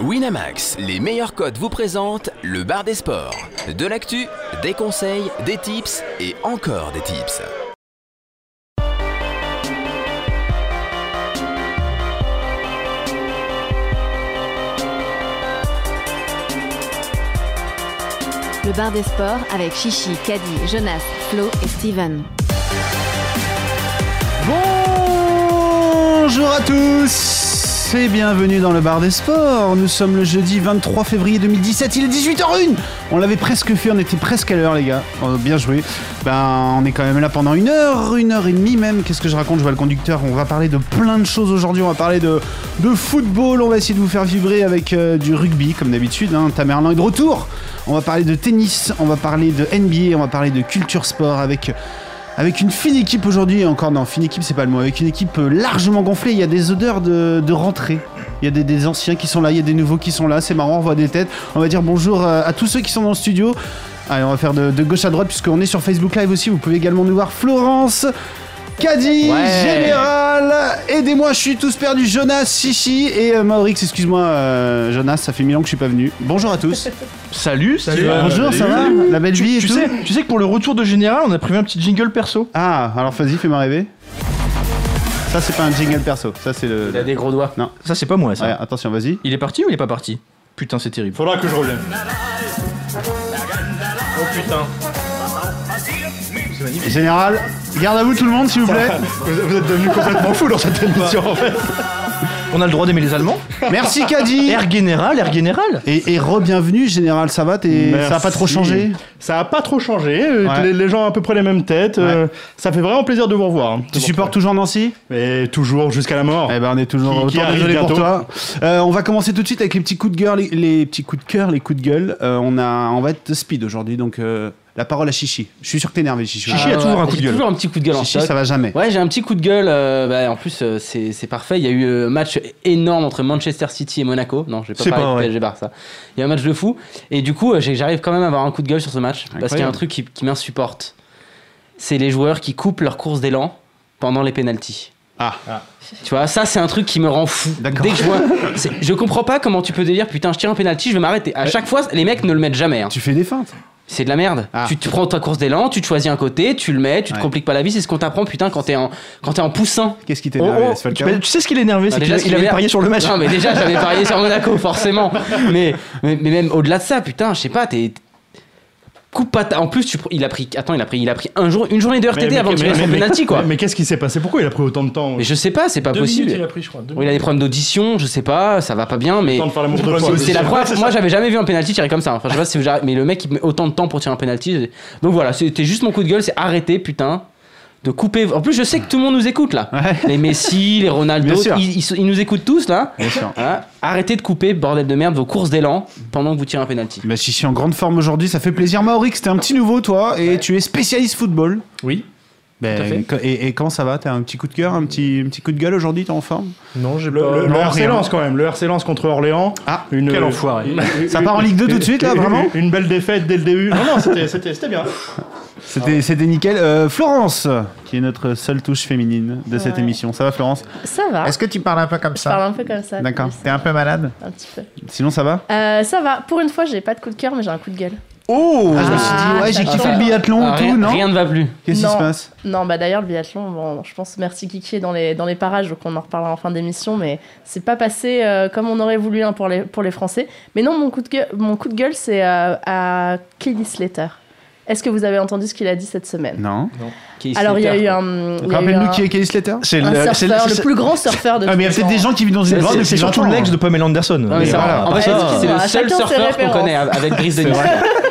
Winamax, les meilleurs codes vous présentent le bar des sports. De l'actu, des conseils, des tips et encore des tips. Le bar des sports avec Chichi, Caddy, Jonas, Flo et Steven. Bonjour à tous et bienvenue dans le bar des sports. Nous sommes le jeudi 23 février 2017, il est 18h01 On l'avait presque fait, on était presque à l'heure les gars. Oh, bien joué. Ben on est quand même là pendant une heure, une heure et demie même. Qu'est-ce que je raconte Je vois le conducteur, on va parler de plein de choses aujourd'hui. On va parler de, de football, on va essayer de vous faire vibrer avec euh, du rugby comme d'habitude. Hein. Tamerlan est de retour. On va parler de tennis, on va parler de NBA, on va parler de culture sport avec avec une fine équipe aujourd'hui, et encore non, fine équipe c'est pas le mot, avec une équipe euh, largement gonflée, il y a des odeurs de, de rentrée. Il y a des, des anciens qui sont là, il y a des nouveaux qui sont là, c'est marrant, on voit des têtes. On va dire bonjour euh, à tous ceux qui sont dans le studio. Allez, on va faire de, de gauche à droite puisqu'on est sur Facebook Live aussi, vous pouvez également nous voir Florence. Caddy, Général, aidez-moi, je suis tous perdu. Jonas, Chichi et euh, Maorix, excuse-moi, euh, Jonas, ça fait mille ans que je suis pas venu. Bonjour à tous. Salut, salut. Bonjour, ça va La belle tu, vie et tu tout sais, tu sais que pour le retour de Général, on a prévu un petit jingle perso. Ah, alors vas-y, fais-moi rêver. Ça, c'est pas un jingle perso. Ça, c'est le. Il a des gros doigts. Ça, Ah, c'est pas moi, ça. Ouais, attention, vas-y. Il est parti ou il est pas parti Putain, c'est terrible. Faudra que je revienne. Oh putain. Général, garde à vous tout le monde, s'il vous plaît. Vous vous êtes devenu complètement fou dans cette émission en fait. On a le droit d'aimer les Allemands Merci, Caddy. Air Général, Air Général Et, et re-bienvenue, Général, ça va t'es- Ça a pas trop Merci. changé Ça a pas trop changé. euh, Ouais. Les, les gens ont à peu près les mêmes têtes. euh, ça fait vraiment plaisir de vous revoir. Tu supportes toujours Nancy Mais toujours jusqu'à la mort. Eh ben on est toujours Qui- qui autant arrive désolé pour bientôt. toi. Euh, on va commencer tout de suite avec les petits coups de gueule, les, les petits coups de cœur, les coups de gueule. Euh, on a, on va être speed aujourd'hui, donc euh, la parole à Chichi. Je suis sûr que t'es énervé, Chichi. Chichi a toujours un coup de Ah, J'ai gueule. Toujours un petit coup de gueule en Chichi, stock. ça va jamais. Ouais, j'ai un petit coup de gueule. euh, bah, en plus, euh, c'est c'est parfait. Il y a eu euh, un match énorme entre Manchester City et Monaco. Non, je vais pas C'est parler pas de vrai. PSG Barça. Il y a un match de fou. Et du coup, euh, j'ai- j'arrive quand même à avoir un coup de gueule sur ce match. Parce qu'il y a un Incroyable. truc qui, qui m'insupporte. C'est les joueurs qui coupent leur course d'élan pendant les pénalties. Ah. Tu vois, ça c'est un truc qui me rend fou. D'accord. Dès que je vois, c'est- je comprends pas comment tu peux te dire putain, je tire un penalty, je vais m'arrêter. À chaque fois, les mecs ne le mettent jamais. hein. Tu fais des feintes. C'est de la merde. Ah. Tu, tu prends ta course d'élan, tu te choisis un côté, tu le mets, tu te Ouais. compliques pas la vie. C'est ce qu'on t'apprend, putain, quand t'es en, quand t'es en poussin. Qu'est-ce qui Oh, t'énerve oh, Laisse-le le tu, carré. bah, tu sais ce qui l'énervait Bah, C'est déjà, ce qu'il qui avait m'énerve- parié sur le match. Non, mais déjà, j'avais parié sur Monaco, forcément. Mais, mais, mais même au-delà de ça, putain, je sais pas, t'es. Coupe pas ta- En plus, tu, pr- il a pris. Attends, il a pris, il a pris un jour, une journée de RTT avant de tirer son penalty, quoi. mais- mais qu'est-ce qui s'est passé Pourquoi il a pris autant de temps euh, Mais je sais pas, c'est pas possible. minutes, il a pris, je crois. Deux Oui, il a des problèmes d'audition, je sais pas, ça va pas bien, mais. Temps de faire l'amour de C'est- poids, C'est- aussi. C'est la Ouais, c'est preuve. ça. Moi, j'avais jamais vu un penalty tiré comme ça. Enfin, je sais pas si vous arrêtez- mais le mec il met autant de temps pour tirer un penalty. Donc voilà, c'était juste mon coup de gueule, c'est arrêter, putain, de couper. En plus, je sais que tout le monde nous écoute là. Les Messi, les Ronaldo, Bien sûr. ils, ils sont- ils nous écoutent tous là. Bien sûr. Voilà. Hein Arrêtez de couper, bordel de merde, vos courses d'élan pendant que vous tirez un penalty. Bah, Chichi en grande forme aujourd'hui, ça fait plaisir. Maorix, t'es un petit nouveau toi et tu es spécialiste football. Oui. Ben, Tout à fait. co- et, et comment ça va T'as un petit coup de cœur, un petit, un petit coup de gueule aujourd'hui T'es en forme Non, j'ai Le, pas. le- le Non, RC rien. Lens quand même, le RC Lens contre Orléans. Ah, Une- quel enfoiré. une- Ça part en Ligue 2 tout de suite, là, une- vraiment Une belle défaite dès le début. Non, non, c'était- c'était c'était bien. C'était c'était nickel. Euh, Florence, qui est notre seule touche féminine de cette Ouais. émission. Ça va Florence Ça va. Est-ce que tu parles un peu comme Ah. Je parle ça un peu comme ça. D'accord. comme T'es un peu malade ça, Un petit peu. Sinon ça va Euh, ça va. Pour une fois, j'ai pas de coup de cœur, mais j'ai un coup de gueule. Oh Je me Ah, suis dit, ouais, j'ai d'accord. kiffé le biathlon Ah, et rien, tout, non rien ne va plus. Qu'est-ce qui Non. se passe Non, bah d'ailleurs, le biathlon, bon, je pense merci Kiki est dans les, dans les parages, donc on en reparlera en fin d'émission, mais c'est pas passé euh, comme on aurait voulu hein, pour, les, pour les Français. Mais non, mon coup de gueule, mon coup de gueule c'est euh, à Kelly Slater. Est-ce que vous avez entendu ce qu'il a dit cette semaine Non. Qui- Alors, il y a eu Slater, un. il y a eu Rappelle-nous un- qui est Kelly Slater C'est le- un c'est le- surfeur, c'est- le plus grand surfeur de Ah, tous mais il les y a peut-être temps. des gens qui vivent dans une C'est- grotte C'est depuis surtout longtemps, l'ex hein. de Pamela Anderson. quoi. Non, mais Mais ça, voilà, en par fait, ça, c'est le euh, seul chacun ses surfeur qu'on références. connaît avec Brice Denis.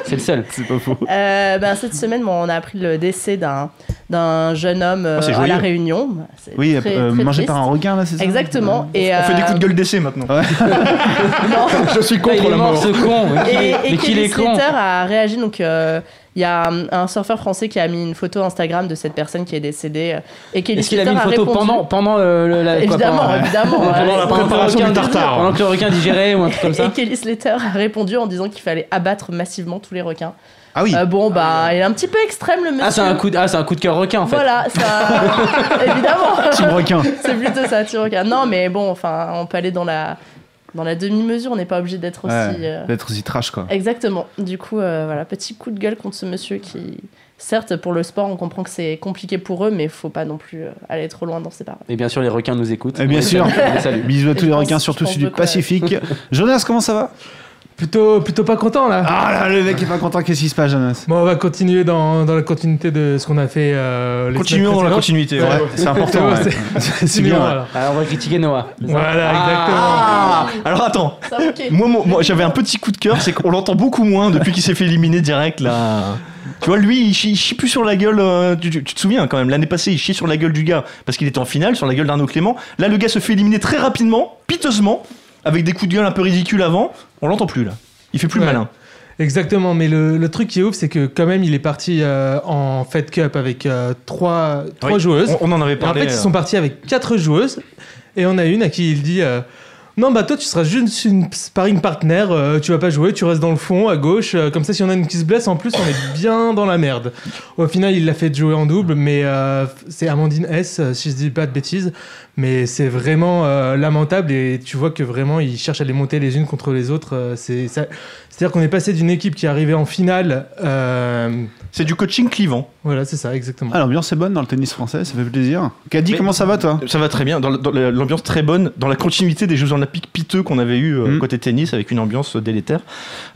C'est le seul. C'est pas faux. Euh, ben, cette semaine, bon, on a appris le décès d'un d'un jeune Ah, homme euh, c'est à joyeux. La Réunion. C'est Oui, très- euh, très mangé triste. par un requin, là, c'est ça Exactement. Et, On fait des euh, coups de gueule d'essai maintenant. Je suis Putain, contre Ah, il est la mort mort. ce con. euh, hein. Et, et Mais qu'il Kelly est con. Slater a réagi. Donc, euh, il y a um, un surfeur français qui a mis une photo Instagram de cette personne qui est décédée. euh, Et Kelly Est-ce qu'il a mis Slater une photo répondu- pendant, pendant euh, le, la, quoi, Évidemment, pendant- évidemment. ouais. pendant la Et- préparation du tartare. Pendant que le requin digérait ou un truc comme Et ça. Kelly Slater a répondu en disant qu'il fallait abattre massivement tous les requins. Ah oui. Euh, bon, bah, il est un petit peu extrême le monsieur. Ah, c'est un coup de, ah, c'est un coup de cœur requin en fait. Voilà, ça. évidemment. Team requin. C'est plutôt ça, tu regardes. Non, mais bon, enfin, on peut aller dans la dans la demi-mesure, on n'est pas obligé d'être aussi. Ouais, euh, D'être aussi trash, quoi. Exactement. Du coup, euh, voilà, petit coup de gueule contre ce monsieur qui, certes, pour le sport, on comprend que c'est compliqué pour eux, mais faut pas non plus euh, aller trop loin dans ses paroles. Et bien sûr, les requins nous écoutent. Et bien sûr. Eh, Salut. Bisous à tous Je les pense- requins, je surtout pense ceux du beaucoup à- Pacifique. Jonas, comment ça va Plutôt, plutôt pas content là. Ah là, le mec est pas content, qu'est-ce qui se passe, Jonas Bon, on va continuer dans, dans la continuité de ce qu'on a fait. Euh, les Continuons semaines dans la précédentes. continuité. Ouais. ouais. Ouais, c'est important. Ouais, ouais. C'est bien. ouais. alors. Alors, Ah, on va critiquer Noah. Voilà, exactement. Ah Alors attends, Ça, ok. moi, moi, moi, j'avais un petit coup de cœur, c'est qu'on l'entend beaucoup moins depuis qu'il s'est fait éliminer direct là. Tu vois, lui, il chie, il chie plus sur la gueule. euh, tu, tu- tu te souviens quand même, l'année passée, il chie sur la gueule du gars parce qu'il était en finale, sur la gueule d'Arnaud Clément. Là, le gars se fait éliminer très rapidement, piteusement, avec des coups de gueule un peu ridicules avant. On l'entend plus là. Il fait plus Ouais. hein. malin. Exactement, mais le, le truc qui est ouf, c'est que quand même, il est parti euh, en Fed Cup avec euh, trois, trois Oui, joueuses. On, on en avait Et en parlé. fait, ils euh, sont partis avec quatre joueuses et on a une à qui il dit euh, Non, bah toi, tu seras juste une sparring partner, euh, tu vas pas jouer, tu restes dans le fond, à gauche, euh, comme ça, si on a une qui se blesse, en plus, on est bien dans la merde. Au final, il l'a fait jouer en double, mais euh, c'est Amandine S, euh, si je dis pas de bêtises, mais c'est vraiment euh, lamentable et tu vois que vraiment, ils cherchent à les monter les unes contre les autres. euh, c'est ça- C'est-à-dire qu'on est passé d'une équipe qui arrivait en finale. euh, euh, C'est du coaching clivant. voilà, c'est ça, exactement. Ah, l'ambiance est bonne dans le tennis français, ça fait plaisir. Caddy, Mais- comment ça va, toi Ça va très bien, dans, le- dans le- l'ambiance très bonne, dans la continuité des Jeux Olympiques piteux qu'on avait eu euh, Mm. côté tennis avec une ambiance euh, délétère.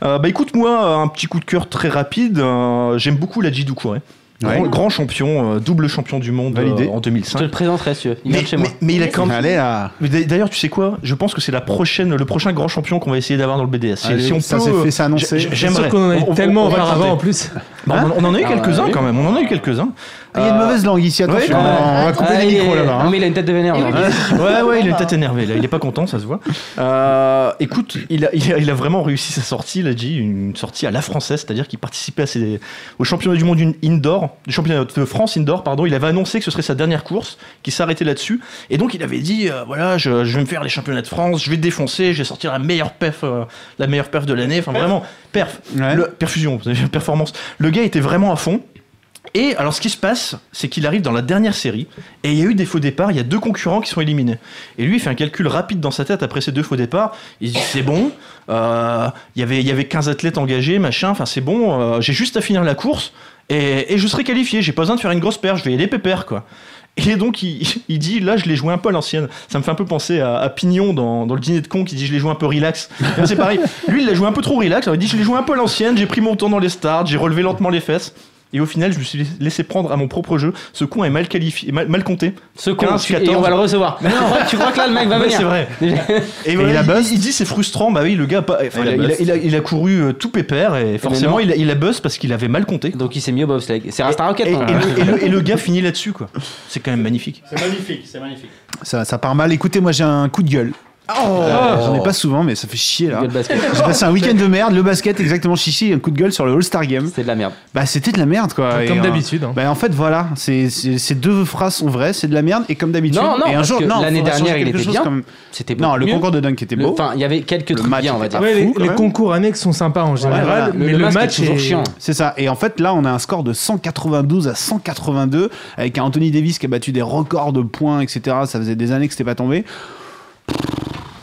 Euh, bah écoute, moi, un petit coup de cœur très rapide. euh, J'aime beaucoup la Jidou Kouré. Grand, Ouais. grand champion, euh, double champion du monde Validé. euh, en Je te 2005. le présenterai, si tu veux. Il vient Mais, de chez moi. mais- mais il a quand même. Allez, à... mais d'a- D'ailleurs, tu sais quoi Je pense que c'est la prochaine, le prochain grand champion qu'on va essayer d'avoir dans le BDS. Si- Allez, si on ça peut, s'est euh, fait, ça annoncé. j- j- C'est J'aimerais. sûr qu'on en a eu On- on- tellement on va le auparavant tenter. en plus. Bah, on, on en a eu Ah, quelques-uns oui. quand même. hein. On en a eu quelques-uns. Ah, Il y a une mauvaise langue ici, attention. hein. ouais, on va ouais. couper Ah, les il micros est- là-bas. Non, hein. mais il a une tête de vénère. là. Ouais, ouais, il est peut-être énervé, là. il est pas content, ça se voit. Euh, écoute, il a, il, a, il a vraiment réussi sa sortie, il a dit, une sortie à la française, c'est-à-dire qu'il participait à ses, au championnat du monde in- indoor, du championnat de France indoor, pardon. Il avait annoncé que ce serait sa dernière course, qu'il s'arrêtait là-dessus. Et donc, il avait dit, euh, voilà, je, je vais me faire les championnats de France, je vais défoncer, je vais sortir la meilleure perf, euh, la meilleure perf de l'année. Enfin, vraiment, perf. Ouais. Le- perfusion, vous savez, performance. Le gars était vraiment à fond. Et alors, ce qui se passe, c'est qu'il arrive dans la dernière série, et il y a eu des faux départs, il y a deux concurrents qui sont éliminés. Et lui, il fait un calcul rapide dans sa tête après ces deux faux départs. Il se dit c'est bon, euh, il y avait- il y avait 15 athlètes engagés, machin, enfin c'est bon, euh, j'ai juste à finir la course, et, et je serai qualifié, j'ai pas besoin de faire une grosse paire, je vais y aller pépère, quoi. Et donc, il, il dit, là, je l'ai joué un peu à l'ancienne. Ça me fait un peu penser à, à Pignon dans, dans le dîner de con qui dit, je l'ai joué un peu relax. Là, C'est pareil. Lui, il l'a joué un peu trop relax. Alors, il dit, je l'ai joué un peu à l'ancienne, j'ai pris mon temps dans les starts, j'ai relevé lentement les fesses. Et au final, je me suis laissé prendre à mon propre jeu. Ce con est mal qualifié, mal, mal compté. Ce con, 15, tu- et 14. on va le recevoir. Tu crois- tu crois que là, le mec va Ouais, venir c'est vrai. Déjà- Et, il voilà, a il, bust il dit c'est frustrant, bah oui, le gars, a pas- enfin, il il, a a, il, a, bust. il a- il a couru euh, tout pépère et forcément non. il a, il a buzz parce qu'il avait mal compté. Donc il s'est mis au bobsleigh. C'est Rasta Rocket. hein. Et, et non le, et le- et le gars finit là-dessus, quoi. C'est quand même magnifique. C'est magnifique, c'est magnifique. Ça, ça part mal. Écoutez, moi j'ai un coup de gueule. Euh, J'en ai pas souvent, mais ça fait chier là. Oh. Gueule basket. J'ai passé un week-end de merde, le basket, exactement chichi, un coup de gueule sur le All-Star Game. C'est de la merde. Bah c'était de la merde quoi. Et, Comme euh, d'habitude. hein. Bah en fait voilà, c'est- c'est- ces deux phrases sont vraies, c'est de la merde et comme d'habitude. Non, non, et un parce jour, que non, l'année faudra changer dernière, il quelque était chose bien. quand même. C'était Non, beaucoup le mieux. concours de dunk était Le- beau. Enfin, il y avait quelques Le trucs match bien, on va était dire. pas Ouais, fou, les, quand les même. concours annexes sont sympas en général, voilà. mais le, masque match est toujours est- chiant. C'est ça. Et en fait, là, on a un score de 192 à 182 avec un Anthony Davis qui a battu des records de points, etc. Ça faisait des années que c'était pas tombé.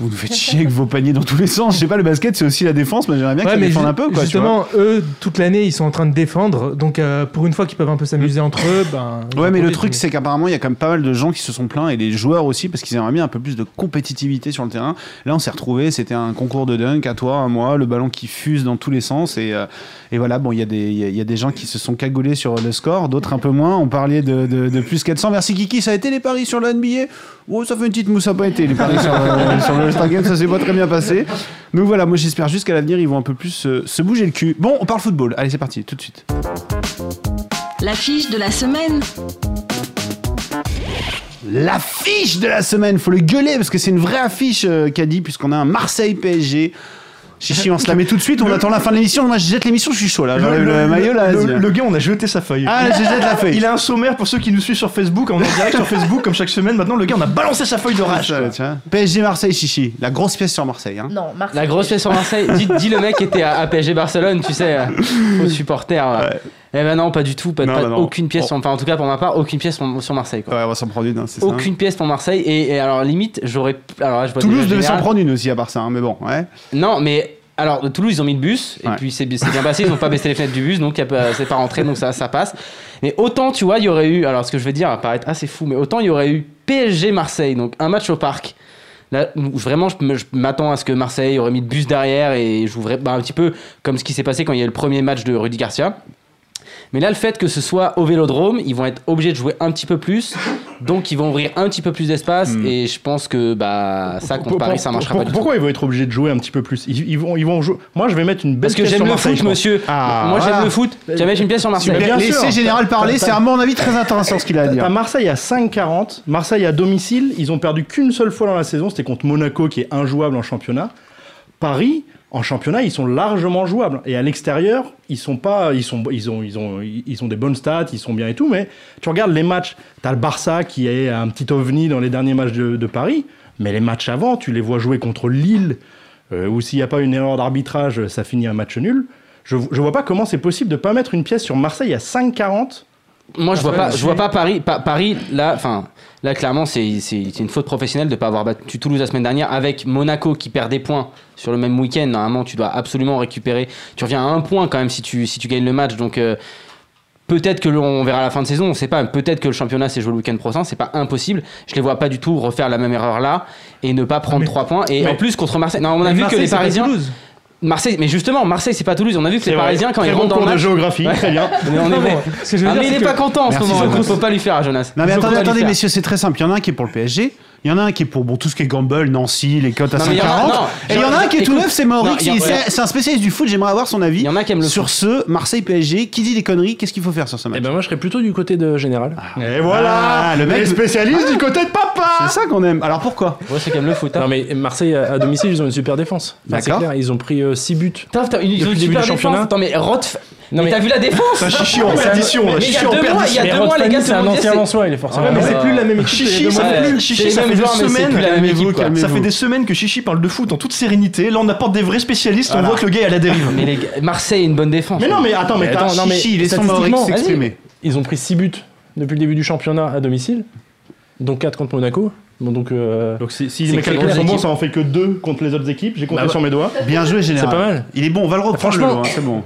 Vous nous faites chier avec vos paniers dans tous les sens. Je sais pas, le basket, c'est aussi la défense, mais j'aimerais bien que Ouais, ça mais défende ju- un peu. Quoi, tu justement, vois. eux, toute l'année, ils sont en train de défendre. Donc, euh, pour une fois qu'ils peuvent un peu s'amuser entre eux, ben. ils Ouais, en mais le profitent, truc, c'est qu'apparemment, il y a quand même pas mal de gens qui se sont plaints et les joueurs aussi, parce qu'ils aimeraient bien un peu plus de compétitivité sur le terrain. Là, on s'est retrouvés, c'était un concours de dunk à toi, à moi, le ballon qui fuse dans tous les sens. Et, euh, et voilà, bon, il y, a des- il y a- il y a des gens qui se sont cagoulés sur le score, d'autres un peu moins. On parlait de, de- de plus 400. Merci Kiki, ça a été les paris sur le NBA Oh, ça fait une petite mousse, ça a pas été les paris sur, le- sur le Star Game, ça s'est pas très bien passé. Donc voilà, moi j'espère juste qu'à l'avenir, ils vont un peu plus euh, se- se bouger le cul. Bon, on parle football. Allez, c'est parti, tout de suite. L'affiche de la semaine. L'affiche de la semaine, faut le gueuler parce que c'est une vraie affiche euh, qu'a dit puisqu'on a un Marseille PSG. Chichi, on se la met tout de suite, on attend la fin de l'émission. Moi, je jette l'émission, je suis chaud là. J'enlève le, maillot là. le- vas-y. le gars, on a jeté sa feuille. Ah, je jette la feuille. Il a un sommaire pour ceux qui nous suivent sur Facebook, on est en direct sur Facebook comme chaque semaine. Maintenant, le gars, on a balancé sa feuille de rage. Ça, tu vois. PSG Marseille, Chichi, la grosse pièce sur Marseille. Hein. Non, Marc. La grosse pièce sur Marseille. dis, dis le mec qui était à, à PSG Barcelone, tu sais, euh, aux supporters. euh. Eh ben non, pas du tout, pas, Non, pas- bah non. aucune pièce, Oh. enfin en tout cas pour ma part, aucune pièce sur, sur Marseille. Quoi. Ouais, on va s'en prendre une, hein, c'est ça. Aucune pièce pour Marseille et, et alors limite j'aurais alors là, je vois Toulouse déjà devait s'en général. prendre une aussi à part ça, hein, mais bon, ouais. non mais alors de Toulouse ils ont mis le bus et Ouais. puis c'est bi- c'est bien passé ils ont pas baissé les fenêtres du bus donc y a pas- c'est pas rentré donc ça ça passe mais autant tu vois il y aurait eu alors ce que je vais dire va paraître assez fou mais autant il y aurait eu PSG Marseille donc un match au parc Là, où vraiment, je me- je m'attends à ce que Marseille aurait mis le bus derrière et jouerait bah, un petit peu comme ce qui s'est passé quand il y a eu le premier match de Rudy Garcia. Mais là, le fait que ce soit au vélodrome, ils vont être obligés de jouer un petit peu plus, donc ils vont ouvrir un petit peu plus d'espace. Et je pense que bah, ça, contre Hmm. Pour- Paris, pour- ça marchera pour- pas du tout. Pourquoi ils vont être obligés de jouer un petit peu plus ils, ils vont, ils vont jouer. Moi, je vais mettre une belle Parce que pièce j'aime sur le Marseille, foot, je pense. monsieur. Ah, Moi, voilà. j'aime le foot. J'avais une pièce sur Marseille. Super. Bien Laissez sûr. Général parler, c'est à mon avis très intéressant ce qu'il a à T'as dire. Marseille à 5,40. Marseille à domicile, ils ont perdu qu'une seule fois dans la saison. C'était contre Monaco, qui est injouable en championnat. Paris, en championnat, ils sont largement jouables. Et à l'extérieur, ils sont pas, ils sont, ils ont, ils ont, ils ont des bonnes stats, ils sont bien et tout. Mais tu regardes les matchs. T'as le Barça qui est un petit ovni dans les derniers matchs de, de Paris. Mais les matchs avant, tu les vois jouer contre Lille, euh, où s'il n'y a pas une erreur d'arbitrage, ça finit un match nul. Je, je vois pas comment c'est possible de pas mettre une pièce sur Marseille à 5,40. Moi, je vois Ouais, pas, je je vois suis- pas Paris. Pa- Paris, là, enfin, là, clairement, c'est c'est- c'est une faute professionnelle de ne pas avoir battu Toulouse la semaine dernière avec Monaco qui perd des points sur le même week-end. Normalement, tu dois absolument récupérer. Tu reviens à un point quand même si tu, si tu gagnes le match. Donc, euh, peut-être que l'on verra à la fin de saison. On sait pas. Peut-être que le championnat s'est joué le week-end prochain. C'est pas impossible. Je les vois pas du tout refaire la même erreur là et ne pas prendre trois points. Et en plus, contre Marseille, non, on a vu que les Parisiens. Marseille, mais justement, Marseille, c'est pas Toulouse. On a vu que les C'est vrai. Parisiens, quand Très ils bon rentrent dans le cours de match. géographie, très bien. Mais on est bon. Ah, mais il est pas content en ce Merci, moment, Jonas. donc faut pas lui faire à Jonas. Non mais Faut attendez, pas lui attendez faire. messieurs, c'est très simple. Il y en a un qui est pour le PSG, il y en a un qui est pour bon, tout ce qui est Gamble, Nancy, les cotes à Non, mais il y en a- 5,40. non, Et il y en a un qui est tout écoute, neuf, c'est non, Maurice. il y en- qui- C'est c'est un spécialiste du foot, j'aimerais avoir son avis. Il y en a qui aiment le Sur ce, Marseille-PSG, qui dit des conneries, qu'est-ce qu'il faut faire sur ce match Eh ben moi je serais plutôt du côté de général. Et voilà Ah, le mec- Les spécialistes du côté de papa C'est ça qu'on aime. Alors pourquoi Ouais, c'est quand même le foot. hein. Non mais Marseille à à domicile ils ont une super défense. Enfin, c'est D'accord. clair, ils ont pris 6 buts. Putain, putain, une, Depuis une le début super du défense. championnat. Attends, mais Roth. Non, mais mais- t'as vu la défense C'est un chichi en perdition, là, Mais il y chichi a en deux mois, il y perdition. a deux mois, les gars, c'est un ancien Lensois, il est forcément. Ouais, Mais Ah. c'est plus la même équipe. Chichi, ça Ouais. fait, plus- C'est chichi, les ça mêmes fait deux joueurs, mais c'est plus la même semaines. équipe, Ça quoi. fait Calmez-vous. des semaines que Chichi parle de foot en toute sérénité. Là, on apporte des vrais spécialistes. On voit que le gars est à la dérive. Mais les gars, Marseille est une bonne défense. Mais non, mais attends, mais Mais t'as attends, non, mais Chichi, laissons statistiquement, Maurice vas-y. s'exprimer. Ils ont pris 6 buts depuis le début du championnat à domicile, dont 4 contre Monaco. Bon donc euh, Donc si, si C'est mes que les calculs autres sont bons, équipes. ça en fait que deux contre les autres équipes. J'ai compté Bah, sur mes doigts. Bien joué, c'est général. pas mal. Il est bon, on va le reprendre. Franchement. le, hein, c'est bon.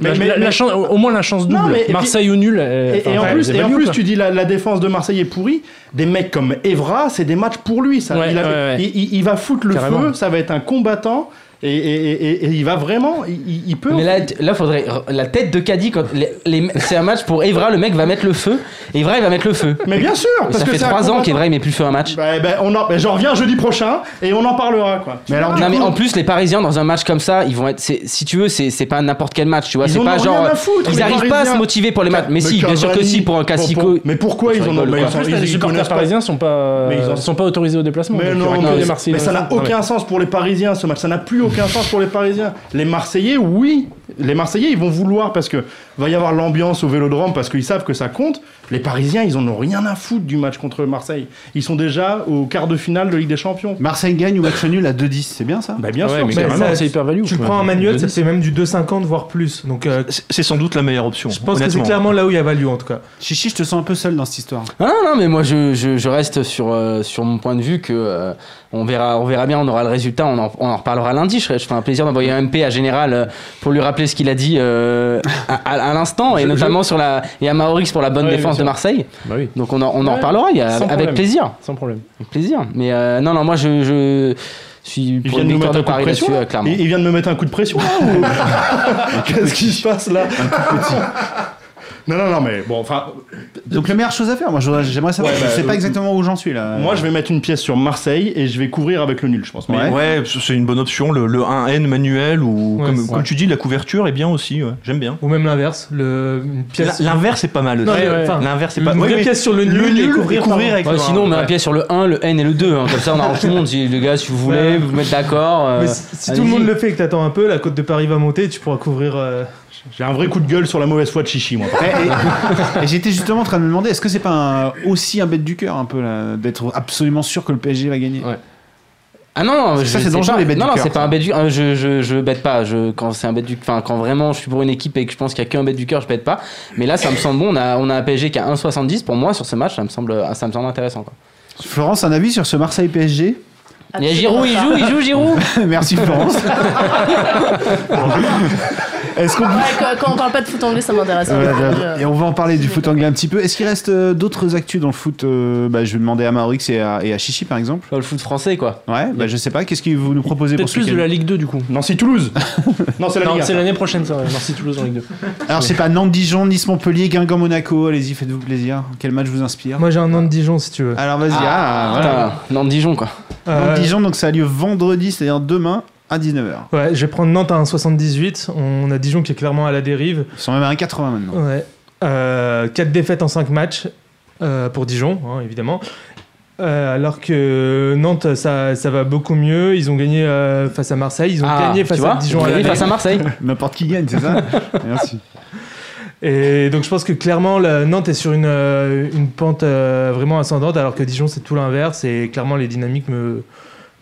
Mais- La- mais- la- la mais- chance- au au moins la chance double. Non, mais- et puis- Marseille ou nul. elle- Et, et enfin, en plus, elle est et en value, plus quoi. tu dis la, la défense de Marseille est pourrie. Des mecs comme Evra, c'est des matchs pour lui. Ça. Ouais, il, a- ouais, ouais. il- il- il va foutre le Carrément. feu, ça va être un combattant. Et, et- et- et- et il va vraiment. Il, il- il peut. Mais là, t- là, faudrait la tête de Caddy quand les- les- c'est un match pour Evra, le mec va mettre le feu. Evra, il va mettre le feu. Mais bien sûr Et parce ça que fait c'est un 3 ans combattant. qu'Evra il met plus le feu à un match. Bah, bah, on en- bah, j'en reviens jeudi prochain et on en parlera quoi. Ah, Mais alors, Non mais coup- en plus les Parisiens dans un match comme ça ils vont être c'est- si tu veux c'est c'est pas n'importe quel match tu vois Ils c'est en pas ont genre rien à foutre, ils les arrivent pas à Parisiens. se motiver pour les matchs mais, si bien sûr que Cavani, si pour un pour- classico pour- Mais pourquoi Je ils en ont rigole, mais quoi. ils sont- En plus, ils- ils les connaissent supporters pas- parisiens sont pas, Mais ils en- ils sont pas autorisés au déplacement. Mais donc il y aura non, que mais, des Marseillais mais ça dans n'a le- Non, mais- aucun sens pour les Parisiens ce match, ça n'a plus aucun sens pour les Parisiens. Les Marseillais, oui, les Marseillais ils vont vouloir parce que va y avoir l'ambiance au Vélodrome parce qu'ils savent que ça compte. Les Parisiens ils en ont rien à foutre du match contre Marseille. Ils sont déjà au quart de finale de Ligue des Champions. Marseille gagne ou match nul à 2-10, c'est bien ça Bah bien Ouais, sûr, mais c'est- carrément, ça- c'est hyper value. Tu le quoi. prends en manuel, Deux- ça fait même du 2,50 voire plus. Donc euh, C'est- C'est sans doute la meilleure option. je pense que c'est honnêtement. clairement là où il y a value en tout cas. Chichi, je te sens un peu seul dans cette histoire. Ah non, non, mais moi je, je, je reste sur, euh, sur mon point de vue que euh, on, verra, on verra bien, on aura le résultat, on en, on en reparlera lundi. Je, serai- je ferai un plaisir d'envoyer un MP à Général euh, pour lui rappeler ce qu'il a dit euh, à, à- à l'instant, et notamment sur la. et à Maorix pour la bonne Ouais, bien défense de sûr. Marseille. Bah oui, Donc on en, on en Ouais, reparlera, il y a- sans avec problème. plaisir. sans problème. Avec plaisir. Mais euh, non, non, moi je. je suis Ils pour viennent une nous mettre victoire de un coup de Paris pression. là-dessus, là euh, clairement. Ils- ils viennent me mettre un coup de pression. là, ou- Qu'est-ce qui se passe là Non, non, non, mais bon, enfin, Donc la meilleure chose à faire, moi je- j'aimerais savoir, Ouais, je bah, sais pas euh, exactement où j'en suis là. moi je vais mettre une pièce sur Marseille et je vais couvrir avec le nul, je pense. Mais- Ouais. Ouais, c'est une bonne option. Le, le 1N manuel ou Ouais, comme, c'est comme vrai. tu dis, la couverture est bien aussi. ouais. J'aime bien. Ou même l'inverse, le une L- pièce. L'inverse est pas mal aussi. Non, mais, ouais. enfin, L'inverse est Ah. une pas vraie oui, oui. pièce sur le Le nul, et nul couvrir, et couvrir par- avec Ouais, le sinon, on met un. un pied sur le 1, le N et le 2. hein. Comme ça, on arrange tout le monde. Si les gars, si vous voulez, Ouais. vous mettre d'accord. euh, Mais si si tout le allez-y. monde le fait et que t'attends un peu, la côte de Paris va monter et tu pourras couvrir. euh, J'ai un vrai coup de gueule sur la mauvaise foi de Chichi, moi. Et, et- et j'étais justement en train de me demander, est-ce que c'est pas un- aussi un bête du cœur un peu là, d'être absolument sûr que le PSG va gagner Ouais. Ah non, non, je c'est sais dangereux, pas. les bêtes Non, du non, cœur, c'est pas ça. un bête du. euh, Je, je, je bête pas. Je, quand c'est un bête du, enfin, quand vraiment je suis pour une équipe et que je pense qu'il y a qu'un bête du cœur, je bête pas. Mais là, ça me semble bon. On a, on a un PSG qui a 1,70 pour moi sur ce match. Ça me semble, ah, ça me semble intéressant. Quoi. Florence, un avis sur ce Marseille PSG Il y a Giroud, il joue, il joue Giroud. Merci Florence. Est-ce qu'on peut- Ouais, quand, quand on parle pas de foot anglais, ça m'intéresse. Voilà, hein. voilà. et on va en parler du foot anglais un petit peu. Est-ce qu'il reste euh, d'autres actus dans le foot Euh, bah, Je vais demander à Maorix et à, et à Chichi par exemple. Dans le foot français, quoi. Ouais, bah, je sais pas. Qu'est-ce que vous nous proposez pour Peut-être ce plus de week-end la Ligue 2 du coup. Nancy-Toulouse Non, c'est la Non, Ligue 1. c'est l'année prochaine, ça. ouais. Merci Toulouse en Ligue 2. Alors c'est pas Nantes, Dijon, Nice, Montpellier, Guingamp, Monaco. Allez-y, faites-vous plaisir. Quel match vous inspire Moi j'ai un nom de Dijon si tu veux. Alors vas-y. Ah, voilà. Non, Dijon, quoi. Euh, Nantes, Dijon, donc ça a lieu vendredi, c'est-à-dire demain à 19h. Ouais, je vais prendre Nantes à 1,78. On a Dijon qui est clairement à la dérive. Ils sont même à 1,80 maintenant. Ouais. Euh, quatre défaites en 5 matchs euh, pour Dijon, hein, évidemment. Euh, alors que Nantes, ça, ça va beaucoup mieux. Ils ont gagné euh, face à Marseille, ils ont Ah, gagné tu face vois, à Dijon. on à l'a la dit face à Marseille. N'importe qui gagne, c'est ça Merci. Et donc je pense que clairement, la- Nantes est sur une, euh, une pente euh, vraiment ascendante, alors que Dijon, c'est tout l'inverse. Et clairement, les dynamiques me,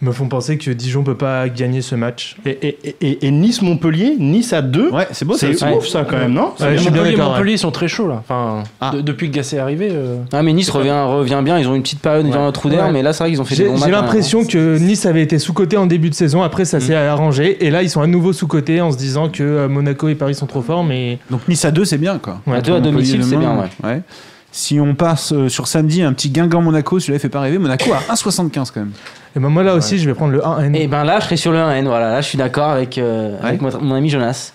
me font penser que Dijon peut pas gagner ce match. Et, et- et- et Nice-Montpellier, Nice à 2. Ouais, c'est beau ça. c'est aussi. ouais. ouf ça quand même, non Ouais, je suis bien Montpellier, d'accord, Montpellier, ils sont très chauds là. Enfin, Ah. de- depuis que Gasset est arrivé. euh, Ah, mais Nice revient, revient bien. Ils ont une petite période, ils ont un trou d'air, Ouais. mais là, c'est vrai qu'ils ont fait des J'ai bons matchs. hein. Mm. j'ai l'impression que Nice avait été sous-coté en début de saison, après ça s'est arrangé, et là ils sont à nouveau sous-coté en se disant que euh, Monaco et Paris sont trop forts, mais Donc Nice à 2, c'est bien quoi. À deux à Montpellier domicile, c'est demain, bien, ouais. Si on passe euh, sur samedi, un petit Guingamp-Monaco, celui-là il fait pas rêver. Monaco à 1,75 quand même. et ben moi là aussi je vais prendre le 1N. Et ben là, je serai sur le 1N. Voilà, là, je suis d'accord avec, euh, avec mon, mon ami Jonas.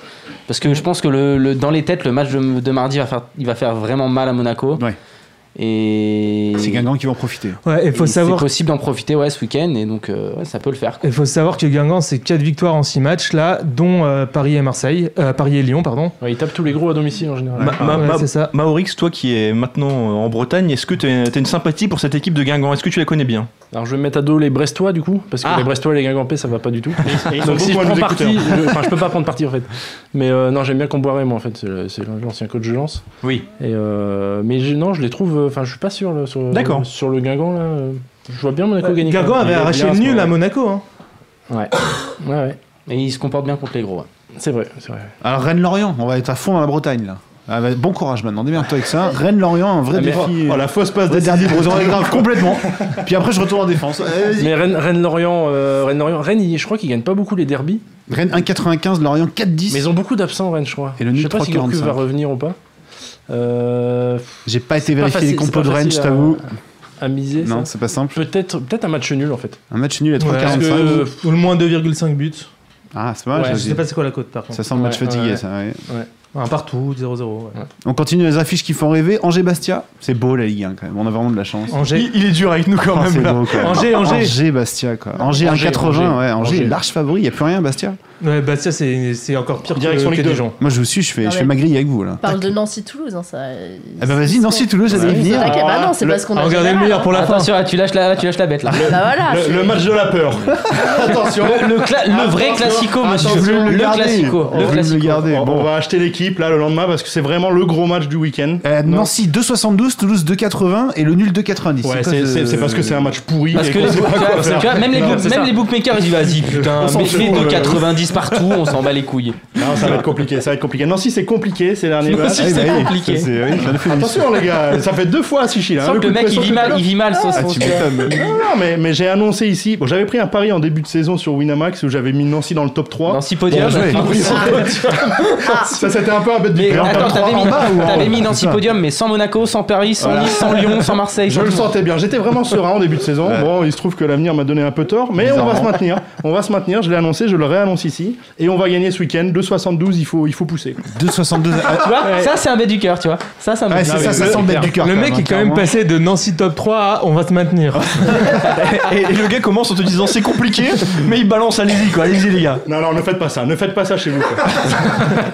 Parce que je pense que le, le- dans les têtes, le match de, de mardi va faire, il va faire vraiment mal à Monaco. Ouais. Et C'est Guingamp qui va en profiter. Ouais, il faut et savoir, C'est possible d'en profiter ouais, ce week-end. Et donc, euh, ouais, ça peut le faire. quoi. il faut savoir que Guingamp c'est 4 victoires en 6 matchs là, dont euh, Paris et Marseille, euh, Paris et Lyon pardon. ouais, ils tapent tous les gros à domicile en général. Ma- ma- Ouais, ma- c'est ça. Maorix, toi qui es maintenant euh, en Bretagne, est-ce que tu as une sympathie pour cette équipe de Guingamp Est-ce que tu la connais bien Alors je vais mettre à dos les Brestois du coup, parce que Ah. les Brestois et les Guingampais ça va pas du tout. Et ils ont Donc si je beaucoup à prends nous parti, écouter. je, enfin, je peux pas prendre parti en fait. Mais euh, non, j'aime bien Comboiré moi en fait, c'est le- c'est l'ancien coach de Lens. Oui. Et euh, mais je- non, je les trouve. euh, Enfin, je suis pas sûr là, sur, D'accord. sur le Guingamp là. euh, Je vois bien Monaco gagner. Euh, Guingamp quand même. avait Il est arraché bien, le ce nul à moment-là. Monaco. hein. Ouais. Ouais, ouais. Et il se comporte bien contre les gros. ouais. C'est vrai, c'est vrai. Alors Rennes-Lorient, on va être à fond dans la Bretagne là. Ah, bah, bon courage maintenant, démerde-toi avec ça. Rennes-Lorient, un vrai Ah, mais- défi. Oh, la fausse passe Vrai d'Azizi derby de Bretagne, grave, complètement. Puis après, je retourne en défense. Euh, Allez, vas-y. Mais Rennes, Rennes Lorient, euh, Rennes Lorient, Rennes, ils- je crois qu'ils gagnent pas beaucoup les derbies, Rennes 1,95, Lorient 4,10. mais ils ont beaucoup d'absents Rennes, je crois. Et le je nul sais pas si 3,45. Gourcuff va revenir ou pas. Euh, J'ai pas été pas vérifier les facile, compos c'est de pas Rennes, je facile à- t'avoue. à miser. Non, ça. c'est pas simple. Peut-être, peut-être un match nul en fait. Un match nul à Ouais, parce 3,45. que- ou le moins 2,5 buts. Ah, c'est pas mal. Ouais, ça je aussi. sais pas c'est quoi la cote par contre. Ça sent le match Ouais, fatigué, ouais. ça. ouais. Un partout 0-0. ouais. On continue les affiches qui font rêver. Angers-Bastia. C'est beau la Ligue 1 quand même. On a vraiment de la chance. Angers. il, il est dur avec nous quand Ah, c'est même. là. beau, quoi. Angers, Angers. Bastia, quoi. Angers, Angers, 1,80. Angers. ouais. Angers, est Angers. large favori. Il n'y a plus rien, Bastia. Ouais, Bastia c'est c'est encore pire Euh, Direction que, que Ligue 2. Dijon. Moi, je vous suis, je fais, Ah je ouais. fais ma grille avec vous, là. On parle de Nancy-Toulouse. Hein, ça... Ah bah vas-y, Nancy-Toulouse, j'allais y C'est venir. vrai que- Bah Ah, non, c'est le- parce qu'on a. Ah, regardez le général, meilleur hein. pour la fin. Attention, là, tu lâches la, là, tu lâches la bête. Là. Bah voilà. Le, c'est- le match de la peur. Attention. Le, le cla- le vrai classico, monsieur. Vous voulez Le, me garder classico. Vous Le voulez me classico. garder. On, on Bon. va acheter l'équipe là le lendemain parce que c'est vraiment le gros match du week-end. Euh, Nancy 2,72, Toulouse 2,80 et le nul 2,90. Ouais, quoi c'est- ce- c'est c'est parce que c'est un match pourri. Parce et que qu'on les, sait pas tu quoi vois, faire. tu vois, même, les, Non, book- c'est même ça. les bookmakers, ils disent vas-y, putain, On s'en mettez euh. fout, ouais. 2,90 partout, on s'en bat les couilles. Non, ça va être compliqué, ça va être compliqué. Nancy, c'est compliqué, c'est dernier match. Ah, oui, bah oui, compliqué. ça, c'est- oui, ça nous fait- Attention les gars, ça fait deux fois Sichi là. Sans hein, que coup le de mec, il pression vit que mal, t'as. il vit mal son Ah, son- tu m'étonnes. Non, non, mais, mais j'ai annoncé ici, bon, j'avais pris un pari en début de saison sur Winamax où j'avais mis Nancy dans le top 3. dans six podiums. Bon, joué. Ah. Ça c'était un peu un bête du Mais père. attends, t'avais mis, t'avais mis Nancy ça. Podium, mais sans Monaco, sans Paris, sans Nice, sans Lyon, sans Marseille. Je sans le tout. sentais bien, j'étais vraiment serein en début de saison. Bon, il se trouve que l'avenir m'a donné un peu tort, mais on va Bizarrement. se maintenir. On va se maintenir, je l'ai annoncé, je le réannonce ici. Et on va gagner ce week-end, 2,72, il faut, il faut pousser. 2,72. euh, Tu vois, ça c'est un bête du cœur, tu vois. Ça, c'est un Ouais, bête du c'est cœur. ça, ça sent le bête du cœur. Le quand mec hein, est quand même clairement. passé de Nancy top 3 à on va se maintenir. Et, et le gars commence en te disant c'est compliqué, mais il balance, allez-y quoi, allez-y les gars. Non, non, ne faites pas ça, ne faites pas ça chez vous. quoi. Alors,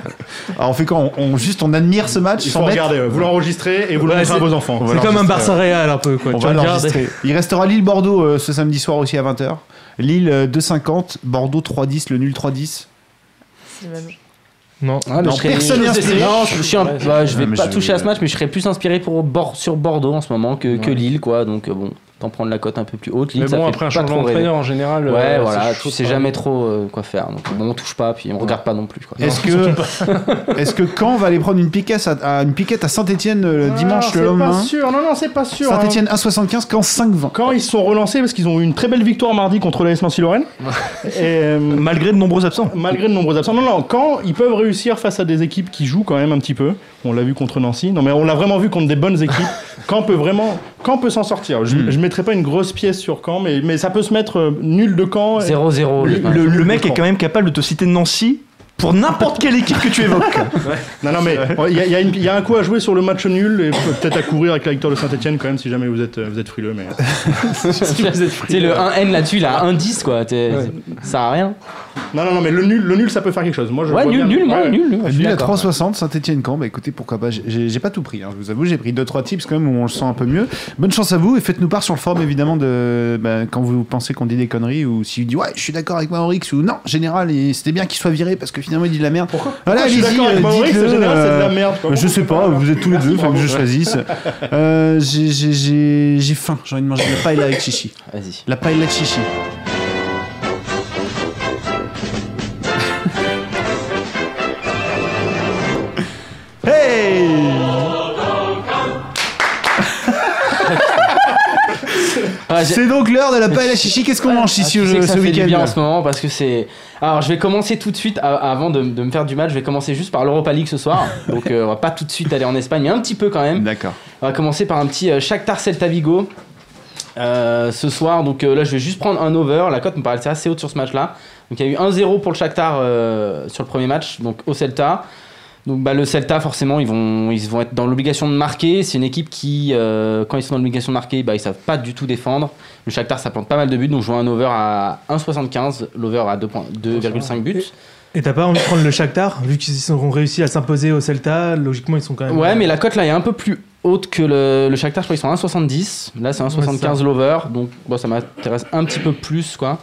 Ah, on fait quand on, on- Juste, on admire ce match Il sans faut mettre- regarder, ouais. vous l'enregistrez et vous le Ouais, montrez à c'est- vos enfants. C'est Voilà. comme un Barça Real un peu quoi. On Tu va regardes et- l'enregistrer. Il restera Lille-Bordeaux euh, ce samedi soir aussi à 20h. Lille euh, 2,50, Bordeaux 3,10, le nul 3,10. c'est le même- Non. Ouais, Ah, mais Non, je serais- personne n'est inspiré. Non, je, je suis un- bah, je vais mais pas je- toucher à ce match, mais je serais plus inspiré pour Bor- sur Bordeaux en ce moment que, que Lille, quoi. Donc euh, bon, T'en prendre la cote un peu plus haute. Mais Lille, ça bon, fait après un pas changement trop rêver. d'entraîneur en général. Ouais, euh, voilà, tu c'est chaud de sais parler. jamais trop euh, quoi faire. Donc, bon, on touche pas, puis on regarde pas non plus. Quoi. Est-ce que, est-ce que Caen va aller prendre une piquette à, à- une piquette à Saint-Etienne le Ah, dimanche c'est le pas lendemain sûr. Non, non, c'est pas sûr. hein. Saint-Etienne 1,75, Caen 5,20. Quand ils se sont relancés, parce qu'ils ont eu une très belle victoire mardi contre l'AS Nancy-Lorraine, et, euh, Malgré de nombreux absents. malgré de nombreux absents. Non, non, quand ils peuvent réussir face à des équipes qui jouent quand même un petit peu, on l'a vu contre Nancy, non mais on l'a vraiment vu contre des bonnes équipes, quand peut vraiment, quand peut s'en sortir. Je ne mettrai pas une grosse pièce sur Caen, mais, mais ça peut se mettre euh, nul de Caen. 0-0. Le- le- Le, le mec Franchement. est quand même capable de te citer Nancy pour n'importe quelle équipe que tu évoques. Non, non, mais il y, a- il y a une- il y a un coup à jouer sur le match nul et peut-être à courir avec la victoire de Saint-Etienne quand même si jamais vous êtes, euh, vous êtes frileux. Mais... euh, C'est le 1N là-dessus, il a 1-10 quoi. t'es- Ça sert à rien. Non, non, non, mais le nul, le nul ça peut faire quelque chose. Moi, je Ouais, vois nul, bien- nul, moi, Ouais. nul. je suis Lui à d'accord. 3,60, Saint-Etienne Caen. Bah écoutez, pourquoi pas J'ai- J'ai j'ai pas tout pris, hein, je vous avoue. J'ai pris 2-3 tips quand même où on le sent un peu mieux. Bonne chance à vous et faites-nous part sur le forum évidemment de bah, quand vous pensez qu'on dit des conneries ou si vous dites ouais, je suis d'accord avec Maorix ou non, général, et c'était bien qu'il soit viré parce que finalement il dit de la merde. Pourquoi Voilà, Je suis allez-y, d'accord avec euh, Maurice, dites-le, en général, c'est de la euh, merde. quoi. Je sais pas, vous êtes tous les deux, enfin que je choisisse. Euh, j'ai- j'ai- J'ai j'ai faim, j'ai envie de manger de la paella avec chichi. Vas-y. La paella de chichi. Hey Ah, j'ai- C'est donc l'heure de la paella chichi. Qu'est-ce qu'on mange ici Ah, tu sais que ça ce fait du bien en week-end ce moment parce que c'est. Alors, je vais commencer tout de suite à- avant de, de me faire du mal. Je vais commencer juste par l'Europa League ce soir. Donc, euh, on va pas tout de suite aller en Espagne, mais un petit peu quand même. D'accord. On va commencer par un petit euh, Shakhtar Celta Vigo euh, ce soir. Donc euh, là, je vais juste prendre un over. La cote me paraît assez haute sur ce match-là. Donc il y a eu 1-0 pour le Shakhtar euh, sur le premier match, donc au Celta. Donc bah, le Celta, forcément, ils vont, ils vont être dans l'obligation de marquer. C'est une équipe qui, euh, quand ils sont dans l'obligation de marquer, bah, ils savent pas du tout défendre. Le Shakhtar, ça plante pas mal de buts. Donc je vois un over à 1,75, l'over à 2 points- 2,5 buts. Et t'as pas envie de prendre le Shakhtar, vu qu'ils auront réussi à s'imposer au Celta, logiquement ils sont quand même. Ouais, mais la cote là est un peu plus haute que le, le Shakhtar. Je crois qu'ils sont à 1,70. Là, c'est Ouais, 1,75 c'est l'over. Donc, bon, ça m'intéresse un petit peu plus, quoi.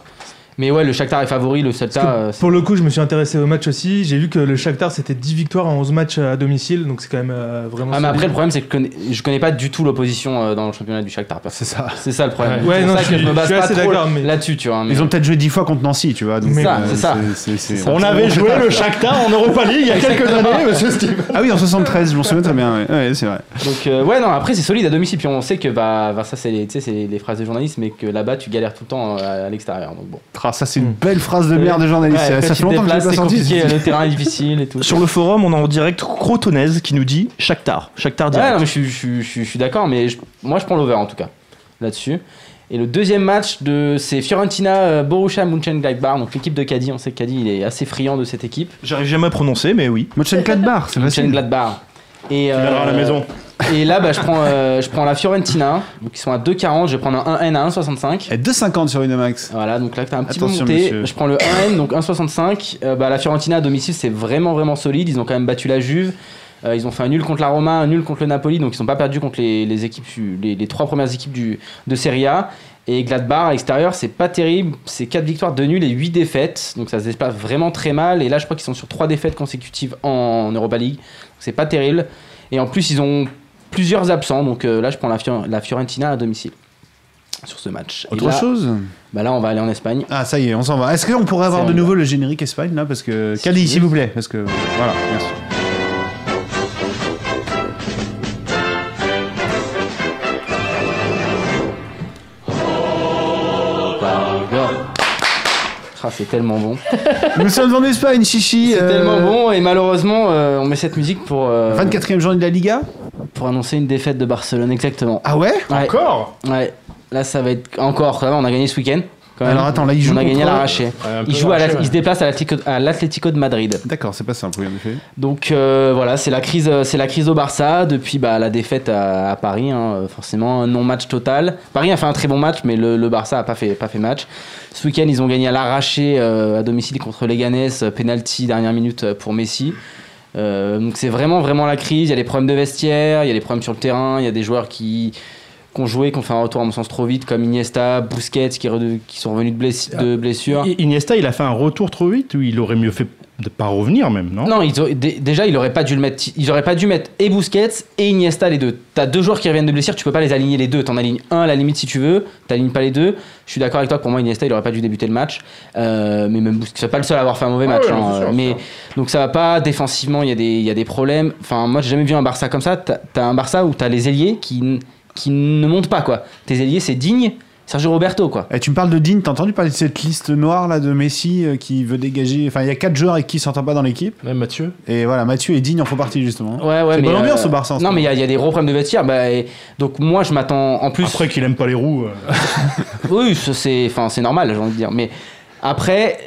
Mais ouais, le Shakhtar est favori, le Parce que Celta. euh, c'est- pour le coup, je me suis intéressé au match aussi. J'ai vu que le Shakhtar c'était 10 victoires en 11 matchs à domicile, donc c'est quand même euh, vraiment. Ah, mais après, solide. le problème, c'est que je connais, je connais pas du tout l'opposition euh, dans le championnat du Shakhtar. parce que C'est ça. C'est ça le problème. Ouais, c'est pour non, ça je que je suis- me je base suis pas assez trop d'accord, mais- là-dessus, tu vois. mais- Ils ont peut-être joué 10 fois contre Nancy, tu vois. donc, euh, C'est ça, c'est ça. c'est- c'est- On avait joué le Shakhtar en Europa League il y a quelques années, monsieur Steve. Ah oui, en 73, je m'en souviens très bien. Ouais, Ouais, c'est vrai. Donc, euh, ouais, non, après, c'est solide à domicile. Puis on sait que, bah, bah, ça, c'est les, tu sais, c'est les- les phrases de journalistes, mais que là-bas, tu galères tout le temps euh, à, à l'extérieur. Donc, bon. Ah, ça, c'est une belle phrase de merde de journaliste. Ouais, ça quand ça tu fait te longtemps que je l'ai déplaces, pas c'est senti. compliqué, euh, Le terrain est difficile et tout. Sur le forum, on a en direct Crotonaise qui nous dit Shakhtar. Shakhtar Ouais, non, direct. mais je, suis- je suis- je suis- je suis d'accord, mais je- moi je prends l'over en tout cas là-dessus. Et le deuxième match, de, c'est Fiorentina euh, Borussia Mönchengladbach, donc l'équipe de Caddy. On sait que Caddy il est assez friand de cette équipe. J'arrive jamais à prononcer, mais oui. Motion 4 bar, c'est facile. Mönchengladbach. Et, euh, Tu viendras à la maison. et là, bah, je, prends, euh, je prends la Fiorentina, donc ils sont à 2,40. Je vais prendre un 1N à 1,65. Et 2,50 sur une max. Voilà, donc là t'as un petit peu Attention, monté. monsieur. Je prends le 1N, donc 1,65. Euh, bah, la Fiorentina à domicile, c'est vraiment vraiment solide. Ils ont quand même battu la Juve. Euh, ils ont fait un nul contre la Roma, un nul contre le Napoli, donc ils sont pas perdus contre les, les équipes, les, les trois premières équipes du, de Serie A. Et Gladbach à l'extérieur, c'est pas terrible. C'est 4 victoires, 2 nuls et 8 défaites. Donc ça se déplace vraiment très mal. Et là, je crois qu'ils sont sur 3 défaites consécutives en Europa League. Donc c'est pas terrible. Et en plus, ils ont plusieurs absents. Donc euh, là, je prends la, Fior- la Fiorentina à domicile sur ce match. Et Autre là- chose bah là, on va aller en Espagne. Ah, ça y est, on s'en va. Est-ce qu'on pourrait avoir Ça, de on nouveau le générique Espagne là Parce que. Si Caddy, tu s'il vous plaît. Parce que. Voilà, merci. Ah, c'est tellement bon. Nous sommes en Espagne, chichi. C'est euh, tellement bon et malheureusement euh, on met cette musique pour, euh, 24ème journée de la Liga pour annoncer une défaite de Barcelone exactement. Ah ouais Ouais, Encore ouais. Là ça va être encore, ça va, on a gagné ce week-end. quand même. Alors, attends, là, ils jouent On a gagné à contre- l'arraché. un peu Ils jouent à la- arraché, ouais. ils se déplacent à l'Atlético- à l'Atlético de Madrid. D'accord, c'est pas simple, oui, en effet. Donc euh, voilà, c'est la crise, euh, c'est la crise au Barça depuis bah, la défaite à, à Paris, hein, euh, forcément un non-match total. Paris a fait un très bon match, mais le, le Barça a pas fait, pas fait match. Ce week-end, ils ont gagné à l'arraché euh, à domicile contre les Ganes, penalty dernière minute euh, pour Messi. Euh, donc c'est vraiment vraiment la crise. Il y a les problèmes de vestiaire, il y a les problèmes sur le terrain, il y a des joueurs qui qui ont joué, qui ont fait un retour à mon sens trop vite, comme Iniesta, Ah. Busquets, qui, est rede- qui sont revenus de, blessi- de blessure. I- Iniesta, il a fait un retour trop vite ou il aurait mieux fait de pas revenir même, non, Non, ils auraient- dé- déjà, ils auraient pas dû le mettre. Ils auraient pas dû mettre et Busquets et Iniesta les deux. T'as deux joueurs qui reviennent de blessure, tu peux pas les aligner les deux. T'en alignes un à la limite si tu veux, t'alignes pas les deux. Je suis d'accord avec toi. Pour moi, Iniesta, il aurait pas dû débuter le match. Euh, mais même Busquets, c'est pas le seul à avoir fait un mauvais Ah match. ouais, hein. non, c'est sûr, mais c'est sûr. donc ça va pas défensivement. Il y a des, il y a des problèmes. Enfin, moi, j'ai jamais vu un Barça comme ça. T'as t'as un Barça où t'as les ailiers qui n- qui ne montent pas quoi. Tes ailiers, c'est digne. Sergio Roberto quoi. Eh, tu me parles de Digne, t'as entendu parler de cette liste noire là de Messi euh, qui veut dégager. Enfin, il y a quatre joueurs avec qui il s'entend pas dans l'équipe. Même Mathieu. Et voilà, Mathieu et Digne en font partie justement. Ouais, ouais, C'est mais euh, bonne ambiance au Barça, en ce Non, moment. mais il y, a- il y a des gros problèmes de vestiaire. Bah, et- donc moi, je m'attends en plus. Après qu'il aime pas les roues. euh, Oui, ça, c'est enfin c'est normal, j'ai envie de dire. Mais après,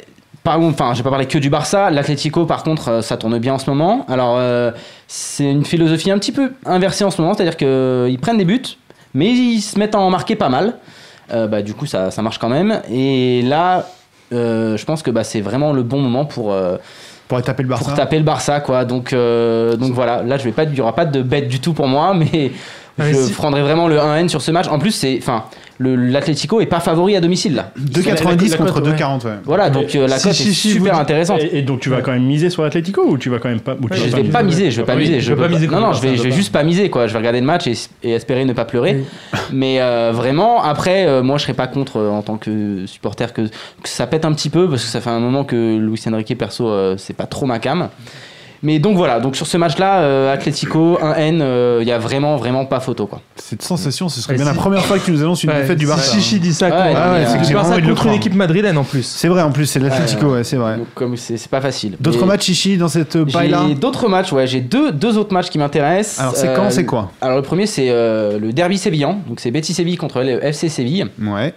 par contre, enfin, j'ai pas parlé que du Barça. L'Atlético, par contre, euh, ça tourne bien en ce moment. Alors, euh, c'est une philosophie un petit peu inversée en ce moment, c'est-à-dire qu'ils prennent des buts, mais ils se mettent à en marquer pas mal. Euh, bah, du coup, ça, ça marche quand même. Et là, euh, je pense que bah, c'est vraiment le bon moment pour. euh, Pour taper le Barça. pour taper le Barça quoi donc euh, donc voilà là je vais pas il y aura pas de bête du tout pour moi mais Ah, mais je si- prendrai vraiment le 1N sur ce match en plus c'est enfin le- l'Atlético est pas favori à domicile là 2,90 la cote, contre ouais. 2,40. ouais. voilà donc euh, la si, cote si, est si, super vous- intéressante Et, et donc tu vas quand même miser sur l'Atlético ou tu vas quand même pas. ou tu Ouais, vas je pas vais miser. pas miser, je vais Ah pas Oui, miser, tu je peux peux pas pas- miser contre Non, non, le je vais, Barça, je vais papa. juste pas miser quoi. Je vais regarder le match et, et espérer ne pas pleurer. Mais euh, vraiment, après, euh, moi, je serais pas contre euh, en tant que supporter que, que ça pète un petit peu parce que ça fait un moment que Luis Enrique perso, euh, c'est pas trop ma cam. Mais donc voilà, donc sur ce match-là, euh, Atlético 1N, il y a vraiment vraiment pas photo quoi. Cette sensation, ce serait Ouais, bien la si- première fois que tu nous annonces une Ouais, défaite du si Barça. Chichi dit ça. Ouais, contre- non, Ah ouais, mais, c'est que euh, j'ai du vraiment Barça envie de le contre une croire. équipe madrilène en plus. C'est vrai, en plus, c'est de l'Atlético, ouais, c'est vrai. donc comme c'est c'est pas facile. D'autres Mais matchs, Chichi, dans cette euh, paille-là J'ai d'autres matchs, ouais, j'ai deux, deux autres matchs qui m'intéressent. Alors, c'est Euh, quand, c'est quoi Alors le premier c'est euh, le derby sévillan, donc c'est Betis Séville contre le FC Séville. Ouais.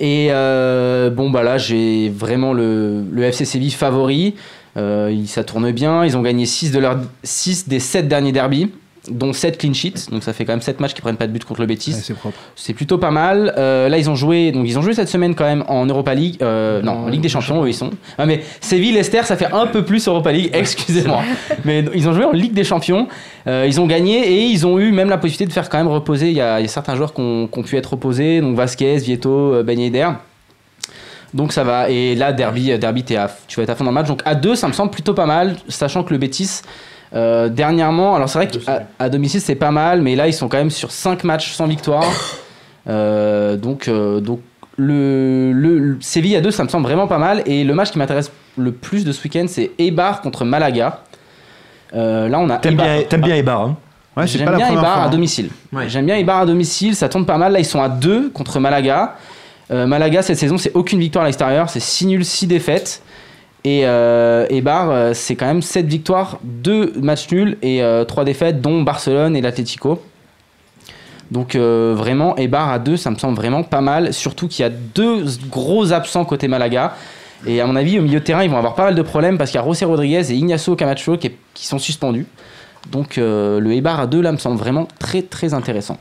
Et euh, bon, bah là, j'ai vraiment le, le FC Séville favori. Euh, il- ça tourne bien. Ils ont gagné 6, de leurs 6 des 7 derniers derbies, dont 7 clean sheets. Donc ça fait quand même 7 matchs qui prennent pas de but contre le Betis. Ouais, c'est propre. C'est plutôt pas mal. Euh, là, ils ont joué. Donc, ils ont joué cette semaine quand même en Europa League. Euh, non, en Ligue des Champions, eux, ils sont. Ah, mais Séville, Leicester, ça fait un peu plus Europa League. Excusez-moi. mais ils ont joué en Ligue des Champions. Euh, ils ont gagné et ils ont eu même la possibilité de faire quand même reposer. Il y a, il y a certains joueurs qui ont, qui ont pu être reposés. Donc, Vasquez, Vieto, euh, Ben Yedder. Donc ça va. Et là, Derby, euh, derby t'es à- tu vas être à fond dans le match. Donc à 2, ça me semble plutôt pas mal, sachant que le Betis, euh, dernièrement, alors c'est vrai qu'à à domicile, c'est pas mal, mais là, ils sont quand même sur 5 matchs sans victoire. Euh, donc, euh, donc le, le, le- Séville à 2, ça me semble vraiment pas mal. Et le match qui m'intéresse le plus de ce week-end, c'est Eibar contre Malaga. Euh, là, on a T'aimes Eibar- bien, t'aimes bien Eibar. hein. Ouais, c'est J'aime pas la bien première Eibar fois. à hein. domicile. J'aime bien Eibar à domicile, ça tombe pas mal. Là, ils sont à 2 contre Malaga. Euh, Malaga, cette saison, c'est aucune victoire à l'extérieur, c'est 6 nuls, 6 défaites. Et euh, Eibar, euh, c'est quand même 7 victoires, 2 matchs nuls et 3 défaites, dont Barcelone et l'Atlético. Donc euh, vraiment, Eibar à 2, ça me semble vraiment pas mal. Surtout qu'il y a deux gros absents côté Malaga. Et à mon avis, au milieu de terrain, ils vont avoir pas mal de problèmes parce qu'il y a José Rodriguez et Ignacio Camacho qui, est- qui sont suspendus. Donc euh, le Eibar à 2, là, me semble vraiment très très intéressant.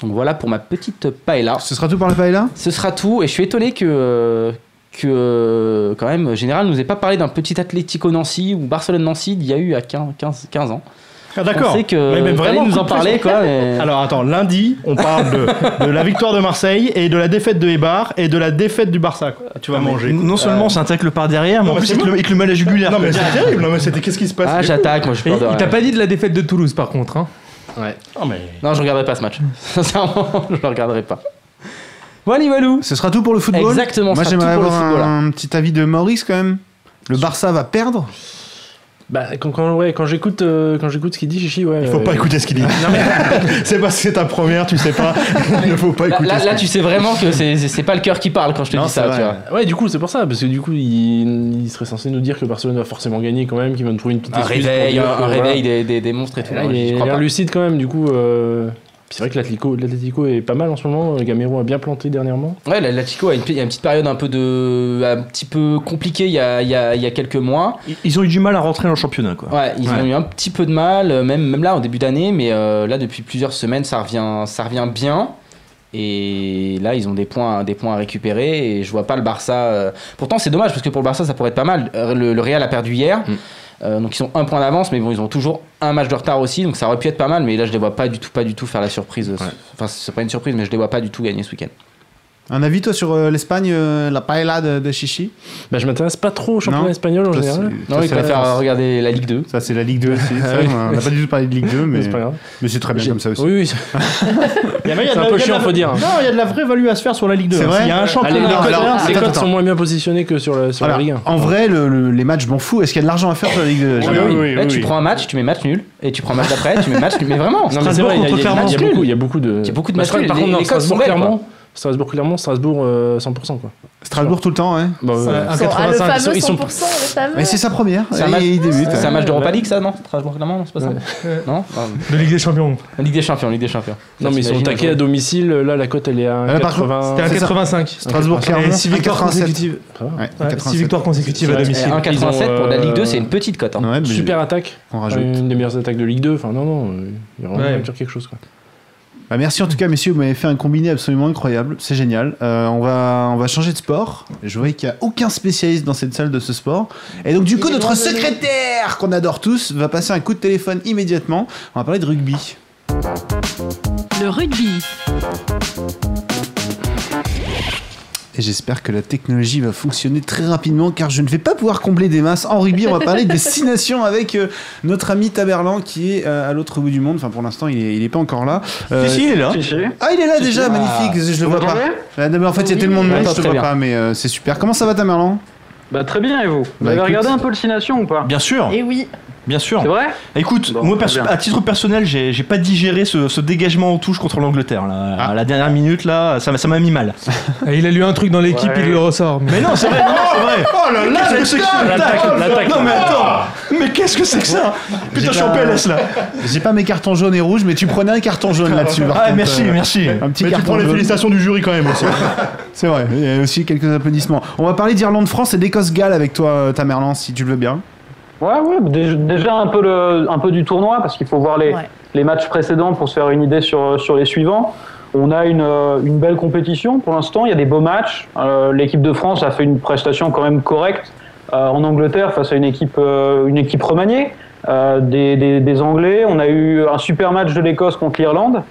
Donc voilà pour ma petite paella. Ce sera tout pour la paille-là Ce sera tout. Et je suis étonné que, euh, que euh, quand même, Général nous ait pas parlé d'un petit Atlético Nancy ou Barcelone Nancy d'il y a eu à 15, 15, 15 ans. Ah, D'accord. On sait que Mais- mais vous allez vraiment, nous coup en de parler, pression. quoi. mais- Alors attends, lundi, on parle de, de la victoire de Marseille et de la défaite de Eibar et de la défaite du Barça. quoi. Tu vas manger. Ah, Non seulement ça tacle par derrière, mais non, en mais plus c'est il te le- il te le met à la jugulaire. Non mais quoi. c'est terrible. Non mais c'était qu'est-ce qui se passe Ah, j'attaque, moi, je suis Et peur de il t'a rien. pas dit de la défaite de Toulouse par contre. hein. Non, mais Non, je regarderai pas ce match. Sincèrement, je le regarderai pas. Wally Walou Ce sera tout pour le football Exactement, ce Moi, sera j'aimerais tout pour le avoir football, hein. là. un petit avis de Maurice quand même. Le Barça va perdre Bah, quand, quand, ouais, quand j'écoute euh, quand j'écoute ce qu'il dit, Chichi, ouais. il faut euh, pas écouter ce qu'il dit. c'est parce que c'est ta première, tu sais pas. Il faut pas Là, écouter. là- ce là, qu'il tu sais vraiment que c'est- c'est c'est pas le cœur qui parle quand je te Non, dis c'est ça, tu vrai. vois. Ah Ouais, du coup, c'est pour ça, parce que du coup, il, il serait censé nous dire que Barcelone va forcément gagner quand même, qu'il va nous trouver une petite Un excuse pour réveil, dire un, que, un voilà. réveil des, des- des monstres et tout. Là, non, il j'y est crois l'air pas. lucide quand même, du coup. euh, puis C'est vrai que l'Atlético- l'Atlético est pas mal en ce moment. euh, Gamero a bien planté dernièrement. Ouais, la, la Chico a une, il y a une petite période un peu de, un petit peu compliquée il y a, il y a- il y a quelques mois. Ils- Ils ont eu du mal à rentrer dans le championnat. Quoi. Ouais, ils ont Ouais. eu un petit peu de mal, euh, même, même là en début d'année, mais euh, là depuis plusieurs semaines ça revient, ça revient bien. Et là ils ont des points, des points à récupérer et je vois pas le Barça. euh, Pourtant c'est dommage parce que pour le Barça ça pourrait être pas mal. Euh, Le, le Real a perdu hier. Mm. Euh, donc ils ont un point d'avance, mais bon, ils ont toujours un match de retard aussi, donc ça aurait pu être pas mal, mais là je les vois pas du tout, pas du tout faire la surprise. Enfin, c'est pas une surprise, mais je les vois pas du tout gagner ce week-end. Un avis, toi, sur euh, l'Espagne, euh, la paella de, de Chichi Bah, je m'intéresse pas trop au championnat Non. espagnol en Toi, général. c'est- Non, toi, il c'est préfère la- regarder la Ligue 2. Ça, c'est la Ligue 2 aussi. C'est vrai, on n'a pas du tout parlé de Ligue 2, Mais mais, c'est pas grave. mais c'est très bien J'ai- comme ça aussi. Oui, oui. c'est- C'est un peu chiant, faut dire. hein. Non, il y a de la vraie value à se faire sur la Ligue 2. C'est hein. vrai Il y a un championnat. les, non, codes, alors, les attends, codes attends. sont moins bien positionnés que sur la, sur Voilà. la Ligue 1. En vrai, le- le- les matchs, je m'en fous. Est-ce qu'il y a de l'argent à faire sur la Ligue 2 Oui, Ah oui, bah oui, Là, Eh, oui, tu oui. prends un match, tu mets match nul, et tu prends match d'après, tu mets match nul. Mais vraiment, Non, mais c'est vrai, il y a- il y, a- il y a Strasbourg beaucoup- il y a beaucoup de. Il y a beaucoup de Bah, matchs nuls, Par les- contre, non, les codes sont Strasbourg, belles, clairement. Strasbourg, clairement, Strasbourg, euh, 100%. Quoi. Strasbourg tout le temps, ouais. Bah, ouais. Ah, Ils sont- ah, le 85, fameux ils sont- 100%, le fameux. Mais c'est sa première. C'est un et match- il débute. C'est un match d'Europa Ouais. League, ça, non Strasbourg, clairement, non, c'est pas ça Non Ah, de Ligue des Champions. la Ligue des Champions, Ligue des Champions. Non, Ça, mais ils sont t'imagines, taqués un à jour. domicile. Là, la cote, elle est à Ouais, par 80. Ah, C'était à c'est ça. 85. Strasbourg 49, Et 6 victoires 87. consécutives. Ouais, Ouais, 6 victoires consécutives à Ouais. domicile. Eh, 1,87 pour la Ligue 2, euh, c'est une petite cote. hein. Ouais, mais Super attaque. On Enfin, rajoute. Une des meilleures attaques de Ligue 2. Enfin, non, non, euh, il y a Ouais. vraiment sur quelque chose. Quoi. Bah, merci en tout cas, messieurs. Vous m'avez fait un combiné absolument incroyable. C'est génial. Euh, on, va, on va changer de sport. Je vois qu'il n'y a aucun spécialiste dans cette salle de ce sport. Et donc, du coup, est notre loin de nous. secrétaire, qu'on adore tous, va passer un coup de téléphone immédiatement. On va parler de rugby. Le rugby. Et j'espère que la technologie va fonctionner très rapidement car je ne vais pas pouvoir combler des masses en rugby. On va parler des six nations avec euh, notre ami Taberlan qui est euh, à l'autre bout du monde. Enfin, pour l'instant, il n'est il est pas encore là. Euh, Si, si, il est là. Ah, il est là déjà, magnifique, je le vois pas. Ah, non, mais en fait, il y a tellement de monde, Ouais, je te très vois bien. pas, mais euh, c'est super. Comment ça va, Tamerlan Bah très bien et vous Vous Bah, avez écoute. regardé un peu le Cination ou pas Bien sûr, Et oui, bien sûr. Eh C'est vrai Écoute, Bon, moi très perso- bien. à titre personnel, j'ai j'ai pas digéré ce, ce dégagement en touche contre l'Angleterre. là. À la dernière minute, là, ça m'a ça m'a mis mal. Ah, Il a lu un truc dans l'équipe, Ouais. il le ressort. Mais Mais non, c'est vrai, non, c'est vrai. Oh là là, qu'est-ce que c'est que ça L'attaque, Non mais attends, mais qu'est-ce que c'est que ça Putain, je suis en PLS là. J'ai pas mes cartons jaunes et rouges, mais tu prenais un carton jaune là-dessus. par Ah contre, merci, euh, merci. Un petit Mais tu carton prends les jaune. félicitations du jury quand même aussi. C'est vrai, il y a aussi quelques applaudissements. On va parler d'Irlande-France et d'Écosse-Galles avec toi, euh, Tamerlan, si tu le veux bien. Ouais, ouais, dé- déjà un peu, le, un peu du tournoi, parce qu'il faut voir les, Ouais. les matchs précédents pour se faire une idée sur, sur les suivants. On a une, euh, une belle compétition pour l'instant, il y a des beaux matchs. Euh, L'équipe de France a fait une prestation quand même correcte euh, en Angleterre face à une équipe, euh, une équipe remaniée, euh, des, des- des Anglais. On a eu un super match de l'Écosse contre l'Irlande,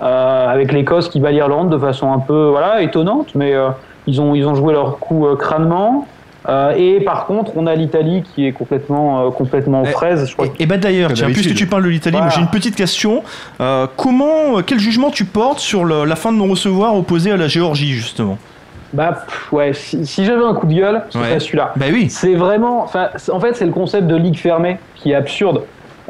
euh, avec l'Écosse qui bat l'Irlande de façon un peu voilà, étonnante, mais euh, ils, ont, ils ont joué leur coup euh, crânement. Euh, et par contre, on a l'Italie qui est complètement, euh, complètement Eh, fraise. Je crois Et, et bah d'ailleurs, Comme tiens, d'habitude. puisque tu parles de l'Italie, moi, Voilà. j'ai une petite question. Euh, comment, euh, quel jugement tu portes sur le- la fin de non-recevoir opposée à la Géorgie justement Bah pff, ouais, si, si j'avais un coup de gueule, ce serait Ouais. celui-là. Bah oui. C'est vraiment, enfin, c'est- en fait, c'est le concept de ligue fermée qui est absurde.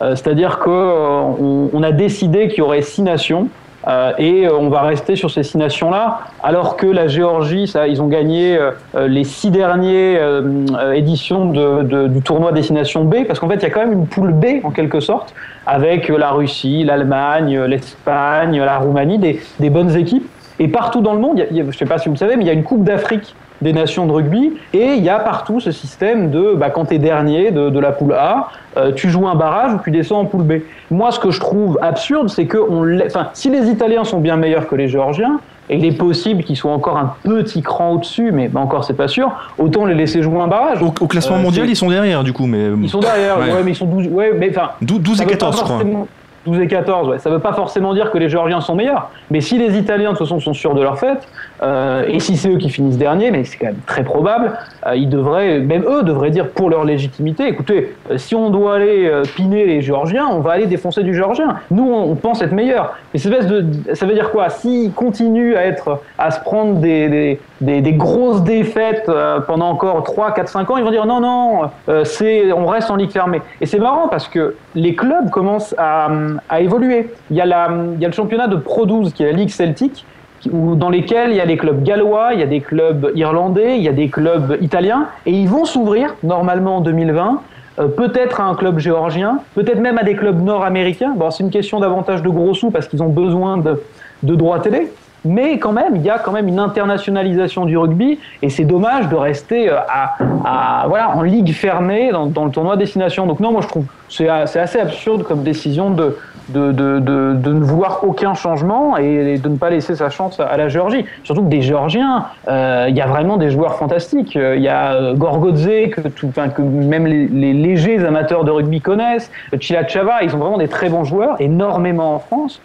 Euh, C'est-à-dire que euh, on, on a décidé qu'il y aurait six nations euh, et euh, on va rester sur ces six nations-là, alors que la Géorgie, ça, ils ont gagné euh, euh, les six dernières euh, éditions de- de- du tournoi destination B, parce qu'en fait, il y a quand même une poule B en quelque sorte, avec euh, la Russie, l'Allemagne, euh, l'Espagne, la Roumanie, des, des bonnes équipes. Et partout dans le monde, il y a- il y a- je ne sais pas si vous le savez, mais il y a une Coupe d'Afrique des nations de rugby. Et il y a partout ce système de bah, quand tu es dernier de, de la poule A, euh, tu joues un barrage ou tu descends en poule B. Moi, ce que je trouve absurde, c'est que on l'a- enfin, si les Italiens sont bien meilleurs que les Géorgiens, et il est possible qu'ils soient encore un petit cran au-dessus, mais bah, encore c'est pas sûr, autant les laisser jouer un barrage. Au, au classement Euh, mondial, c'est- ils sont derrière du coup, mais Ils sont derrière, Ouais. ouais, mais ils sont 12. Ouais, mais enfin, 12, 12 ça et veut pas 14 je crois. forcément- 12 et 14, ouais. Ça veut pas forcément dire que les Géorgiens sont meilleurs. Mais si les Italiens, de toute façon, sont sûrs de leur fait, euh, et si c'est eux qui finissent dernier, mais c'est quand même très probable, euh, ils devraient, même eux devraient dire pour leur légitimité, écoutez, euh, si on doit aller euh, piner les Géorgiens, on va aller défoncer du Géorgien. Nous, on, on pense être meilleurs. Mais cette espèce de, ça veut dire quoi S'ils continuent à être, à se prendre des, des, des- des grosses défaites euh, pendant encore 3, 4, 5 ans, ils vont dire non, non, euh, c'est, on reste en ligue fermée. Et c'est marrant parce que les clubs commencent à, hum, à évoluer. Il y, a la, hum, il y a le championnat de Pro 12 qui est la ligue celtique qui- où- dans lesquels il y a des clubs gallois, il y a des clubs irlandais, il y a des clubs italiens, et ils vont s'ouvrir normalement en 2020, euh, peut-être à un club géorgien, peut-être même à des clubs nord-américains. Bon, c'est une question d'avantage de gros sous parce qu'ils ont besoin de, de droits télé. Mais quand même, il y a quand même une internationalisation du rugby et c'est dommage de rester euh, à, à- voilà, en ligue fermée dans, dans le tournoi destination. Donc non, moi je trouve c'est a- c'est assez absurde comme décision de, de, de, de, de ne vouloir aucun changement et de ne pas laisser sa chance à la Géorgie. Surtout que des Géorgiens, euh, il y a vraiment des joueurs fantastiques. Euh, Il y a euh, Gorgodze, que, tout, enfin, que même les, les euh, légers amateurs de rugby connaissent, Chilachava, ils ont vraiment des très bons joueurs, énormément en France.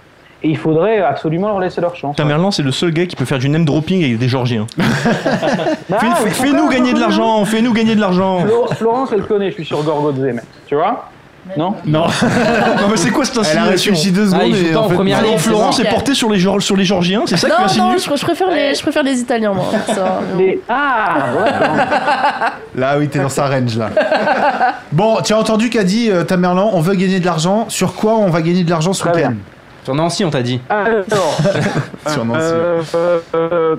et il faudrait absolument leur laisser leur chance. Tamerlan, c'est le seul gars qui peut faire du name dropping avec des Georgiens. Bah, Fais- ils fais- sont Fais-nous pas- gagner de l'argent, fais-nous gagner de l'argent. Flo- Florence, elle connaît, je suis sur Gorgo de Zé, mais- Tu vois Non Non. non, mais c'est quoi cette Elle a Ah, insinuation réfléchi deux secondes et en fait, non. Florence, Florence c'est est ça. portée sur les, Geor- sur les Georgiens, c'est ça que tu non, non, insinues je, je préfère les, je préfère les Italiens, moi. ça. Ah Là, oui, t'es dans sa range, là. Bon, tu as entendu qu'a dit euh, Tamerlan, on veut gagner de l'argent. Sur quoi on va gagner de l'argent Ah ce week-end euh, Sur Nancy, on t'a dit. Alors, Sur Nancy. euh, euh, euh,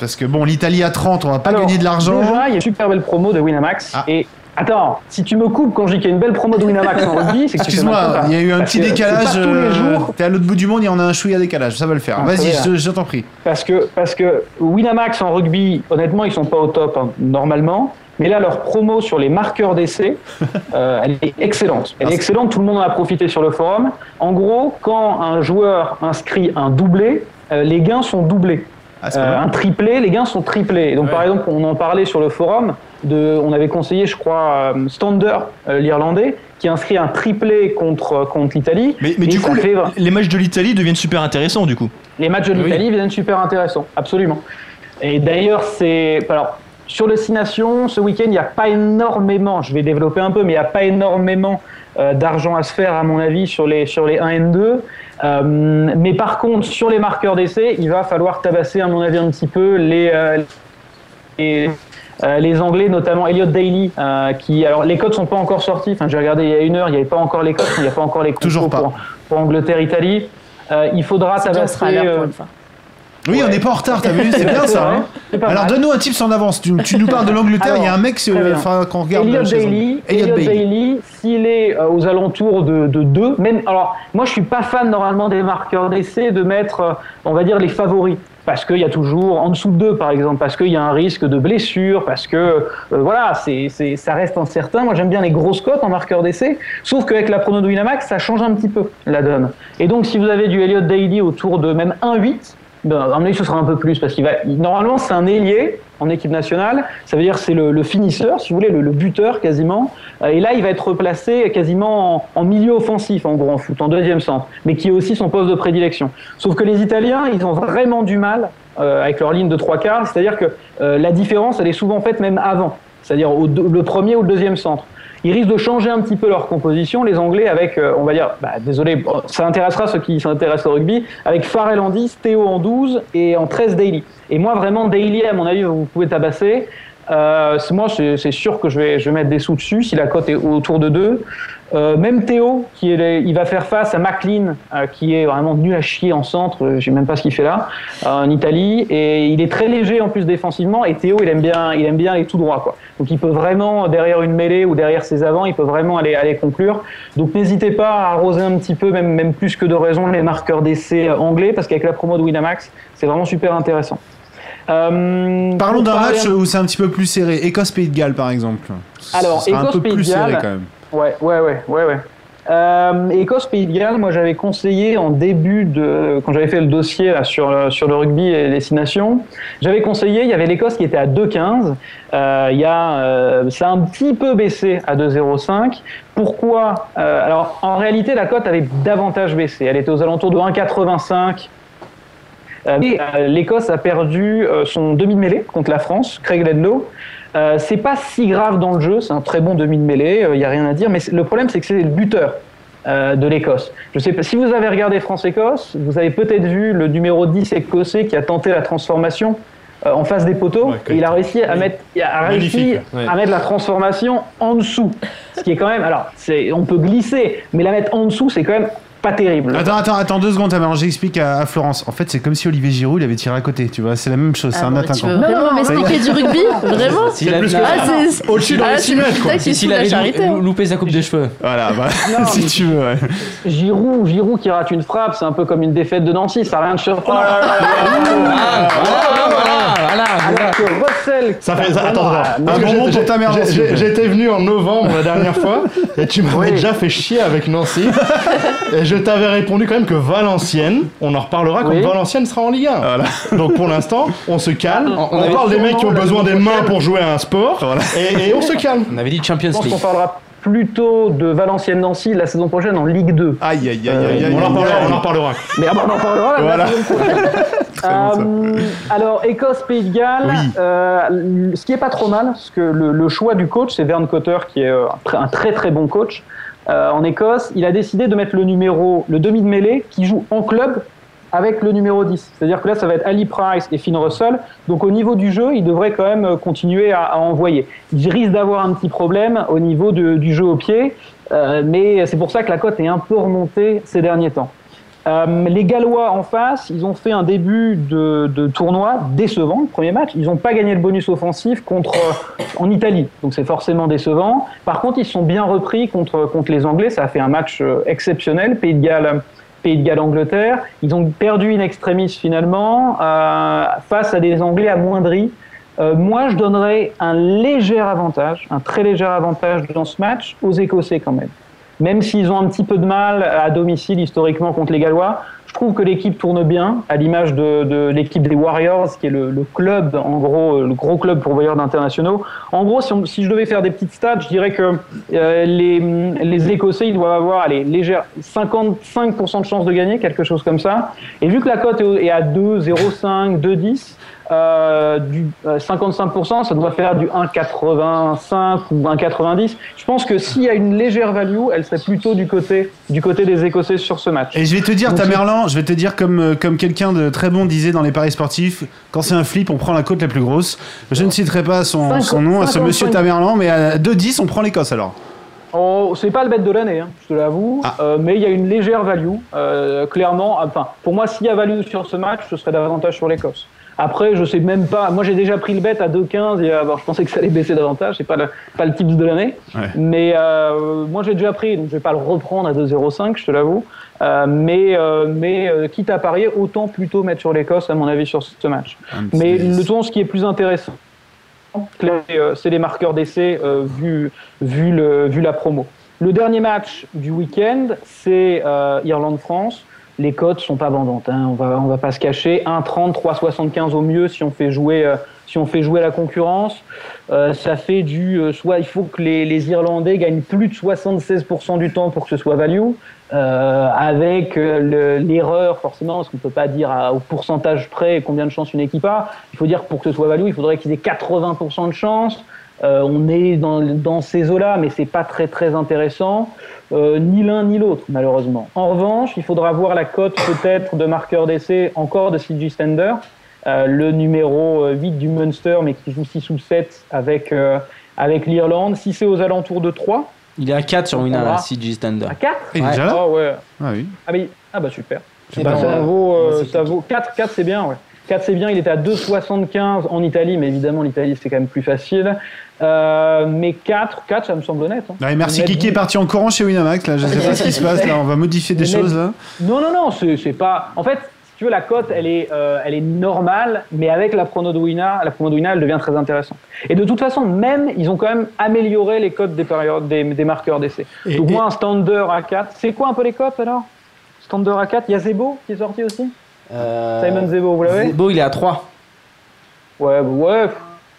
Parce que bon, l'Italie à 30, on va pas alors, gagner de l'argent. Ah. Déjà, il y a une super belle promo de Winamax. Et attends, si tu me coupes quand je dis qu'il y a une belle promo de Winamax en rugby, c'est que tu fais mal Excuse-moi, combat. il y a eu un Parce petit que c'est décalage. pas tous les euh, jours. T'es à l'autre bout du monde et on a un chouïa décalage, ça va le faire. Ah, Vas-y, ça va. je, je t'en prie. Parce que, parce que Winamax en rugby, honnêtement, ils sont pas au top hein, normalement. Mais là, leur promo sur les marqueurs d'essai, euh, elle est excellente. Ah, Elle est excellente, tout le monde en a profité sur le forum. En gros, quand un joueur inscrit un doublé, euh, les gains sont doublés. Ah, c'est pas Euh, mal. un triplé, les gains sont triplés. Et Donc, par exemple, on en parlait sur le forum, de, on avait conseillé, je crois, euh, Stander, euh, l'Irlandais, qui a inscrit un triplé contre, contre l'Italie. Mais, mais Et du ça coup, fait les, vingt- les matchs de l'Italie deviennent super intéressants, du coup. les matchs de Ah Ah Oui. l'Italie viennent super intéressants, absolument. Et d'ailleurs, c'est. Alors, sur le Six Nations, ce week-end, il n'y a pas énormément, je vais développer un peu, mais il n'y a pas énormément euh, d'argent à se faire, à mon avis, sur les, sur les 1 et 2. Euh, mais par contre, sur les marqueurs d'essai, il va falloir tabasser, à mon avis, un petit peu les. euh, les euh, les Anglais, notamment Elliot Daly, euh, qui alors les codes sont pas encore sortis. Enfin, j'ai regardé il y a une heure, il n'y avait pas encore les codes, il n'y a pas encore les compos Toujours pas. Pour, pour Angleterre, Italie. Euh, il faudra C'est bien, on sera à tabasser. l'heure euh, pour une fois. Oui, on n'est pas en retard, t'as vu, c'est bien ça. hein. C'est pas Alors mal. donne-nous un tips en avance. Tu, tu nous parles de l'Angleterre, il y a un Alors, mec c'est- très bien. enfin, qu'on regarde. Elliot la chaise anglaise. Daily, Elliot Elliot Bailey. Daily, s'il est euh, aux alentours de 2, même. Alors, moi, je suis pas fan normalement des marqueurs d'essai de mettre, euh, on va dire, les favoris. Parce qu'il y a toujours en dessous de 2, par exemple, parce qu'il y a un risque de blessure, parce que euh, voilà, c'est c'est- ça reste incertain. Moi, j'aime bien les grosses cotes en marqueur d'essai, sauf qu'avec la prono de Winamax, ça change un petit peu la donne. Et donc, si vous avez du Elliot Daily autour de même 1,8, ben, à mon avis, ce sera un peu plus parce qu'il va. Normalement, c'est un ailier en équipe nationale. Ça veut dire que c'est le, le finisseur, si vous voulez, le, le buteur quasiment. Euh, Et là, il va être replacé quasiment en, en milieu offensif, en gros, en foot, en deuxième centre, mais qui est aussi son poste de prédilection. Sauf que les Italiens, ils ont vraiment du mal euh, avec leur ligne de trois quarts. C'est-à-dire que euh, la différence, elle est souvent faite même avant, c'est-à-dire au deux- le premier ou le deuxième centre. Ils risquent de changer un petit peu leur composition, les Anglais, avec, euh, on va dire, bah, désolé, bon, ça intéressera ceux qui s'intéressent au rugby, avec Farrell en 10, Théo en 12 et en 13 Daly. Et moi, vraiment, Daly, à mon avis, vous pouvez tabasser. Euh, c'est- moi, c'est c'est sûr que je vais, je vais mettre des sous dessus si la cote est autour de 2. même Théo, qui est les- il va faire face à McLean, euh, qui est vraiment nul à chier en centre, euh, je sais même pas ce qu'il fait là, euh, en Italie. Et il est très léger en plus défensivement. Et Théo, il aime bien, il aime bien les tout droits. Quoi. Donc il peut vraiment, derrière une mêlée ou derrière ses avants, il peut vraiment aller, aller conclure. Donc n'hésitez pas à arroser un petit peu, même, même plus que de raison, les marqueurs d'essai euh, anglais, parce qu'avec la promo de Winamax, c'est vraiment super intéressant. Euh, Parlons pour d'un parler match un- où c'est un petit peu plus serré. Écosse-Pays de Galles, par exemple. Ce Alors, sera un peu Écosse-Pays plus de serré Galles. quand même. Ouais, ouais, ouais, ouais, ouais. Euh, Écosse, Pays de Galles, moi j'avais conseillé en début de. Quand j'avais fait le dossier là, sur, le, sur le rugby et les Six Nations, j'avais conseillé, il y avait l'Écosse qui était à 2,15. Euh, il y a, euh, ça a un petit peu baissé à 2,05. Pourquoi Euh, Alors en réalité, la cote avait davantage baissé. Elle était aux alentours de 1,85. Euh, mais, euh, L'Écosse a perdu euh, son demi-mêlée contre la France, Craig Ledlow. Euh, c'est pas si grave dans le jeu, c'est un très bon demi de mêlée, il n'y a rien à dire, mais c'est- le problème c'est que c'est le buteur euh, de l'Écosse. Je sais pas, si vous avez regardé France-Écosse, vous avez peut-être vu le numéro 10 écossais qui a tenté la transformation euh, en face des poteaux, et il a réussi à mettre, a réussi Magnifique, ouais. à mettre la transformation en dessous. Ce qui est quand même, alors, c'est- on peut glisser, mais la mettre en dessous, c'est quand même pas terrible. Attends, attends, attends deux secondes, Tamerlan, j'explique à, à Florence. En fait, c'est comme si Olivier Giroud il avait tiré à côté, tu vois, c'est la même chose, c'est Ah, un non, mais atteint. tu veux vraiment m'expliquer du rugby Vraiment Si la- plus la- Ah, c'est. Au-dessus dans Ah, les c'est 6 mètres, quoi. putain qui si- fout S'il de la avait charité. lou- loupé sa coupe de cheveux. Voilà, bah, hein. Non, si mais- tu veux, ouais. Giroud, Giroud qui rate une frappe, c'est un peu comme une défaite de Nancy, ça n'a rien de surprenant. Oh Ah, voilà, voilà, voilà, Alors que Russell, Ça fait ça, vraiment, attends, euh, attends. non, Parce que bon j'ai- moment pour ta mère, j'ai- Nancy. j'ai- J'étais venu en novembre la dernière fois et tu m'avais Oui. déjà fait chier avec Nancy. et je t'avais répondu quand même que Valenciennes, on en reparlera quand Oui. Valenciennes sera en Ligue 1. Voilà. Donc pour l'instant, on se calme. Ah, On- on On, avait parle des sûrement mecs qui ont la besoin des semaine mains prochaine. pour jouer à un sport et, et on se calme. On avait dit Champions je pense League. qu'on parlera. plutôt de Valenciennes-Nancy la saison prochaine en Ligue 2. Aïe, aïe, aïe, aïe, aïe, aïe, aïe. Mais ah bah, on en parlera la Voilà. saison prochaine. Euh, alors, Écosse, Pays de Galles, euh, ce qui est pas trop mal, parce que le, le choix du coach, c'est Vern Cotter, qui est euh, un tr- un très très bon coach euh, en Écosse. Il a décidé de mettre le numéro, le demi de mêlée, qui joue en club avec le numéro 10. C'est-à-dire que là, ça va être Ali Price et Finn Russell. Donc, au niveau du jeu, il devrait quand même euh, continuer à, à envoyer. Il risque d'avoir un petit problème au niveau de- du jeu au pied, euh, mais c'est pour ça que la cote est un peu remontée ces derniers temps. Euh, les Gallois en face, ils ont fait un début de, de tournoi décevant, le premier match. Ils n'ont pas gagné le bonus offensif contre euh, en Italie, donc c'est forcément décevant. Par contre, ils se sont bien repris contre, contre les Anglais. Ça a fait un match euh, exceptionnel. Pays de Galles, Pays de Galles, Angleterre. Ils ont perdu in extremis finalement euh, face à des Anglais amoindris. Euh, moi, je donnerais un léger avantage, un très léger avantage dans ce match aux Écossais quand même même s'ils ont un petit peu de mal à domicile historiquement contre les Gallois, je trouve que l'équipe tourne bien, à l'image de, de l'équipe des Warriors, qui est le, le club, en gros, euh, le gros club pour voyeurs d'internationaux. En gros, si, on- si je devais faire des petites stats, je dirais que euh, les, les Écossais, ils doivent avoir allez, légère 55% de chance de gagner, quelque chose comme ça. Et vu que la cote est au- est à 2, 0,5, 2,10, euh, du euh, 55%, ça doit faire du 1,85 ou 1,90. Je pense que s'il y a une légère value, elle serait plutôt du côté, du côté des Écossais sur ce match. Et je vais te dire, Donc, ta Merlan, je vais te dire comme, euh, comme quelqu'un de très bon disait dans les paris sportifs, quand c'est un flip, on prend la côte la plus grosse. Je ne citerai pas son, Cinquante- son nom à ce monsieur 55. Tamerlan, mais à 2-10, on prend l'Écosse alors. Oh, c'est pas le bête de l'année, hein, je te l'avoue, Euh, mais il y a une légère value, euh, clairement. Enfin, pour moi, s'il y a value sur ce match, ce serait davantage sur l'Écosse. Après, je sais même pas. Moi, j'ai déjà pris le bet à 2,15. et, euh, bon, je pensais que ça allait baisser davantage. C'est pas le, pas le tips de l'année. Mais euh, moi, j'ai déjà pris, donc je vais pas le reprendre à 2,05, je te l'avoue. Euh, mais euh, mais euh, quitte à parier, autant plutôt mettre sur l'Écosse, à mon avis, sur ce match. Mais le ton, ce qui est plus intéressant, Clairement, euh, c'est les marqueurs d'essai euh, vu, vu, le, vu la promo. Le dernier match du week-end, c'est euh, Irlande-France. Les cotes sont pas vendantes, hein, on va on va pas se cacher. 1,30, 3,75 au mieux si on fait jouer euh, si on fait jouer la concurrence. Euh, ça fait du euh, soit il faut que les, les Irlandais gagnent plus de 76% du temps pour que ce soit value, euh, avec euh, le- l'erreur forcément parce qu'on peut pas dire à- au pourcentage près combien de chances une équipe a. Il faut dire que pour que ce soit value, il faudrait qu'ils aient 80% de chance. Euh, on est dans, dans ces eaux-là, mais c'est pas très très intéressant, Euh, ni l'un ni l'autre malheureusement. En revanche, il faudra voir la cote peut-être de marqueur d'essai encore de CG Stender, euh, le numéro euh, 8 du Munster, mais qui joue 6 ou 7 avec, euh, avec l'Irlande. Si c'est aux alentours de 3, Il est à 4 sur Winner, On va. là, CG Standard. à 4 Il est déjà là Ah ouais. Ah oui. Ah, mais- ah bah super. C'est Eh pas ben, ça, mal. vaut, euh, ça vaut 4, 4 c'est bien, ouais. 4 c'est bien, il était à 2,75 en Italie, mais évidemment l'Italie c'est quand même plus facile. Euh, mais 4, 4 ça me semble honnête. hein. Ouais, merci Mais Kiki est mettre- parti en courant chez Winamax, là, je sais pas ce qui se passe, là, on va modifier des Mais choses mettre- là. Non, non, non, c'est c'est pas. En fait, si tu veux, la cote, elle, est, euh, elle est normale, mais avec la prono de Wina, la prono de Wina, elle devient très intéressante. Et de toute façon, même, ils ont quand même amélioré les cotes des, périodes- des, des marqueurs d'essai. Et- Donc, et- moi, un stander à 4. C'est quoi un peu les cotes alors Stander à 4. Il y a Zebo qui est sorti aussi Simon Zebo, vous l'avez Euh, Zebo, il est à 3. Ouais, bah ouais.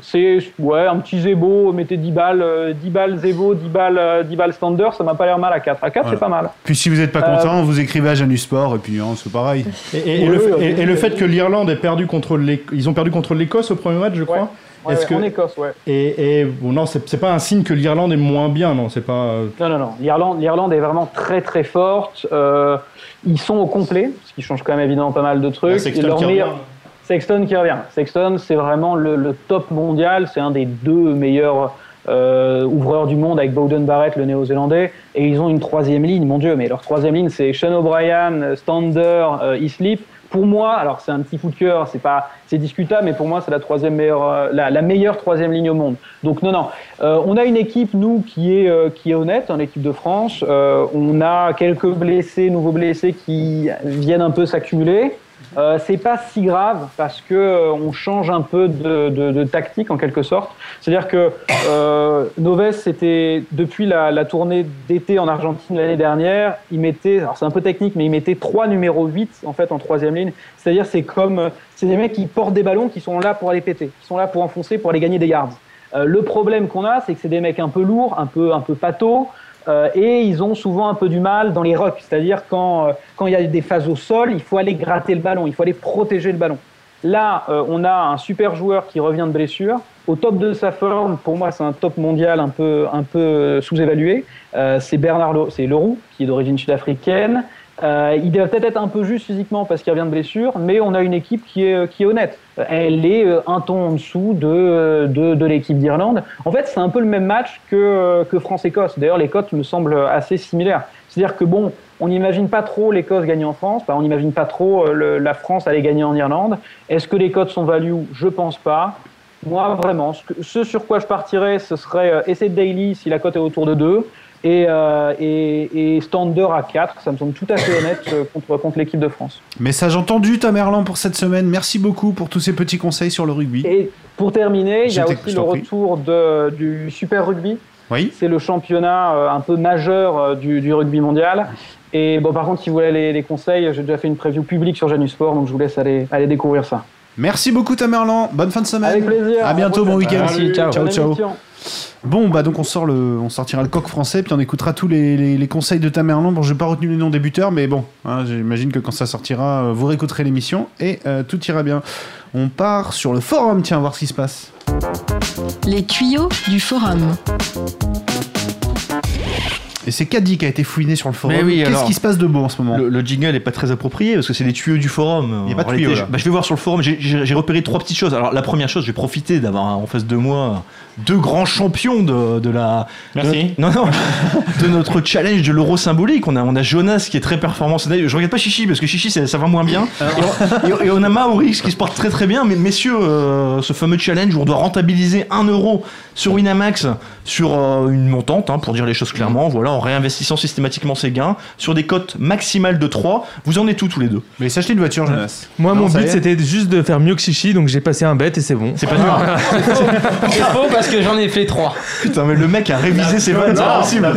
C'est ouais, un petit Zebo, mettez 10 balles, euh, 10 balles Zebo, 10 balles, euh, 10 balles Stander, ça m'a pas l'air mal à 4. À 4, Voilà. c'est pas mal. Puis si vous n'êtes pas Euh, content, vous écrivez à Janus Sport, et puis hein, c'est pareil. Et, et- et le, fait- et- et le fait que l'Irlande ait perdu contre l'Éc- ils ont perdu contre l'Écosse au premier match, je crois. Ouais, Est-ce ouais, que En Écosse, ouais. et, et- bon non, c'est c'est pas un signe que l'Irlande est moins bien, non, c'est pas. euh, Non, non, non. L'Irlande, l'Irlande est vraiment très, très forte. Euh, ils sont au complet, ce qui change quand même évidemment pas mal de trucs. Bah, Sexton Et leur qui meilleur- revient. Sexton qui revient. Sexton, c'est vraiment le, le top mondial. C'est un des deux meilleurs euh, ouvreurs du monde avec Bowden Barrett, le néo-zélandais. Et ils ont une troisième ligne, mon Dieu. Mais leur troisième ligne, c'est Sean O'Brien, euh, Stander, euh, Islip. Pour moi, alors c'est un petit coup de cœur, c'est pas, c'est discutable, mais pour moi c'est la troisième meilleure, euh, la, la meilleure troisième ligne au monde. Donc non, non, Euh, on a une équipe nous qui est euh, qui est honnête, hein, l'équipe de France. Euh, on a quelques blessés, nouveaux blessés qui viennent un peu s'accumuler. Euh, c'est pas si grave parce que euh, on change un peu de, de- de tactique en quelque sorte. C'est-à-dire que euh, Noves, c'était depuis la, la tournée d'été en Argentine l'année dernière, il mettait, alors c'est un peu technique, mais il mettait trois numéros 8 en fait en troisième ligne. C'est-à-dire c'est comme, euh, c'est des mecs qui portent des ballons qui sont là pour aller péter, qui sont là pour enfoncer, pour aller gagner des yards. Euh, le problème qu'on a, c'est que c'est des mecs un peu lourds, un peu, un peu pâteaux, euh, et ils ont souvent un peu du mal dans les rucks. C'est-à-dire quand euh, quand il y a des phases au sol, il faut aller gratter le ballon, il faut aller protéger le ballon. Là, euh, on a un super joueur qui revient de blessure. Au top de sa forme, pour moi, c'est un top mondial un peu, un peu sous-évalué. Euh, c'est Bernard Le- c'est Leroux, qui est d'origine sud-africaine. Euh, il doit peut-être être un peu juste physiquement parce qu'il revient de blessure, mais on a une équipe qui est, euh, qui est honnête. Elle est euh, un ton en dessous de, euh, de, de l'équipe d'Irlande. En fait, c'est un peu le même match que, que France-Écosse. D'ailleurs, les cotes me semblent assez similaires. C'est-à-dire que bon, on n'imagine pas trop l'Écosse gagner en France, bah, on n'imagine pas trop euh, le- la France aller gagner en Irlande. Est-ce que les cotes sont value Je pense pas. Moi, vraiment, ce, que- ce sur quoi je partirais, ce serait euh, essai de daily si la cote est autour de 2 et, euh, et, et standard à 4. Ça me semble tout à fait honnête euh, contre, contre l'équipe de France. Message entendu, Tom Erland, pour cette semaine. Merci beaucoup pour tous ces petits conseils sur le rugby. Et pour terminer, il y Je a t'écoute, aussi je le t'en prie. retour de- du Super Rugby. Oui. C'est le championnat euh, un peu majeur euh, du, du rugby mondial. Et bon, par contre, si vous voulez les, les conseils, j'ai déjà fait une preview publique sur Janus Sport, donc je vous laisse aller, aller découvrir ça. Merci beaucoup, Tamerlan. Bonne fin de semaine. Avec plaisir. À bientôt, bon week-end. Merci, ciao. ciao. Bonne ciao. émission. Bon, bah donc on, sort le, on sortira le coq français, puis on écoutera tous les, les- les conseils de Tamerlan. Bon, j'ai pas retenu les noms des buteurs, mais bon, hein, j'imagine que quand ça sortira, euh, vous réécouterez l'émission et euh, tout ira bien. On part sur le forum, tiens, voir ce qui se passe. Les tuyaux du forum. Et c'est Caddy qui a été fouiné sur le forum. Mais oui, Qu'est-ce alors. qui se passe de beau en ce moment Le, le jingle est pas très approprié parce que c'est les tuyaux du forum. Il y a En pas de réalité, tuyaux, je, là. bah, je vais voir sur le forum. J'ai- J'ai j'ai repéré trois petites choses. Alors la première chose, je vais profiter d'avoir hein, en face de moi deux grands champions de, de la. Merci. de- non non. de notre challenge de l'euro symbolique. On a on a Jonas qui est très performant. C'est d'ailleurs- Je regarde pas Chichi parce que Chichi ça, ça va moins bien. Et, on- et on a Maorix qui se porte très très bien. Mais messieurs, euh, ce fameux challenge où on doit rentabiliser un euro sur Winamax sur euh, une montante hein, pour dire les choses clairement. Voilà en réinvestissant systématiquement ses gains sur des cotes maximales de 3 Vous en êtes tous tous les deux. Mais s'acheter une voiture, Jonas. Moi, Ah Non, mon ça y but, est. c'était juste de faire mieux que Chichi, donc j'ai passé un bet et c'est bon. C'est pas dur. C'est faux parce que j'en ai fait 3. Putain, mais le mec a révisé ses vannes, c'est pas possible.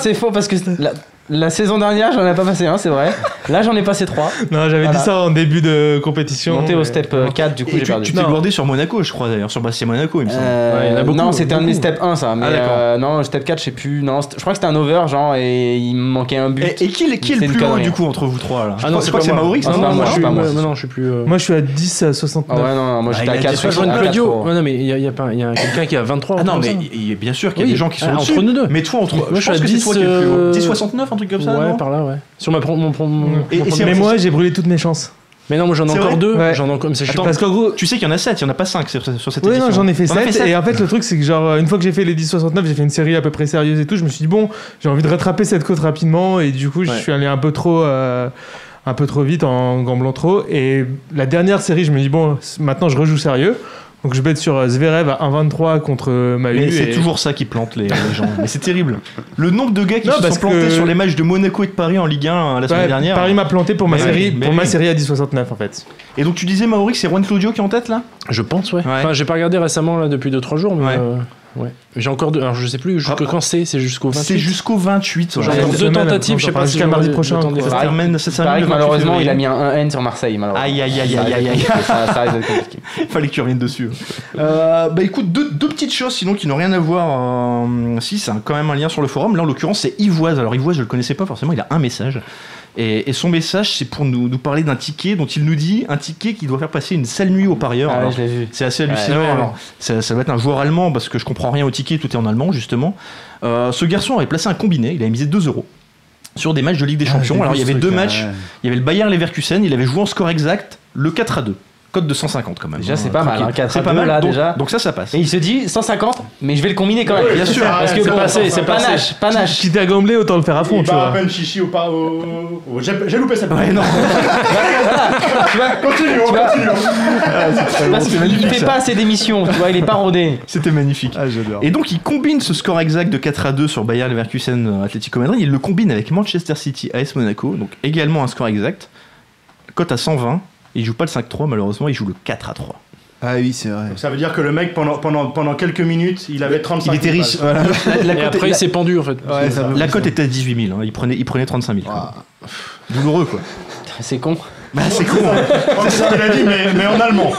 C'est faux parce que la, la saison dernière, j'en ai pas passé un, c'est vrai. Là, j'en ai passé 3. Non, j'avais Voilà. Euh, dit ça en début de compétition. Monté au step euh, 4, du coup, Et j'ai tu perdu. tu t'es gourdé sur Monaco, je crois d'ailleurs, sur Bastia Monaco, hein. il me semble. Euh, non, c'était un de mes beaucoup. step 1 ça, mais Ah, d'accord. euh, non, step 4, je sais plus. Non, c'était- je crois que c'était un over genre et il me manquait un but. Et, et qui, est- qui est le C'est une plus loin connerie. du coup entre vous trois là Ah non, Je c'est crois que pas c'est moi. Maorix. Ah, c'est pas moi, je suis- pas moi. moi, non, non, je suis plus. euh, Moi, je suis à 10 à 69. Ah ouais, non, non, moi Ah, j'étais il à a 4. dit soit j'étais Joanne à 4 Claudio. euros. Ouais, non, mais il y a, il y a pas- il y a quelqu'un qui a 23 Ah ou non, comme mais ça. il- il- bien sûr qu'il y a Oui. des gens qui sont Ah, au-dessus. entre nous deux. Mais toi, entre, Moi, je suis pense à que c'est 10, toi qui es le plus haut. euh, 10,69, un truc comme ça Ouais, non par là, ouais. Sur ma pro- mon, pro- mon- Et- et c'est- mon premier Mais match. moi, j'ai brûlé toutes mes chances. Mais non, moi j'en ai C'est encore vrai deux. Ouais. J'en ai encore. mais c'est- je suis Attends, pas- Parce qu'en gros, Tu sais qu'il y en a 7, il n'y en a pas 5 sur sur cette Oui, édition. non, j'en ai fait T'en as 7. sept Et en fait, le truc, c'est que, genre, une fois que j'ai fait les 10-69, j'ai fait une série à peu près sérieuse et tout. Je me suis dit, bon, j'ai envie de rattraper cette côte rapidement. Et du coup, je Ouais. suis allé un peu trop. euh, un peu trop vite en gamblant trop. Et la dernière série, je me dis, bon, c- maintenant, je rejoue sérieux. Donc, je bête sur euh, Zverev à 1,23 contre euh, Mahu. Mais Bah, c'est et- toujours ça qui plante les, les gens. Mais c'est terrible. Le nombre de gars qui Non, se parce sont plantés que- sur les matchs de Monaco et de Paris en Ligue 1 la semaine Ouais, dernière. hein. Paris m'a planté pour ma, Mais série, oui, mais pour ma oui. série à 10,69 en fait. Et donc tu disais Maorix, c'est Juan Claudio qui est en tête là Je pense, ouais. Ouais. Enfin, j'ai pas regardé récemment là depuis 2-3 jours, mais. Ouais. euh, ouais. J'ai encore deux. Alors, je sais plus jusque Ah. quand c'est. C'est jusqu'au 28. C'est jusqu'au 28. J'ai ouais. encore Ouais, deux semaine, tentatives. Je sais enfin, pas si jusqu'à j'aurai mardi le prochain, temps des- Ça se Pareil. termine, ça se termine Pareil le que 28 malheureusement, il a février. mis un 1N sur Marseille, malheureusement. Aïe, aïe, aïe, Ça aïe, risque aïe, d'être aïe. compliqué, Ça, ça risque d'être compliqué. Fallait que tu reviennes dessus. Euh, bah écoute, deux, deux petites choses sinon qui n'ont rien à voir. euh, si, c'est quand même un lien sur le forum. Là, en l'occurrence, c'est Ivoise. Alors, Ivoise, je le connaissais pas forcément, il a un message. Et, et son message, c'est pour nous, nous parler d'un ticket dont il nous dit un ticket qui doit faire passer une sale nuit aux parieurs. Ah ouais, Alors, je l'ai vu. c'est assez hallucinant. Ouais, ouais, ouais. Alors, ça, ça doit être un joueur allemand parce que je comprends rien au ticket, tout est en allemand justement. Euh, ce garçon avait placé un combiné, il avait misé 2 euros sur des matchs de Ah, Ligue des je l'ai Champions. vu Alors il y ce avait deux truc, là, matchs, ouais. il y avait le Bayern Leverkusen, il avait joué en score exact, le 4 à 2. Cote de 150 quand même. Déjà, hein, c'est pas mal, tranquille. hein, 4 à C'est pas 2, mal là, donc, déjà. Donc ça, ça passe. Et il se dit 150, mais je vais le combiner quand même. Bien sûr, Parce que c'est bon, passé, c'est passé. panache, panache. Quitte à gambler, autant le faire à fond, Il Bah, tu bat à vois. peine bah, chichi ou pas au. au- J'ai j'ai loupé cette Ouais, non. Ah, Continue, on continue. Parce qu'il fait pas assez d'émissions, tu vois, il est pas rodé. C'était magnifique. Ah, j'adore. Et donc il combine ce score exact de 4 à 2 sur Bayern Leverkusen euh, Atlético Madrid, il le combine avec Manchester City AS Monaco, donc également un score exact. Cote à 120, il joue pas le 5-3 malheureusement, il joue le 4 à 3. Ah oui, c'est vrai. Ça veut dire que le mec, pendant, pendant, pendant quelques minutes, il avait 35 Il était riche, balles. voilà. La, Et cote- après, il s'est pendu en fait. Ouais, ça la- peut- la cote était à 18 000, hein, il, prenait, il prenait 35 000. quoi. Douloureux quoi. C'est con. Bah, c'est con. C'est ce qu'il a dit, mais, mais en allemand.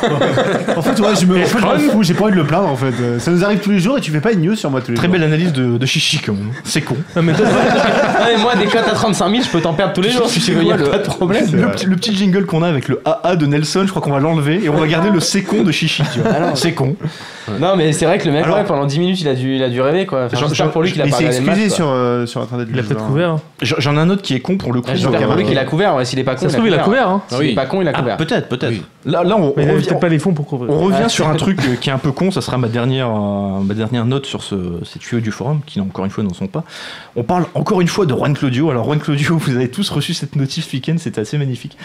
En fait, ouais, je me, en fait, je m'en fous, j'ai pas envie de le plaindre en fait. Euh, Ça nous arrive tous les jours et tu fais pas une news sur moi tous les Très jours. belle analyse de, de Chichi, quand même. C'est con. Ah, mais moi, des cotes à 35 000, je peux t'en perdre tous les jours si tu veux. y a le, pas de problème. problème. Le, petit- le petit jingle qu'on a avec le AA de Nelson, je crois qu'on va l'enlever et on va garder le c'est con de Chichi. tu vois. Alors, C'est con. Non, mais c'est vrai que le mec, Alors- ouais, pendant 10 minutes, il a dû, il a dû rêver, quoi. Enfin, J'en- J'espère j'en- pour lui qu'il a il pas s'est regardé le match, excusé quoi. sur, euh, sur internet. Il a peut-être couvert, hein. J'en j'en ai un autre qui est con pour le coup. Ah, J'espère pour lui qu'il a couvert, ouais. S'il est pas con, Ça se trouve, il a couvert, hein. S'il Oui. est pas con, il a Ah, couvert. peut-être, peut-être. Là, là, on, on Mais il avait revient, peut-être pas les fonds pour couvrir. On revient Ouais. sur un truc euh, qui est un peu con, ça sera ma dernière, euh, ma dernière note sur ce, ces tuyaux du forum, qui encore une fois n'en sont pas. On parle encore une fois de Juan Claudio. Alors Juan Claudio, vous avez tous reçu cette notif ce week-end, c'était assez magnifique.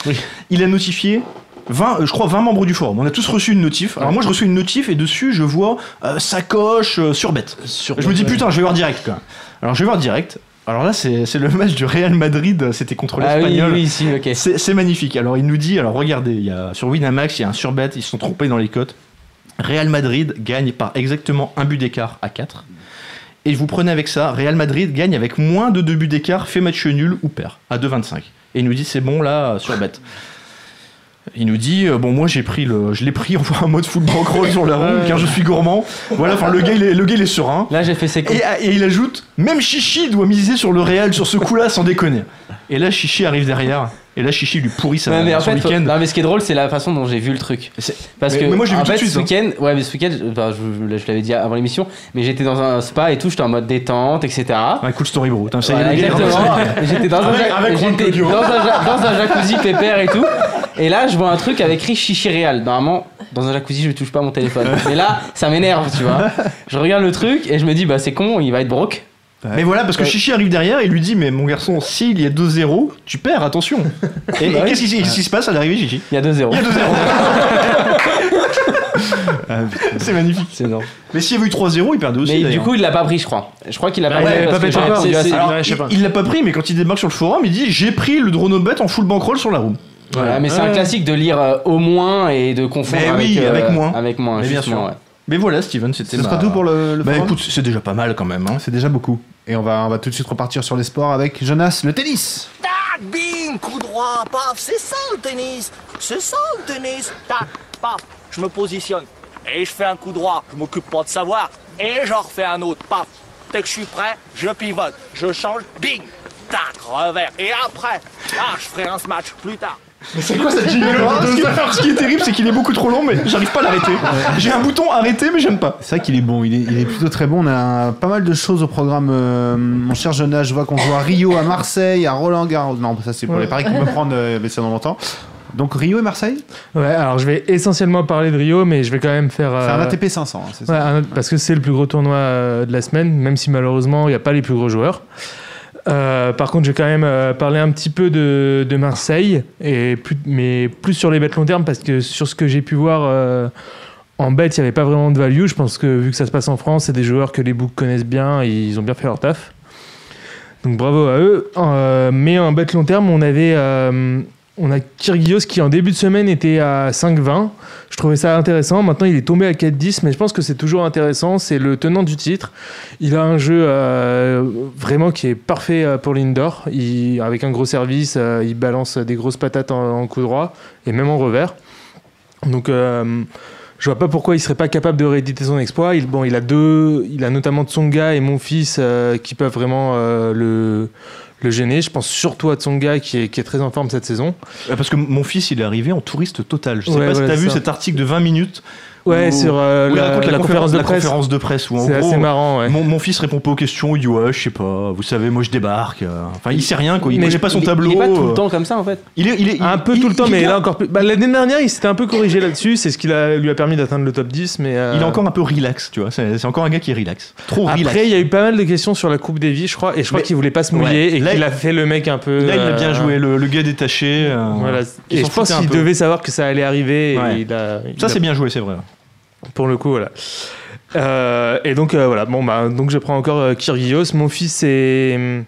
Il a notifié 20, euh, je crois 20 membres du forum. On a tous reçu une notif. Alors moi je reçois une notif et dessus je vois euh, sacoche euh, sur bête. je me dis ouais. putain, je vais voir direct quoi. Alors je vais voir direct. Alors là c'est c'est le match du Real Madrid, euh, c'était contre Ah oui, l'Espagnol. oui, si, ok. C'est c'est magnifique. Alors il nous dit, alors regardez, il y a, sur Winamax, il y a un surbet, ils se sont trompés dans les cotes. Real Madrid gagne par exactement un but d'écart à 4. Et vous prenez avec ça, Real Madrid gagne avec moins de 2 buts d'écart, fait match nul ou perd à 2,25. Et il nous dit, c'est bon là, surbet. Il nous dit euh, bon moi j'ai pris le je l'ai pris en un mode full bankroll sur la roue car je suis gourmand. Voilà enfin le gars il est, le gars il est serein. Là j'ai fait ses et, et il ajoute même Chichi doit miser sur le Real sur ce coup-là sans déconner. Et là Chichi arrive derrière et là Chichi lui pourrit sa Ouais, mais en son fait, week-end. non, mais ce qui est drôle, c'est la façon dont j'ai vu le truc. Parce Mais- que mais moi, j'ai vu en tout de fait, suite, ce hein. week-end, ouais, mais ce week-end, je- enfin, je, je- je l'avais dit avant l'émission, mais j'étais dans un spa et tout, j'étais en mode détente, etc. Un cool story bro. Putain, ça y est, Voilà, le gars, il est exactement. rentré. J'étais dans, un Avec- ja- avec Juan j'étais Claudio. dans un ja- dans un jacuzzi pépère et tout. Et là, je vois un truc avec riche chichi réal. Normalement, dans un jacuzzi, je touche pas mon téléphone. Mais là, ça m'énerve, tu vois. Je regarde le truc et je me dis, bah c'est con, il va être broke. Mais voilà, parce que Ouais. Chichi arrive derrière et lui dit Mais mon garçon, s'il y a 2-0, tu perds, attention. Et, et Bah oui. qu'est-ce qui, qu'est-ce qui se passe à l'arrivée, Chichi Il y a 2-0. Il y a Ah, 2-0. c'est magnifique. C'est énorme. Mais s'il y avait eu 3-0, il perdait aussi. Mais du d'ailleurs. coup, il l'a pas pris, je crois. Je crois qu'il l'a Bah, il pas pris. l'avait parce pas que fait j'ai- encore, c'est- c'est- c'est- alors, ouais, je sais il- pas. Il l'a pas pris, mais quand il débarque sur le forum, il dit J'ai pris le drone bet en full bankroll sur la roue. Voilà, mais c'est un Ouais. classique de lire euh, au moins et de confondre Mais avec, oui, euh, avec moins. Avec moins, Mais bien justement, sûr. ouais. Mais voilà, Steven, c'était Ce sera tout pour le, le Bah forum écoute, c'est déjà pas mal quand même. hein. C'est déjà beaucoup. Et on va, on va tout de suite repartir sur les sports avec Jonas, le tennis. Tac, Ah, bing, coup droit, paf, c'est ça le tennis, c'est ça le tennis, tac, paf, je me positionne et je fais un coup droit, je m'occupe pas de savoir et j'en refais un autre, paf, dès que je suis prêt, je pivote, je change, bing, tac, revers et après, ah, je ferai un smash plus tard. C'est quoi cette jingle ce, qui, ce qui est terrible, c'est qu'il est beaucoup trop long, mais j'arrive pas à l'arrêter. Ah, J'ai un bouton arrêter, mais j'aime pas. C'est vrai qu'il est bon, il est, il est plutôt très bon. On a pas mal de choses au programme, euh, mon cher Jonas. Je vois qu'on joue à Rio, à Marseille, à Roland Garros. Non, bah, ça c'est pour les paris qu'on peut prendre, euh, mais ça dans longtemps. Donc Rio et Marseille Ouais, alors je vais essentiellement parler de Rio, mais je vais quand même faire. C'est un euh, ATP 500, hein, c'est ça Ouais, un autre- parce que c'est le plus gros tournoi euh, de la semaine, même si malheureusement il n'y a pas les plus gros joueurs. Euh, par contre, je vais quand même euh, parler un petit peu de, de Marseille, et plus, mais plus sur les bêtes long terme, parce que sur ce que j'ai pu voir euh, en bête, il n'y avait pas vraiment de value. Je pense que vu que ça se passe en France, c'est des joueurs que les books connaissent bien, ils ont bien fait leur taf. Donc bravo à eux. Euh, mais en bête long terme, on avait. euh, on a Kyrgios qui en début de semaine était à 5,20. Je trouvais ça intéressant. Maintenant, il est tombé à 4,10, mais je pense que c'est toujours intéressant. C'est le tenant du titre. Il a un jeu euh, vraiment qui est parfait euh, pour l'indoor. Il- avec un gros service, euh, il balance des grosses patates en, en coup droit et même en revers. Donc, euh, je vois pas pourquoi il serait pas capable de rééditer son exploit. Il, bon, il a deux, il a notamment Tsonga et mon fils qui peuvent vraiment euh, le, le gêner. Je pense surtout à Tsonga qui est, qui est très en forme cette saison. Euh, Parce que mon fils, il est arrivé en touriste total. Je sais Ouais, pas si voilà, t'as vu ça. cet article de 20 minutes. Ouais, où- sur, euh, où il la- raconte la conférence de la presse. conférence de presse. où en C'est gros, assez marrant, ouais. Mon, mon fils répond pas aux questions. Il dit ouais, je sais pas. Vous savez, moi je débarque. euh. Enfin, il sait rien quoi. Il Mais connaît pas son il est- tableau. il est pas tout le euh. temps comme ça en fait. Il est, il est- il- un peu tout le temps, il- mais il- là encore plus. Bah, L'année dernière, il s'était un peu corrigé là-dessus. C'est ce qui l'a- lui a permis d'atteindre le top 10. Mais euh, Il est encore un peu relax, tu vois. C'est c'est encore un gars qui est relax. Trop Après, relax. il y a eu pas mal de questions sur la Coupe des Vies, je crois. Et je crois Mais- qu'il voulait pas se mouiller Ouais. et Là, qu'il il- a fait le mec un peu. Là, il a bien euh, joué. Le, le gars détaché. euh, Voilà. il Et s'en je pense foutait un qu'il peu. devait savoir que ça allait arriver. et Ouais. il a- il Ça, a- c'est bien joué, c'est vrai. Pour le coup, voilà. Euh, et donc, euh, voilà. Bon, bah, donc je prends encore euh, Kyrgios. Mon fils et,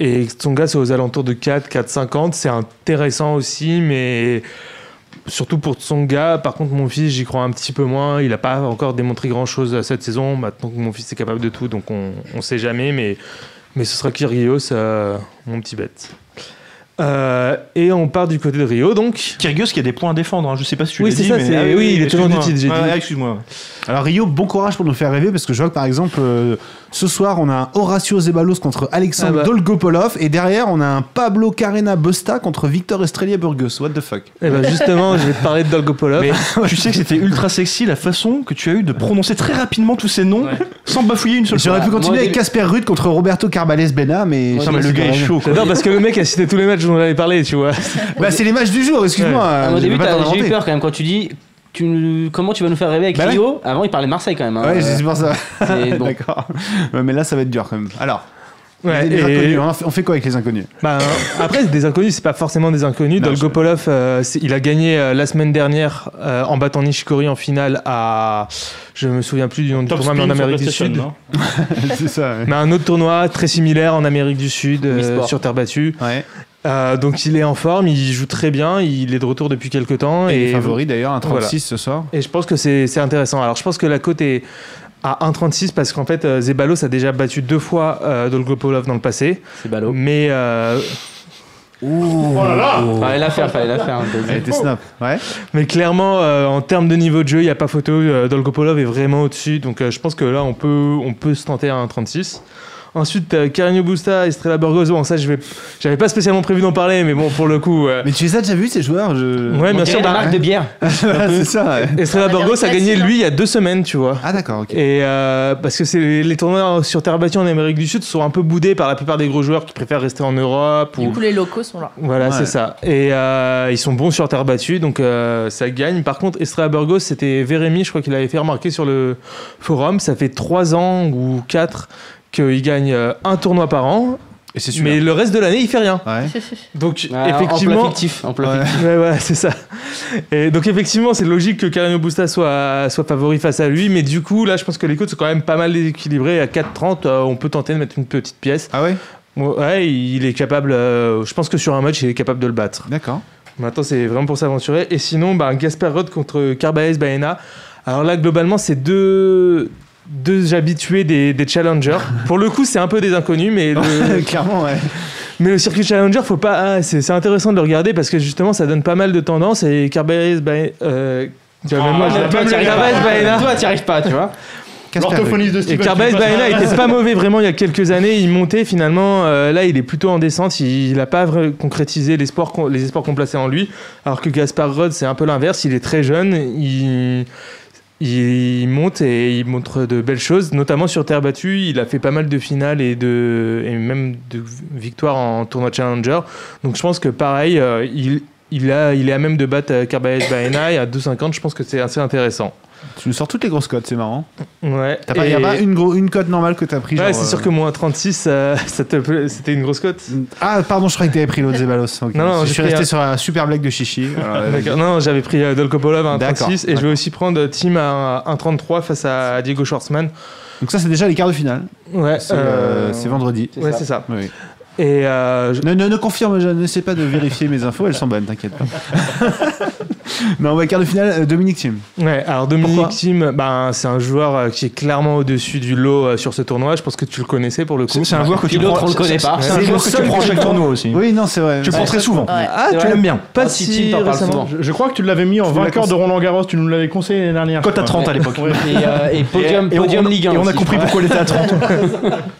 et son gars, c'est aux alentours de 4, 4,50. C'est intéressant aussi, mais surtout pour son gars. Par contre, mon fils, j'y crois un petit peu moins. Il n'a pas encore démontré grand-chose cette saison. Maintenant que mon fils est capable de tout, donc on ne sait jamais. Mais, mais ce sera Kyrgios, euh, mon petit bête. Euh, et on part du côté de Rio, donc. Kyrgios qui a des points à défendre, hein. je sais pas si tu Oui, l'as c'est dit. ça, mais- c'est- Ah oui, il est tenant excuse-moi. du titre, j'ai Ouais, dit. ouais, excuse-moi. Alors Rio, bon courage pour nous faire rêver parce que je vois que par exemple euh, ce soir on a Horacio Zeballos contre Alexandre Ah bah. Dolgopolov et derrière on a un Pablo Carena Busta contre Victor Estrelia Burgos. What the fuck Et ben justement, je vais te parler de Dolgopolov. Mais tu sais que c'était ultra sexy la façon que tu as eu de prononcer très rapidement tous ces noms sans bafouiller une seule fois. J'aurais pu continuer avec Casper Ruud contre Roberto Carbales Bena mais, Putain, mais le gars est chaud, quoi. J'adore parce que le mec a cité tous les matchs dont on avait parlé, tu vois. Bah c'est les matchs du jour, excuse-moi. Ah, je au vais début, pas t'as- t'en j'ai eu inventer. peur quand même quand tu dis. Tu, nous- comment tu vas nous faire rêver avec Bah ouais. Rio Avant, il parlait de Marseille quand même. hein. Ouais, c'est pour ça. c'est bon. D'accord. Ouais, mais là ça va être dur quand même. Alors, Ouais, les et- inconnus, hein, on fait- on fait quoi avec les inconnus Bah, euh, après, des inconnus, c'est pas forcément des inconnus. Non, Dolgopolov, euh, c'est- il a gagné euh, la semaine dernière euh, en battant Nishikori en finale à. Je me souviens plus du nom du Top tournoi, mais en Spin sur Amérique du PlayStation, Sud. non C'est ça. ouais. Mais un autre tournoi très similaire en Amérique du Sud, euh, Mi-sport. sur terre battue. Euh, donc il est en forme, il joue très bien, il est de retour depuis quelques temps. Et, les favoris d'ailleurs, un 36 Voilà. ce soir. Et je pense que c'est c'est intéressant. Alors, je pense que la cote est à 1,36 parce qu'en fait, euh, Zeballos a déjà battu deux fois euh, Dolgopolov dans le passé. Zeballos. Mais. euh, Ouh. Oh là là Fallait la faire, fallait la faire. hein, Elle était snap. Ouais. Mais clairement, euh, en termes de niveau de jeu, il n'y a pas photo. euh, Dolgopolov est vraiment au-dessus. Donc, euh, je pense que là, on peut, on peut se tenter à 1,36. Ensuite, euh, Carreño Busta, Estrella Burgos. Bon, ça, je vais, j'avais pas spécialement prévu d'en parler, mais bon, pour le coup. euh, Mais tu les as déjà vus ces joueurs je... Ouais, bien sûr. la bah, marque de bière. Voilà, c'est ça. ouais. Estrella On va dire Burgos a gagné facile, hein. lui il y a deux semaines, tu vois. Ah d'accord, ok. Et euh, parce que c'est les, les tournois sur terre battue en Amérique du Sud sont un peu boudés par la plupart des gros joueurs qui préfèrent rester en Europe Du ou coup, les locaux sont là. voilà Ouais. c'est ça. Et euh, ils sont bons sur terre battue donc euh, ça gagne. Par contre Estrella Burgos c'était Vérémy je crois qu'il avait fait remarquer sur le forum ça fait trois ans ou quatre qu'il gagne euh, un tournoi par an Et c'est mais celui-là. le reste de l'année il fait rien. Ouais. Donc Ah, En plat effectivement fictif. En plat fictif. Ouais, ouais, c'est ça. Et donc, effectivement, c'est logique que Carino Busta soit, soit favori face à lui, mais du coup, là, je pense que les cotes sont quand même pas mal équilibrées. À 4,30, euh, on peut tenter de mettre une petite pièce. Ah ouais Ouais, il est capable, euh, je pense que sur un match, il est capable de le battre. D'accord. Maintenant, c'est vraiment pour s'aventurer. Et sinon, bah, Gaspar Roth contre Carbaez Baena. Alors là, globalement, c'est deux, deux habitués des, des challengers. pour le coup, c'est un peu des inconnus, mais le, Clairement, ouais. mais le circuit challenger, faut pas. ah, c'est c'est intéressant de le regarder parce que justement, ça donne pas mal de tendances et Carbaez Baena. euh, tu vois, même moi, je- Ah, Toi, même t'y le arrives Carbaez pas. Baena- Toi, t'y arrives pas, tu vois. Casper Ruud. L'orthophoniste de Et Steven. Carbaez Baena était pas mauvais vraiment bah, il y a quelques années, il montait finalement, euh, là il est plutôt en descente, il n'a pas vra- concrétisé l'espoir qu'on- les espoirs qu'on plaçait en lui, alors que Gaspar Rod c'est un peu l'inverse, il est très jeune, il, il monte et il montre de belles choses, notamment sur terre battue, il a fait pas mal de finales et, de, et même de victoires en tournoi challenger, donc je pense que pareil, euh, il, il, a, il est à même de battre euh, Carbaez Baena et à 2,50 je pense que c'est assez intéressant. Tu nous sors toutes les grosses cotes, c'est marrant. Ouais, T'as pas, y a Et- pas une, gros- une cote normale que t'as pris Ouais, genre, c'est sûr euh, que moins 36, euh, ça te plaît- c'était une grosse cote. Ah, pardon, je croyais que t'avais pris l'autre Zeballos. Ok. Non, non, je j'ai suis pris resté un- sur la super blague de Chichi. Alors, euh, D'accord. Non, j'avais pris euh, Dolgopolov à D'accord, 1,36 et je vais aussi prendre euh, Tim à 1,33 face à Diego Schwartzman. Donc, ça, c'est déjà les quarts de finale. Ouais, C'est euh, euh, c'est vendredi. Ouais, c'est ça. Oui. Et euh, je- Ne, ne, ne confirme, je ne sais pas de vérifier mes infos, elles sont bonnes, t'inquiète pas. non, ouais, quart de finale, euh, Dominique Thiem. ouais, alors Pourquoi Dominique Tim, ben, c'est un joueur euh, qui est clairement au-dessus du lot euh, sur ce tournoi. Je pense que tu le connaissais pour le coup. C'est un joueur que tu Et l'autre, prends. on le connaît pas. C'est un joueur que tu prends chaque tournoi aussi. Oui, non, c'est vrai. Tu le prends très souvent. Ouais. Ah, C'est tu vrai. l'aimes bien. Pas Ah, si, Tim si t'en parles récemment. souvent. Je, je crois que tu l'avais mis en l'as vainqueur de Roland Garros, tu nous l'avais conseillé l'année dernière. Cote à je crois. 30 à l'époque. Ouais. Et, euh, et podium, Et on- podium Ligue 1. Et on a aussi. compris pourquoi il était à 30.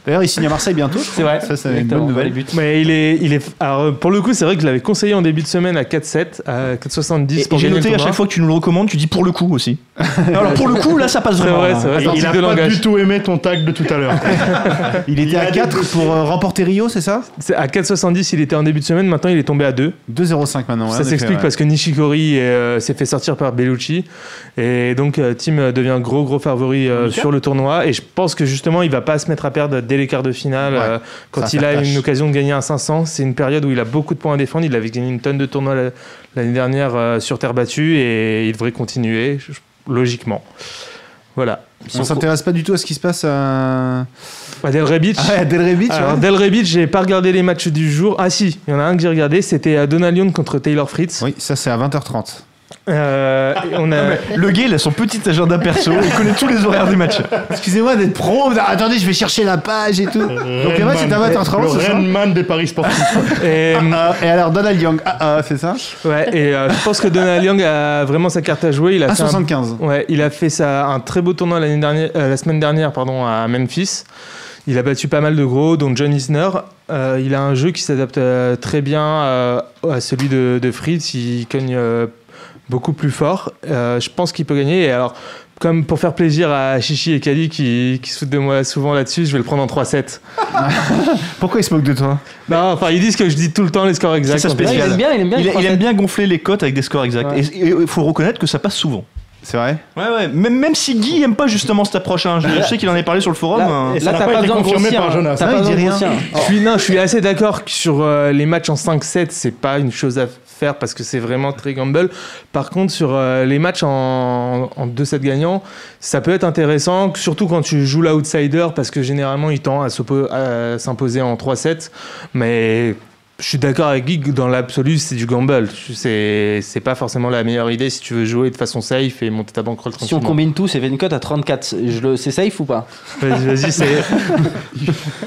D'ailleurs, il signe à Marseille bientôt. je C'est crois. vrai. Ça, c'est une Exactement, bonne nouvelle. les buts. Mais il est, il est. Alors, euh, pour le coup, c'est vrai que je l'avais conseillé en début de semaine à 4,7, à 4,70 Et pour j'ai gagner le noté à tournoi. chaque fois que tu nous le recommandes, tu dis pour le coup aussi. Alors pour le coup, là ça passe C'est vraiment. hein. vrai, c'est vrai. Il Article a de pas langage. du tout aimé ton tag de tout à l'heure. Il était Il à a 4 débloqué. pour euh, remporter Rio, c'est ça C'est à 4,70 il était en début de semaine, maintenant il est tombé à 2. 2,05 maintenant. ouais, en ça effet, s'explique ouais. parce que Nishikori euh, s'est fait sortir par Bellucci et donc euh, Tim euh, devient gros gros favori euh, sur le tournoi et je pense que justement il va pas se mettre à perdre dès les quarts de finale Ouais, euh, ça quand va il faire a tâche. une occasion de gagner un 500 c'est une période où il a beaucoup de points à défendre il avait gagné une tonne de tournois la- l'année dernière euh, sur terre battue et il devrait continuer je- logiquement voilà On s'intéresse pas du tout à ce qui se passe à, Bah, Del Rebic ah, ouais, à Delray Beach. Alors, ouais. Del Rebic, j'ai pas regardé les matchs du jour. Ah si, il y en a un que j'ai regardé, c'était euh, Donald Young contre Taylor Fritz. Oui, ça c'est à 20h30. Euh, on a... Le gay, il a son petit agenda perso, il connaît tous les horaires des matchs. Excusez-moi d'être pro, attendez, je vais chercher la page et tout. Donc les matchs, c'est un match entre Le ce soir Renman des Paris sportifs. Et, hum, Ah, ah, et alors Donald Young, ah, ah, c'est ça Ouais, et euh, je pense que Donald Young a vraiment sa carte à jouer. Il a Ah, fait un- 75. ouais, il a fait ça, un très beau tournoi l'année dernière, euh, la semaine dernière pardon, à Memphis. Il a battu pas mal de gros, dont John Isner. Euh, il a un jeu qui s'adapte euh, très bien euh, à celui de, de Fritz. Il cogne euh, beaucoup plus fort. Euh, je pense qu'il peut gagner. Et alors, comme pour faire plaisir à Chichi et Kali qui, qui se foutent de moi souvent là-dessus, je vais le prendre en 3-7. Pourquoi il se moque de toi Non, enfin, ils disent que je dis tout le temps les scores exacts. C'est ça en fait. spécial. Il aime bien, il aime bien. Il, les aime bien gonfler les cotes avec des scores exacts. Ouais. Et il faut reconnaître que ça passe souvent. C'est vrai Ouais, ouais. Même, même si Guy aime pas justement cette approche, hein. je, je sais qu'il en avait parlé sur le forum. Là- hein. et ça Là, n'a t'as pas pas été besoin de confirmé grossir, par hein. Jonas. T'as pas besoin de grossir. Je suis, non, je suis assez d'accord que sur euh, les matchs en 5-7, c'est pas une chose à faire parce que c'est vraiment très gamble. Par contre, sur euh, les matchs en, en 2-7 gagnants, ça peut être intéressant, surtout quand tu joues l'outsider parce que généralement il tend à s'oppo- à s'imposer en 3-7. Mais je suis d'accord avec Guy, que dans l'absolu, c'est du gamble. C'est c'est pas forcément la meilleure idée si tu veux jouer de façon safe et monter ta bankroll Si on tranquillement. combine tout, c'est une cote à 34. Je le, c'est safe ou pas Vas-y, vas-y, c'est.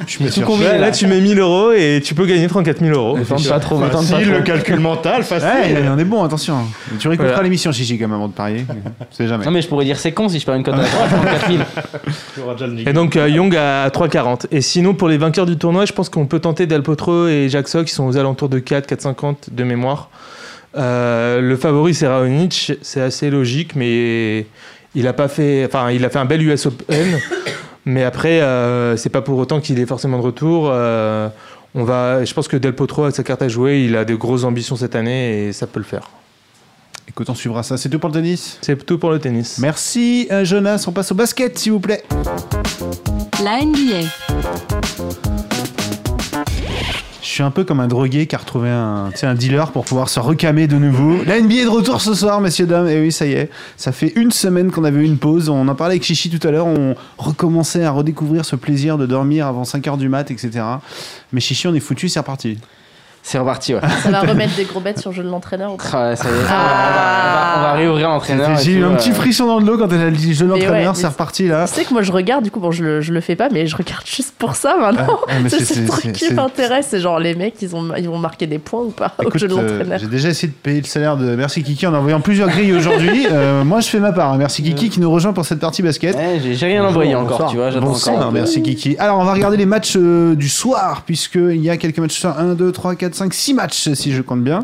je me Tout combiné, là, tu mets 1000 euros et tu peux gagner 34 000 euros. tente pas hein. trop, ne tente pas trop. mental, Ouais, on est bon, attention. Tu réécouteras Voilà. l'émission, Chichi, quand même, avant de parier. C'est jamais. Non mais je pourrais dire c'est con si je perds une cote à 34 000. Et donc euh, Young à 3,40. Et sinon, pour les vainqueurs du tournoi, je pense qu'on peut tenter Del Potro et Jackson qui sont aux alentours de 4, 4,50 de mémoire. Euh, le favori, c'est Raonic. C'est assez logique, mais il a, pas fait, enfin, il a fait un bel US Open. mais après, euh, c'est pas pour autant qu'il est forcément de retour. Euh, on va, je pense que Del Potro a sa carte à jouer. Il a de grosses ambitions cette année et ça peut le faire. Écoute, on suivra ça. C'est tout pour le tennis C'est tout pour le tennis. Merci, euh, Jonas. On passe au basket, s'il vous plaît. La NBA. Je suis un peu comme un drogué qui a retrouvé un, tu sais, un dealer pour pouvoir se recamer de nouveau. La NBA est de retour ce soir, messieurs, dames. Et oui, ça y est. Ça fait une semaine qu'on avait eu une pause. On en parlait avec Chichi tout à l'heure. On recommençait à redécouvrir ce plaisir de dormir avant 5h du mat, etc. Mais Chichi, on est foutu, c'est reparti. C'est reparti, ouais. Ça va remettre des gros bêtes sur le jeu de l'entraîneur ou pas Ah, ça y est, on, va, on va- on va réouvrir l'entraîneur. et J'ai tout, eu un euh, petit frisson dans le dos quand elle a dit je Mais ouais, l'entraîneur, mais c'est reparti là. Tu sais que moi je regarde, du coup, bon, je le, je le fais pas, mais je regarde juste pour ça maintenant. Ah, ah, mais c'est c'est- ce c'est- truc qui c'est- m'intéresse, c'est genre les mecs, ils, ont, ils vont marquer des points ou pas au Écoute, jeu de euh, l'entraîneur. J'ai déjà essayé de payer le salaire de Merci Kiki en envoyant plusieurs grilles aujourd'hui. Euh, moi, je fais ma part. Merci Kiki qui nous rejoint pour cette partie basket. eh, Euh. j'ai j'ai rien Bonjour, envoyé encore, bonsoir. tu vois. J'attends Bonsoir, encore. merci Kiki. Alors, on va regarder les matchs euh, du soir, puisqu'il y a quelques matchs. 1, 2, 3, 4, 5, 6 matchs, si je compte bien.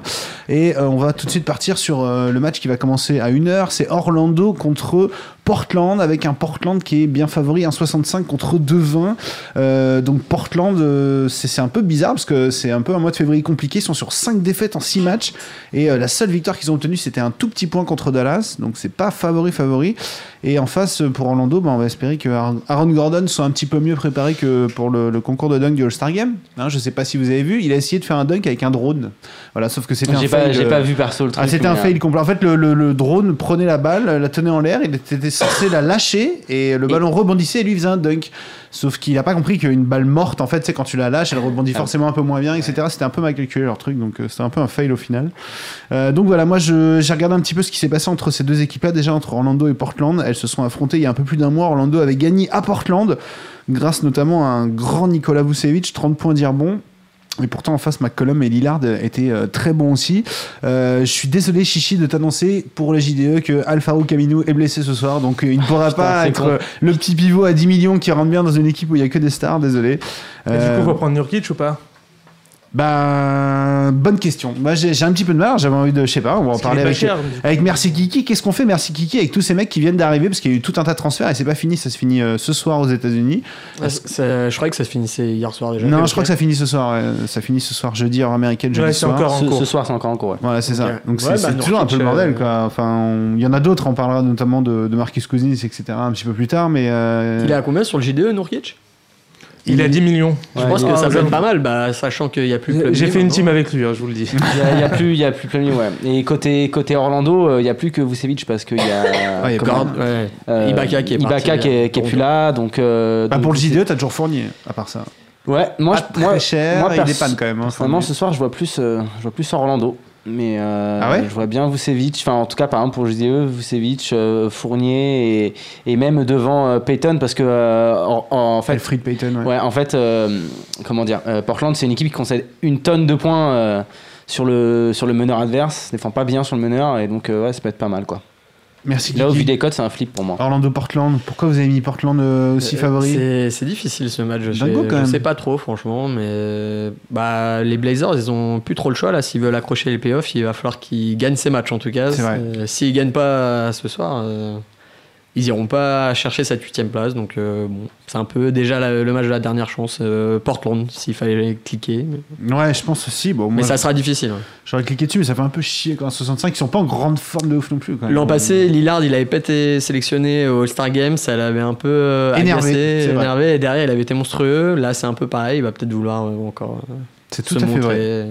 Et euh, on va tout de suite partir sur euh, le match qui va commencer à 1h. C'est Orlando contre Portland, avec un Portland qui est bien favori, 1,65 contre 2,20. Euh, donc, Portland, euh, c'est c'est un peu bizarre, parce que c'est un peu un mois de février compliqué. Ils sont sur 5 défaites en 6 matchs. Et euh, la seule victoire qu'ils ont obtenue, c'était un tout petit point contre Dallas. Donc, c'est pas favori, favori. Et en face, euh, pour Orlando, bah, on va espérer que Aaron- Aaron Gordon soit un petit peu mieux préparé que pour le, le concours de dunk du All-Star Game. Hein, je sais pas si vous avez vu, il a essayé de faire un dunk avec un drone. Voilà, sauf que c'était un J'ai pas, fail, j'ai euh, pas vu perso le truc. ah, c'était un mais, euh, fail complet. En fait, le, le- le drone prenait la balle, la tenait en l'air, il était censé la lâcher et le ballon rebondissait et lui faisait un dunk. Sauf qu'il a pas compris qu'une balle morte, en fait, c'est quand tu la lâches, elle rebondit forcément un peu moins bien, etc. C'était un peu mal calculé leur truc, donc euh, c'était un peu un fail au final. Euh, donc voilà, moi je- j'ai regardé un petit peu ce qui s'est passé entre ces deux équipes-là, déjà entre Orlando et Portland. Elles se sont affrontées il y a un peu plus d'un mois. Orlando avait gagné à Portland, grâce notamment à un grand Nikola Vucevic, 30 points d'Irbon. Et pourtant, en face, McCollum et Lillard étaient euh, très bons aussi. Euh, je suis désolé, Chichi, de t'annoncer pour la JDE que Alfaro Camino est blessé ce soir. Donc, euh, il ne pourra pas c'est être con. euh, le petit pivot à 10 millions qui rentre bien dans une équipe où il n'y a que des stars. Désolé. Et du Euh, coup, on va prendre Nurkic ou pas ben, bonne question. Moi, j'ai j'ai un petit peu de marre. J'avais envie de, je sais pas, on va Parce en qu'il parler est pas avec, cher, du coup. avec Merci Kiki. Qu'est-ce qu'on fait, Merci Kiki, avec tous ces mecs qui viennent d'arriver Parce qu'il y a eu tout un tas de transferts et c'est pas fini. Ça se finit euh, ce soir aux États-Unis. Ah, c- Euh, ça- je crois que ça se finissait hier soir déjà. Non, Mais je crois ok. que ça finit ce soir. ouais. Ça finit ce soir, jeudi, heure américaine, jeudi Ouais, c'est soir. encore en ce, cours. ce soir, c'est encore en cours. ouais. Voilà, c'est ça. Donc Ouais, c'est bah, c'est toujours un peu Nurkic, le euh, bordel, quoi. Enfin, on- il y en a d'autres. On parlera notamment de, de Marcus Cousins, etc. Un petit peu plus tard, mais euh, Il est à combien sur le E, JDE, Nourkic Il a 10 millions. Je Ouais, pense il est que à ça peut 11. être pas mal, bah, sachant qu'il n'y a plus Plumlee J'ai fait une maintenant. team avec lui, hein, je vous le dis. Il y a, il y a plus, il y a plus Plumlee, ouais. Et côté côté Orlando, euh, il y a plus que Vucevic parce qu'il y a Ouais, il y a comment- Gord- ouais. euh, Ibaka qui est parti, Ibaka qui euh, est, qui est plus là, donc. euh, Ah, bah, donc pour le c'est- JDE, t'as toujours fourni, à part ça. Ouais, moi, je- Pas moi, très cher, moi, il pers- dépanne quand même, hein, personnellement, Fournier. ce soir, je vois plus, euh, je vois plus Orlando. Mais euh, Ah ouais je vois bien Vucevic, enfin en tout cas par exemple pour JDE, Vucevic, euh, Fournier et, et même devant euh, Payton parce que euh, en, en fait Alfred Payton ouais. en fait euh, comment dire euh, Portland c'est une équipe qui concède une tonne de points euh, sur le sur le meneur adverse, défend pas bien sur le meneur et donc euh, ouais ça peut être pas mal quoi. Merci. Là au Guigui. vu des codes c'est un flip pour moi. Orlando Portland, pourquoi vous avez mis Portland euh, aussi Euh, favori c'est- C'est difficile ce match. Je sais, Dingo, quand je même. sais pas trop, franchement, mais euh, bah, les Blazers, ils ont plus trop le choix là. S'ils veulent accrocher les playoffs, il va falloir qu'ils gagnent ces matchs en tout cas. C'est vrai. Euh, S'ils gagnent pas ce soir, euh, ils iront pas chercher cette huitième place. Donc euh, bon, c'est un peu déjà la- le match de la dernière chance. euh, Portland, s'il fallait cliquer. Ouais, je pense aussi. Bon, moi, mais ça je- sera difficile. ouais. J'aurais cliqué dessus, mais ça fait un peu chier quand 65, ils sont pas en grande forme de ouf non plus. quand même. L'an passé, Lillard, il avait pas été sélectionné au All-Star Game, ça l'avait un peu euh, Énervé, agacé, c'est vrai. énervé, et derrière, il avait été monstrueux. Là, c'est un peu pareil, il va peut-être vouloir euh, encore. C'est tout à fait vrai.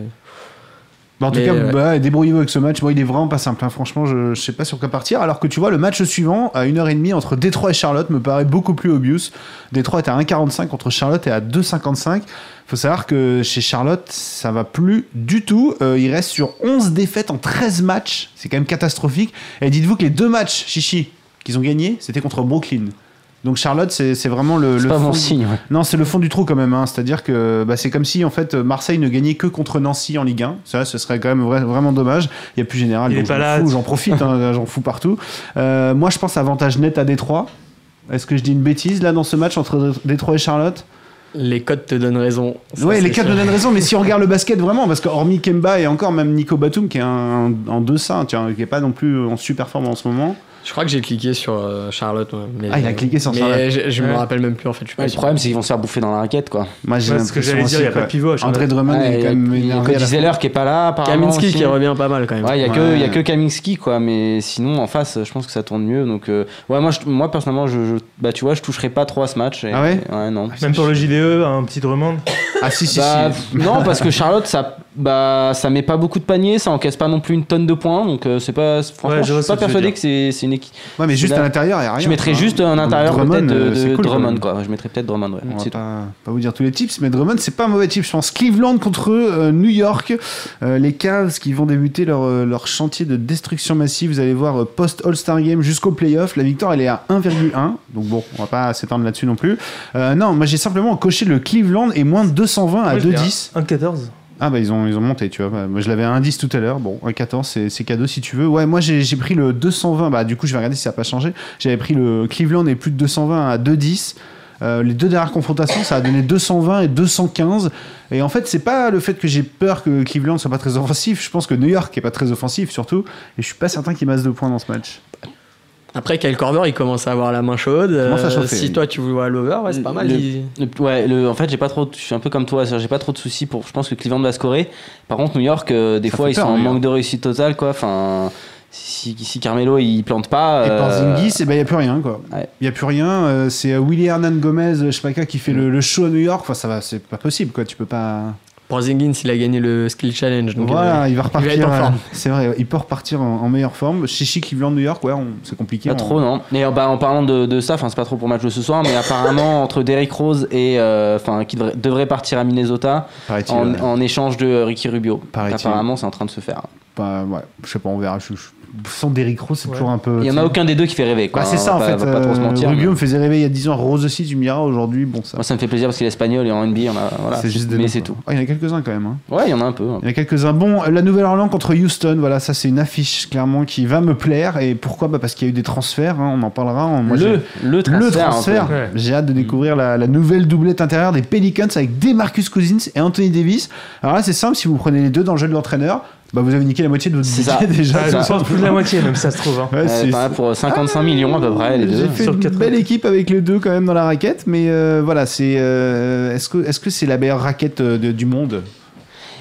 Bah, en tout Mais, cas, ouais. bah, débrouillez-vous avec ce match. Bon, il est vraiment pas simple. hein. Franchement, je, je sais pas sur quoi partir. Alors que tu vois, le match suivant, à 1h30 entre Détroit et Charlotte, me paraît beaucoup plus obvious. Détroit est à 1,45 contre Charlotte est à 2,55. Faut savoir que chez Charlotte, ça va plus du tout. Euh, il reste sur 11 défaites en 13 matchs. C'est quand même catastrophique. Et dites-vous que les deux matchs, chichi, qu'ils ont gagnés, c'était contre Brooklyn. Donc Charlotte, c'est c'est vraiment le, le pas fond bon du- signe, ouais. Non, c'est le fond du trou quand même. hein. C'est-à-dire que bah, c'est comme si en fait Marseille ne gagnait que contre Nancy en Ligue 1. Ça, ce serait quand même vra- vraiment dommage. Il y a plus général. Il donc est pas je m'en là. fous, J'en profite. hein, J'en fous partout. Euh, moi, je pense avantage net à Détroit. Est-ce que je dis une bêtise là dans ce match entre Détroit et Charlotte Les codes te donnent raison. Ça, ouais, c'est les quatre sûr. me donnent raison, mais si on regarde le basket vraiment, parce que hormis Kemba et encore même Nico Batum qui est un- en deçà, tu vois, qui est pas non plus en super forme en ce moment. Je crois que j'ai cliqué sur euh, Charlotte. ouais, mais- Ah, il a cliqué sur mais Charlotte. Je, je me Ouais. rappelle même plus en fait. Je suis pas Ouais, le sûr. problème c'est qu'ils vont se faire bouffer dans la raquette quoi. Moi j'ai Ouais, ce que l'impression j'allais dire, aussi, y a pas quoi. de pivot à Charlotte. André Drummond est quand même il y a énervé à Cody la Zeller fin. qui est pas là. apparemment, Kaminski aussi. qui revient pas mal quand même. Ouais, il y a que il y a Ouais. que Kaminski quoi, mais sinon en face, je pense que ça tourne mieux. Donc euh, ouais, moi je- moi personnellement, je, je- bah tu vois, je toucherai pas trop à ce match. et- Ah ouais non. Même pour le JDE, un petit Drummond. Ah si Bah, pff, non, parce que Charlotte, ça, bah, ça met pas beaucoup de paniers, ça encaisse pas non plus une tonne de points, donc euh, c'est pas. Franchement, Ouais, je je vois suis ce pas que tu veux persuadé dire. que c'est c'est une équipe. Ouais, mais juste c'est à là- l'intérieur, y a rien, Je mettrais quoi. juste un intérieur Drummond, peut-être euh, c'est de, de cool, quand Drummond, même. quoi. Je mettrais peut-être Drummond, ouais. On va C'est tout. pas, pas vous dire tous les tips, mais Drummond, c'est pas un mauvais type, je pense. Cleveland contre euh, New York, Euh, les Cavs qui vont débuter leur, euh, leur chantier de destruction massive. Vous allez voir euh, post All-Star Game jusqu'au playoff. La victoire, elle est à 1,1. Donc bon, on va pas s'étendre là-dessus non plus. Euh, non, moi j'ai simplement coché le Cleveland et moins de 220 à Moi, je l'ai 2,10. à 1,14. Ah bah ils ont, ils ont monté, tu vois. Bah, Moi je l'avais à 1,10 tout à l'heure. Bon, 1,14 c'est- c'est cadeau si tu veux. Ouais, moi j'ai j'ai pris le 220. Bah du coup je vais regarder si ça n'a pas changé. J'avais pris le Cleveland et plus de 220 à 2,10. Euh, les deux dernières confrontations, ça a donné 220 et 215. Et en fait, c'est pas le fait que j'ai peur que Cleveland soit pas très offensif. Je pense que New York est pas très offensif surtout. Et je suis pas certain qu'il masse de points dans ce match. Après, Kyle Corver, il commence à avoir la main chaude. commence à Euh, chauffer, si lui. toi tu vois l'over, ouais, c'est pas mal. Le- il- le- ouais, le- en fait, j'ai pas trop. Je suis un peu comme toi, c'est-à-dire, j'ai pas trop de soucis pour. Je pense que Cleveland va scorer. Par contre, New York, euh, des Ça fois, fait ils peur, sont en New York. manque de réussite totale, quoi. Enfin, si, si Carmelo il plante pas. Et euh, Porzingis, ben, il n'y a plus rien, quoi. Il n'y a plus rien. euh, c'est euh, Willy Hernan Gomez, je sais pas quoi, qui fait le, le show à New York. Enfin, ça va, c'est pas possible, quoi. Tu peux pas. Porzingis, il a gagné le skill challenge. Donc voilà, euh, il va repartir. Il va être en euh, forme. C'est vrai, il peut repartir en, en meilleure forme. Chichi qui vient de New York, ouais, on- c'est compliqué. Pas on- trop, non. Et euh, bah, en parlant de, de ça, enfin, c'est pas trop pour le match de ce soir, mais apparemment, entre Derrick Rose et. euh, Enfin, qui devrait, devrait partir à Minnesota Paraît-il, en, ouais. en échange de euh, Ricky Rubio. Paraît-il. Apparemment, c'est en train de se faire. Bah, ouais, je sais pas, on verra. Je- je- Sans Derrick Rose, c'est toujours un peu. Il y en a aucun des deux qui fait rêver, quoi. Bah, On c'est ça, va en pas- fait. on va pas trop se euh, mentir, Rubio mais- me faisait rêver il y a 10 ans. Rose aussi, tu me diras aujourd'hui. Bon, ça. Moi, ça me fait plaisir parce qu'il est espagnol et en NBA, on a, voilà. C'est juste des Mais noms, c'est quoi. tout. Ah, il y en a quelques-uns quand même. hein. Ouais, il y en a un peu. hein. Il y en a quelques-uns. Bon, euh, la Nouvelle-Orléans contre Houston, voilà, ça c'est une affiche clairement qui va me plaire. Et pourquoi bah Parce qu'il y a eu des transferts, hein, on en parlera. On- moi, Le- j'ai- le transfert, transfert. en fait. Ouais. J'ai hâte de découvrir la, la nouvelle doublette intérieure des Pelicans avec Demarcus Cousins et Anthony Davis. Alors là, c'est simple, si vous prenez les deux dans le jeu de l'entraîneur, bah, vous avez niqué la moitié de votre C'est budget ça. déjà. Ah, tout je pense simplement. plus de la moitié, même, ça se trouve, hein. Ouais, Ouais, c'est- pareil, pour 55 Ah, millions à peu près, les deux. J'ai fait Sur une quatre- belle équipe avec les deux quand même dans la raquette, mais euh, voilà, c'est euh, est-ce que est-ce que c'est la meilleure raquette euh, de- du monde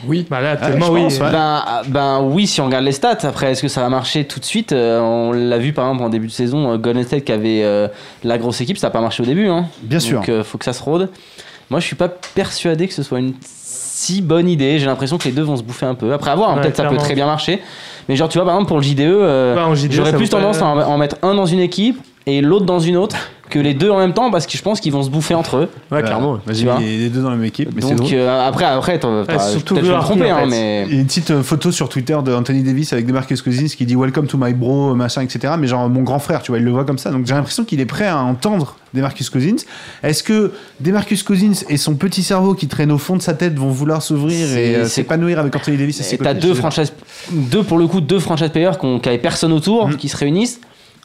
Oui, bah là actuellement, oui. Ah, ouais. Ben, ah, ben oui, si on regarde les stats. Après, est-ce que ça va marcher tout de suite Euh, On l'a vu par exemple en début de saison, euh, Golden State qui avait euh, la grosse équipe, ça n'a pas marché au début. Hein. Bien sûr. Donc euh, faut que ça se rôde. Moi, je suis pas persuadé que ce soit une si bonne idée. J'ai l'impression que les deux vont se bouffer un peu. Après, à voir, hein, Ouais, peut-être ça peut clairement. très bien marcher. Mais genre, tu vois, par exemple, pour le JDE, euh, Bah, en JDE, j'aurais ça plus vaut pas- tendance à en, à en mettre un dans une équipe et l'autre dans une autre que les deux en même temps parce que je pense qu'ils vont se bouffer entre eux. Ouais, clairement. Vas-y, les les deux dans la même équipe. mais c'est Donc drôle. euh, après, après, t'en- Ouais, t'as- surtout peut-être je vais me Harkin, tromper, en hein, fait. mais. Il y a une petite euh, photo sur Twitter de Anthony Davis avec Demarcus Cousins qui dit Welcome to my bro, euh, machin, etc. Mais genre mon grand frère, tu vois, il le voit comme ça. Donc j'ai l'impression qu'il est prêt à entendre Demarcus Cousins. Est-ce que Demarcus Cousins et son petit cerveau qui traîne au fond de sa tête vont vouloir s'ouvrir C'est- et euh, c'est- s'épanouir avec Anthony Davis et ses Et t'as copines deux Je sais pas. franchises, deux pour le coup, deux franchise players qui n'avaient personne autour, qui se réunissent.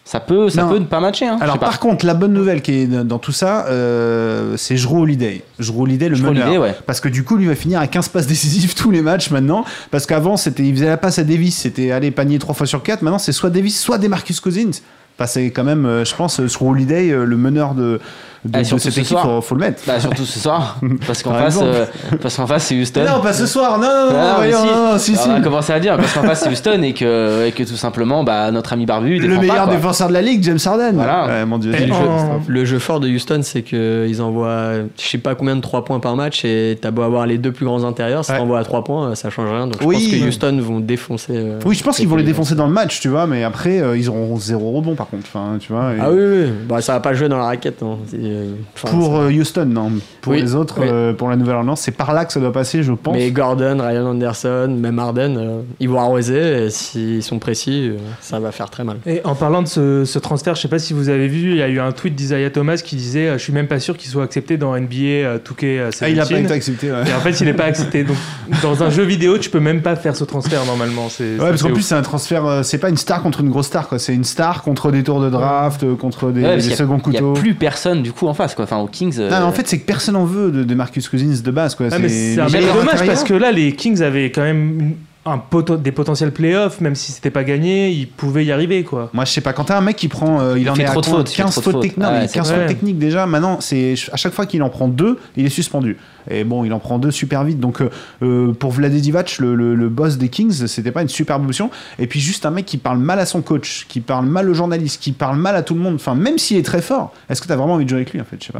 Ça peut, ça Mm. Non. peut ne pas matcher. Hein, Alors par contre, la bonne nouvelle qui est dans tout ça, euh, c'est Jrue Holiday. Jrue Holiday, le Jrue meneur. Holiday, ouais. Parce que du coup, lui va finir à 15 passes décisives tous les matchs maintenant. Parce qu'avant, c'était, il faisait la passe à Davis, c'était aller panier 3 fois sur 4. Maintenant, c'est soit Davis, soit Demarcus Cousins. Enfin, c'est quand même, euh, je pense, euh, Jrue Holiday, euh, le meneur de, de, Ah, de surtout cette ce équipe, soir. faut, faut le mettre. Bah, surtout ce soir, parce qu'en Par face, exemple. euh, parce qu'en face c'est Houston. Non, pas ce soir, non, non, non, Ah, mais voyons, si. non, non, si, Alors, si. On a commencé à dire parce qu'en face c'est Houston et que, et que tout simplement bah, notre ami Barbu il Le défend meilleur pas, quoi. défenseur de la ligue, James Harden. Voilà. Ouais, mon dieu. Et c'est le, du jeu. jeu, le jeu fort de Houston, c'est qu'ils envoient je sais pas combien de 3 points par match et t'as beau avoir les deux plus grands intérieurs, si t'envoies à 3 points, ça change rien. Donc je Oui. pense que Houston vont défoncer. euh, Oui, je pense qu'ils vont les Cavaliers. défoncer dans le match, tu vois, mais après, euh, ils auront zéro rebond par contre. Enfin, tu vois, et- Ah oui, oui, bah, ça va pas jouer dans la raquette. non. C'est, euh, enfin, Pour euh, Houston, non. Pour Oui, les autres, oui. euh, pour la Nouvelle-Orléans, c'est par là que ça doit passer, je pense. Mais Gordon, Ryan Anderson, même Harden, euh, ils vont arroser et s'ils sont précis, euh, ça va faire très mal. Et en parlant de ce, ce transfert, je sais pas si vous avez vu, il y a eu un tweet d'Isaiah Thomas qui disait euh, Je suis même pas sûr qu'il soit accepté dans NBA euh, 2K. euh, Ah, il a pas 17. été accepté, ouais. Et en fait, il est pas accepté. Donc, dans un jeu vidéo, tu peux même pas faire ce transfert normalement. C'est, Ouais, parce qu'en plus, c'est un transfert, euh, c'est pas une star contre une grosse star, quoi. C'est une star contre des tours de draft, euh, contre des, Ouais, parce des qu'il y a- seconds Il couteaux. n'y a plus personne du coup en face quoi. Enfin aux Kings. euh, Non, mais en fait, c'est que personne en veut de, de Marcus Cousins de base, quoi. Ah, mais c'est un les peu joueurs dommage intérieurs. parce que là, les Kings avaient quand même une- un poten- des potentiels playoffs, même si c'était pas gagné, ils pouvaient y arriver quoi. Moi, je sais pas, quand t'as un mec qui prend, euh, il, Il en fait est à trop de quoi, fautes, il fait 15 trop de fautes fautes. Ah techniques. Non, mais Ouais, c'est 15 vrai. fautes techniques déjà. Maintenant, c'est à chaque fois qu'il en prend deux, il est suspendu. Et bon, il en prend deux super vite. Donc, euh, euh, pour Vladé Divac, le, le- le boss des Kings, c'était pas une superbe option. Et puis, juste un mec qui parle mal à son coach, qui parle mal aux journalistes, qui parle mal à tout le monde. Enfin, même s'il est très fort, est-ce que t'as vraiment envie de jouer avec lui en fait Je sais pas.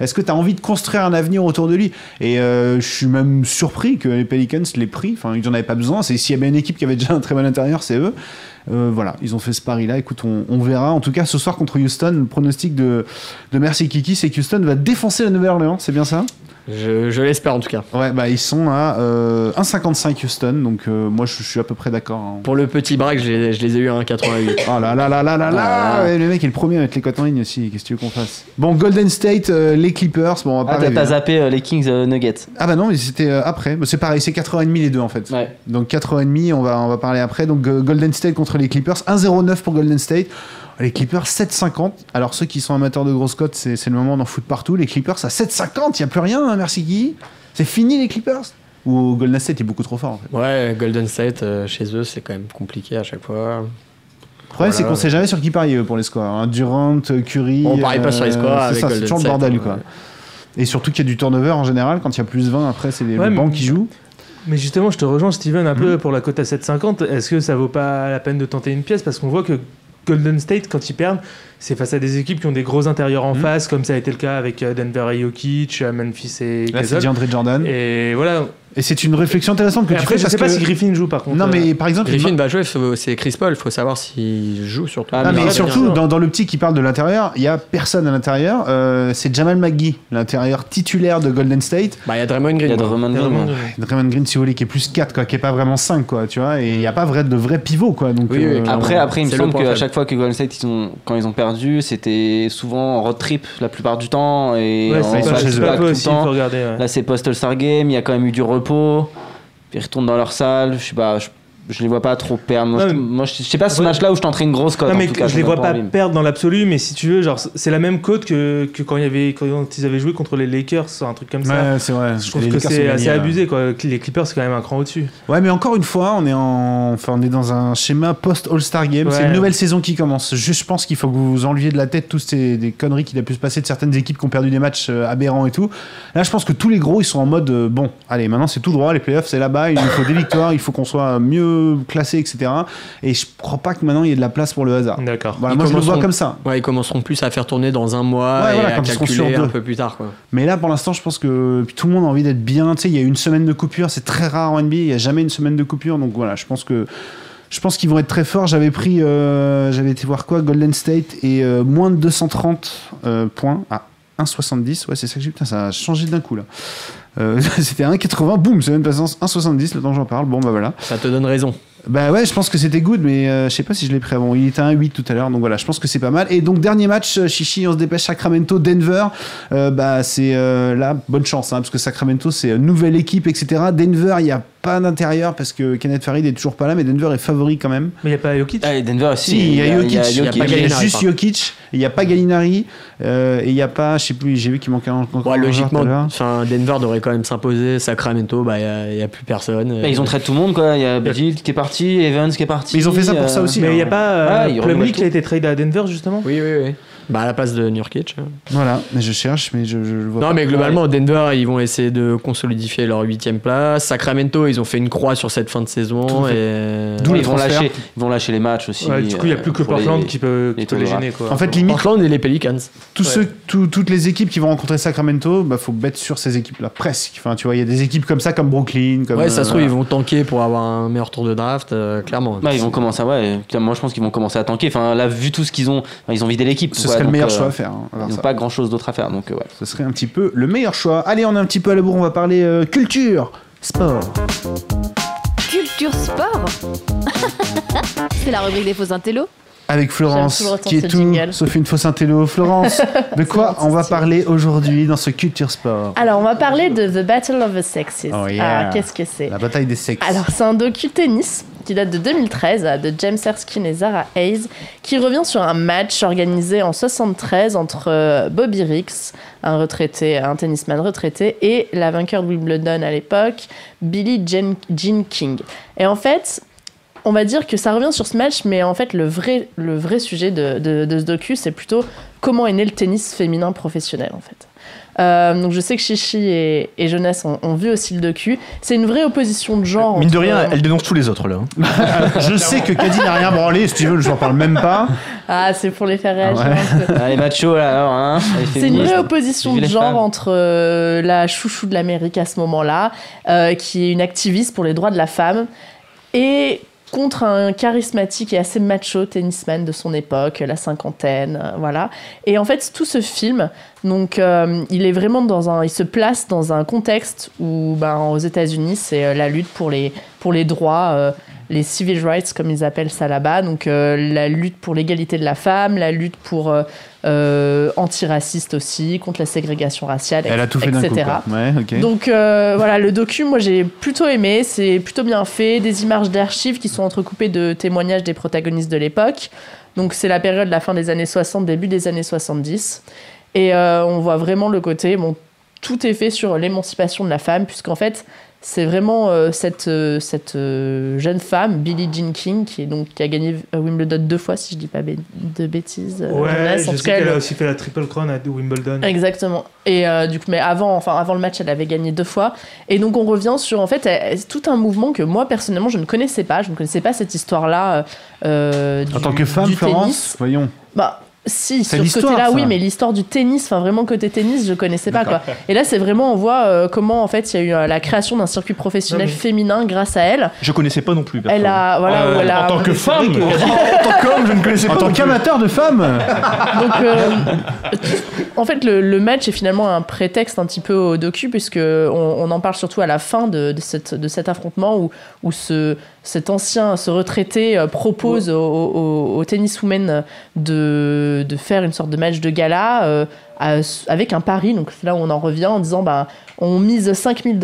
Est-ce que tu as envie de construire un avenir autour de lui Et euh, je suis même surpris que les Pelicans l'aient pris. Enfin, ils n'en avaient pas besoin. C'est s'il y avait une équipe qui avait déjà un très bon intérieur, c'est eux. Euh, voilà, ils ont fait ce pari-là. Écoute, on, on verra. En tout cas, ce soir contre Houston, le pronostic de, de Merci Kiki, c'est que Houston va défoncer la Nouvelle-Orléans. C'est bien ça Je, je l'espère en tout cas. Ouais, bah ils sont à euh, 1,55 Houston. Donc euh, moi, je, je suis à peu près d'accord. hein. Pour le petit break, je les, je les ai eu à 1,88. Oh là là là là là là Ah. Ouais, Le mec est le premier à mettre les cotes en ligne aussi. Qu'est-ce que tu veux qu'on fasse Bon, Golden State, euh, les Clippers. Bon, on va pas Ah, t'as rêver, t'as hein. zappé euh, les Kings euh, Nuggets. Ah bah non, mais c'était euh, après. Bah, c'est pareil, c'est 4h30 les deux en fait. Donc 4h30, on va, on va parler après. Donc euh, Golden State contre les Clippers, 1-0-9 pour Golden State. Les Clippers 7,50. Alors ceux qui sont amateurs de grosses cotes, c'est c'est le moment d'en foutre partout. Les Clippers à 7,50, il n'y a plus rien, hein, merci Guy. C'est fini les Clippers Ou Golden State est beaucoup trop fort en fait. Ouais, Golden State, euh, chez eux, c'est quand même compliqué à chaque fois. Le Oh problème, c'est qu'on sait jamais sur qui parier eux, pour les scores. hein. Durant, euh, Curry. On parie pas sur les scores c'est avec ça, C'est Golden toujours le State, hein, bordel ouais. quoi. Et surtout qu'il y a du turnover en général, quand il y a plus 20, après c'est les Ouais, le mais- banc qui joue. Mais justement, je te rejoins, Steven, un Mm. peu pour la cote à 7,50. Est-ce que ça vaut pas la peine de tenter une pièce Parce qu'on voit que Golden State, quand ils perdent, c'est face à des équipes qui ont des gros intérieurs Mm. en face, comme ça a été le cas avec euh, Denver et Jokic, euh, Memphis et. Là, c'est Gasol. DeAndre Jordan. Et voilà. Et c'est une réflexion intéressante que Et tu après, fais je parce sais pas que- si Griffin joue par contre. Non, Euh, mais par exemple, Griffin il- va jouer, faut- c'est Chris Paul, faut savoir s'il joue surtout. Ah, mais surtout, dans, dans le petit qui parle de l'intérieur, il y a personne à l'intérieur. Euh, c'est Jamal McGee, l'intérieur titulaire de Golden State. Bah, il y a Draymond Green. Il y a quoi. Draymond Green, ouais. Ouais, Draymond Green, si vous voulez, qui est plus 4, quoi, qui est pas vraiment 5, quoi, tu vois. Et il n'y a pas vrai, de vrai pivot, quoi. Donc, euh, après, après, il me c'est le semble point qu'à faible. chaque fois que Golden State, ils ont, quand ils ont perdu, c'était souvent en road trip la plupart du temps. Et Ouais, en c'est pas- back-to-back c'est pas tout peu le aussi, temps. faut regarder, ouais. Là, c'est post-All-Star Game, il y a quand même eu du repos. Ils retournent dans leur salle, je sais pas, je, je les vois pas trop perdre. Moi, Non, je, mais- moi, je- je sais pas ce match-là où je tenterai une grosse cote. Non, en mais tout cas, je les j'en ai vois pas pas envie. perdre dans l'absolu, mais si tu veux, genre c'est la même cote que, que quand, il y avait, quand ils avaient joué contre les Lakers, un truc comme ça. Ouais, c'est vrai. Je trouve Les que Lakers hein. c'est ont assez gagné, abusé, quoi. Les Clippers, c'est quand même un cran au-dessus. Ouais, mais encore une fois, on est, en... enfin, on est dans un schéma post-All-Star Game. C'est Ouais. une nouvelle saison qui commence. Je, je pense qu'il faut que vous vous enleviez de la tête toutes ces des conneries qu'il a pu se passer de certaines équipes qui ont perdu des matchs euh, aberrants et tout. Là, je pense que tous les gros, ils sont en mode euh, bon, allez, maintenant c'est tout droit, les playoffs, c'est là-bas, il nous faut des victoires, il faut qu'on soit mieux classé, etc. Et je crois pas que maintenant il y ait de la place pour le hasard. D'accord. Voilà, Ils moi je le vois commenceront- comme ça. Ouais, ils commenceront plus à faire tourner dans un mois Ouais, et voilà, à quand ils seront calculer sur un deux. peu plus tard. Quoi. Mais là, pour l'instant, je pense que puis tout le monde a envie d'être bien. Tu sais, il y a eu une semaine de coupure, c'est très rare en NBA, il n'y a jamais une semaine de coupure. Donc voilà, je pense que Je pense qu'ils vont être très forts. J'avais pris, euh, j'avais été voir quoi Golden State et euh, moins de 230 euh, points à 1,70. Ouais, c'est ça que j'ai. Putain, ça a changé d'un coup là. Euh, c'était 1,80, boum, semaine passante 1,70 le temps que j'en parle. Bon, bah voilà. Ça te donne raison. Bah ouais, je pense que c'était good, mais euh, je sais pas si je l'ai pris avant. Il était à 1,8 tout à l'heure, donc voilà, je pense que c'est pas mal. Et donc, dernier match, euh, Chichi, on se dépêche, Sacramento, Denver. Euh, bah, c'est euh, là, bonne chance, hein, parce que Sacramento, c'est euh, nouvelle équipe, etc. Denver, il n'y a pas d'intérieur parce que Kenneth Farid est toujours pas là, mais Denver est favori quand même. Mais il n'y a pas Jokic Ah, Denver aussi. Si, il y a Jokic, Il y a pas il y a Gallinari, juste par contre. Jokic, il n'y a pas Gallinari, euh, et il n'y a pas, je sais plus, j'ai vu qu'il manquait un- encore Ouais, un joueur Bah, logiquement, tout à l'heure. enfin, Denver devrait quand même s'imposer. Sacramento, bah, il n'y a, plus personne. euh, Bah, ils ont traité tout le monde, quoi. Il y a Bidil qui est parti, Evans qui est parti. euh, Mais il n'y a pas ils euh, renouvellent Plumlee qui a été trade à Denver, justement Oui, oui, oui. Bah, à la place de Nurkic. hein. Voilà, mais je cherche, mais je, je le vois Non, pas. mais globalement, Denver, ils vont essayer de consolidifier leur huitième place. Sacramento, ils ont fait une croix sur cette fin de Tout saison. à fait. Et... D'où les Ils vont transferts. lâcher- ils vont lâcher les matchs aussi, Ouais, du coup, il y a euh, plus que pour les- Portland qui peut- les qui peut les gêner, quoi. En fait, limite- Portland et les Pelicans. Tous ceux, tout- toutes les équipes qui vont rencontrer Sacramento, bah faut bête sur ces équipes-là, presque. Enfin, tu vois, il y a des équipes comme ça, comme Brooklyn, comme. ouais, ça euh, se trouve, voilà. ils vont tanker pour avoir un meilleur tour de draft, euh, clairement. Bah, ils vont commencer à, ouais, putain, moi je pense qu'ils vont commencer à tanker. Enfin, là, vu tout ce qu'ils ont, enfin, ils ont vidé l'équipe. Ce quoi, serait le donc, euh, meilleur choix à faire, hein, à part ils ça. n'ont pas grand chose d'autre à faire, donc euh, ouais. Ce serait un petit peu le meilleur choix. Allez, on est un petit peu à la bourre, on va parler euh, culture, sport. Culture sport C'est la rubrique des faux intellos. Avec Florence, J'aime toujours autant qui ce est tout, jingle. sauf une fausse intello. Florence, de quoi on va parler aujourd'hui dans ce culture sport Alors, on va parler de The Battle of the Sexes. Oh, yeah. Alors, Ah, qu'est-ce que c'est Ah, La bataille des sexes. Alors, c'est un docu tennis qui date de 2013 euh, de James Erskine et Zara Hayes qui revient sur un match organisé en 73 entre euh, Bobby Riggs, un retraité, un tennisman retraité, et la vainqueur de Wimbledon à l'époque, Billie Jean, Jean King. Et en fait, on va dire que ça revient sur ce match, mais en fait, le vrai, le vrai sujet de, de- de ce docu, c'est plutôt comment est né le tennis féminin professionnel, en fait. Euh, donc je sais que Chichi et, et Jonas ont, ont vu aussi le docu. C'est une vraie opposition de genre. Mine de entre- euh, rien, elle dénonce tous les autres là. hein. Je sais que Caddy n'a rien branlé, si tu veux, je n'en parle même pas. Ah, c'est pour les faire réagir. un Ah, peu. Allez, macho, là, alors, hein. Allez, C'est une féministe. vraie opposition Vive de les genre femmes. entre euh, la chouchou de l'Amérique à ce moment-là, euh, qui est une activiste pour les droits de la femme, et contre un charismatique et assez macho tennisman de son époque, la cinquantaine, euh, voilà. Et en fait, tout ce film, donc, euh, il est vraiment dans un, il se place dans un contexte où, ben, aux États-Unis, c'est euh, la lutte pour les pour les droits. euh, les civil rights, comme ils appellent ça là-bas, donc euh, la lutte pour l'égalité de la femme, la lutte pour euh, euh, antiraciste aussi, contre la ségrégation raciale, Elle a tout fait d'un etc. coup. quoi. Ouais, ok. Donc euh, voilà, le docu, moi j'ai plutôt aimé, c'est plutôt bien fait, des images d'archives qui sont entrecoupées de témoignages des protagonistes de l'époque. Donc c'est la période, la fin des années 60, début des années 70. Et euh, on voit vraiment le côté, bon, tout est fait sur l'émancipation de la femme, puisqu'en fait, c'est vraiment euh, cette, euh, cette euh, jeune femme, Billie Jean King, qui, est donc, qui a gagné euh, Wimbledon deux fois, si je dis pas bé- de bêtises. euh, Ouais, Jonas. En je tout sais cas, qu'elle elle- a aussi fait la triple crown à Wimbledon. Exactement. Et euh, du coup, mais avant, enfin avant le match, elle avait gagné deux fois. Et donc on revient sur en fait euh, tout un mouvement que moi personnellement je ne connaissais pas. Je ne connaissais pas cette histoire-là. euh, euh, En du- tant que femme, du Florence, tennis. voyons. Bah si, sur C'est ce l'histoire, côté-là, ça. oui, mais l'histoire du tennis, enfin vraiment côté tennis, je connaissais pas quoi. D'accord. Et là, c'est vraiment on voit euh, comment en fait il y a eu euh, la création d'un circuit Ah professionnel Non, mais- féminin grâce à elle. Je connaissais pas non plus. Elle a- Ah, voilà, Euh, où elle a- En tant que C'est vrai femme, que- en tant qu'homme, je ne connaissais pas. En tant qu'amateur de femmes Donc, euh, en fait, le, le match est finalement un prétexte un petit peu au docu, puisque on, on en parle surtout à la fin de, de cette- de cet affrontement où, où ce, cet ancien, ce retraité euh, propose aux au, tenniswomen de, de faire une sorte de match de gala euh, à- avec un pari. Donc c'est là où on en revient en disant, bah, on mise 5000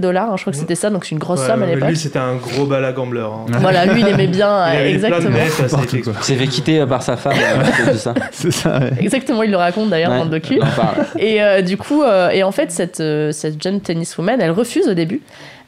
dollars, hein, je crois que c'était ça, donc c'est une grosse Mmh. Ouais, somme à mais l'époque. Lui, c'était un gros balagambler. hein. Voilà, lui, il aimait bien, Il avait exactement. plein de nets, ça, N'importe c'était quoi. C'est fait quitter euh, par sa femme, euh, à cause de ça. C'est ça, Exactement, il le raconte d'ailleurs Ouais, dans le docu. on en parle. Et euh, du coup, euh, et en fait, cette, euh, cette jeune tenniswoman, elle refuse au début.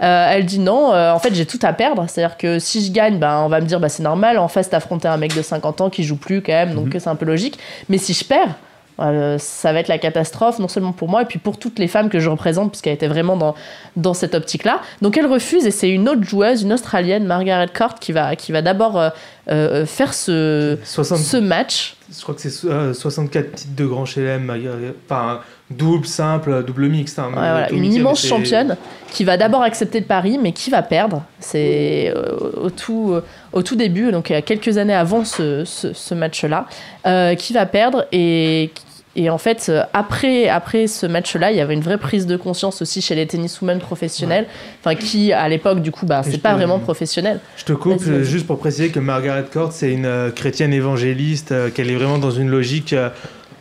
Euh, elle dit non, euh, en fait, j'ai tout à perdre. C'est-à-dire que si je gagne, ben, on va me dire, bah, c'est normal, en face, t'affronter un mec de 50 ans qui joue plus quand même, donc Mhm. c'est un peu logique. Mais si je perds, euh, ça va être la catastrophe, non seulement pour moi, et puis pour toutes les femmes que je représente, puisqu'elle était vraiment dans, dans cette optique-là. Donc elle refuse, et c'est une autre joueuse, une Australienne, Margaret Court, qui va, qui va d'abord euh, euh, faire ce, 60. ce match. Je crois que c'est so- euh, 64 titres de Grand Chelem, Margaret- enfin double, simple, double mixte. hein, Ouais, mais voilà, tout une mixé, mais immense c'est- championne qui va d'abord accepter le pari, mais qui va perdre. C'est euh, au tout, euh, au tout début, donc il y a quelques années avant ce, ce- ce match-là, euh, qui va perdre et et en fait, euh, après, après ce match-là, il y avait une vraît prise de conscience aussi chez les tenniswomen professionnels, enfin qui à l'époque du coup, bah je c'est pas peux- vraiment professionnel. Je te coupe Vas-y, vas-y. euh, juste pour préciser que Margaret Court, c'est une euh, chrétienne évangéliste, euh, qu'elle est vraiment dans une logique euh,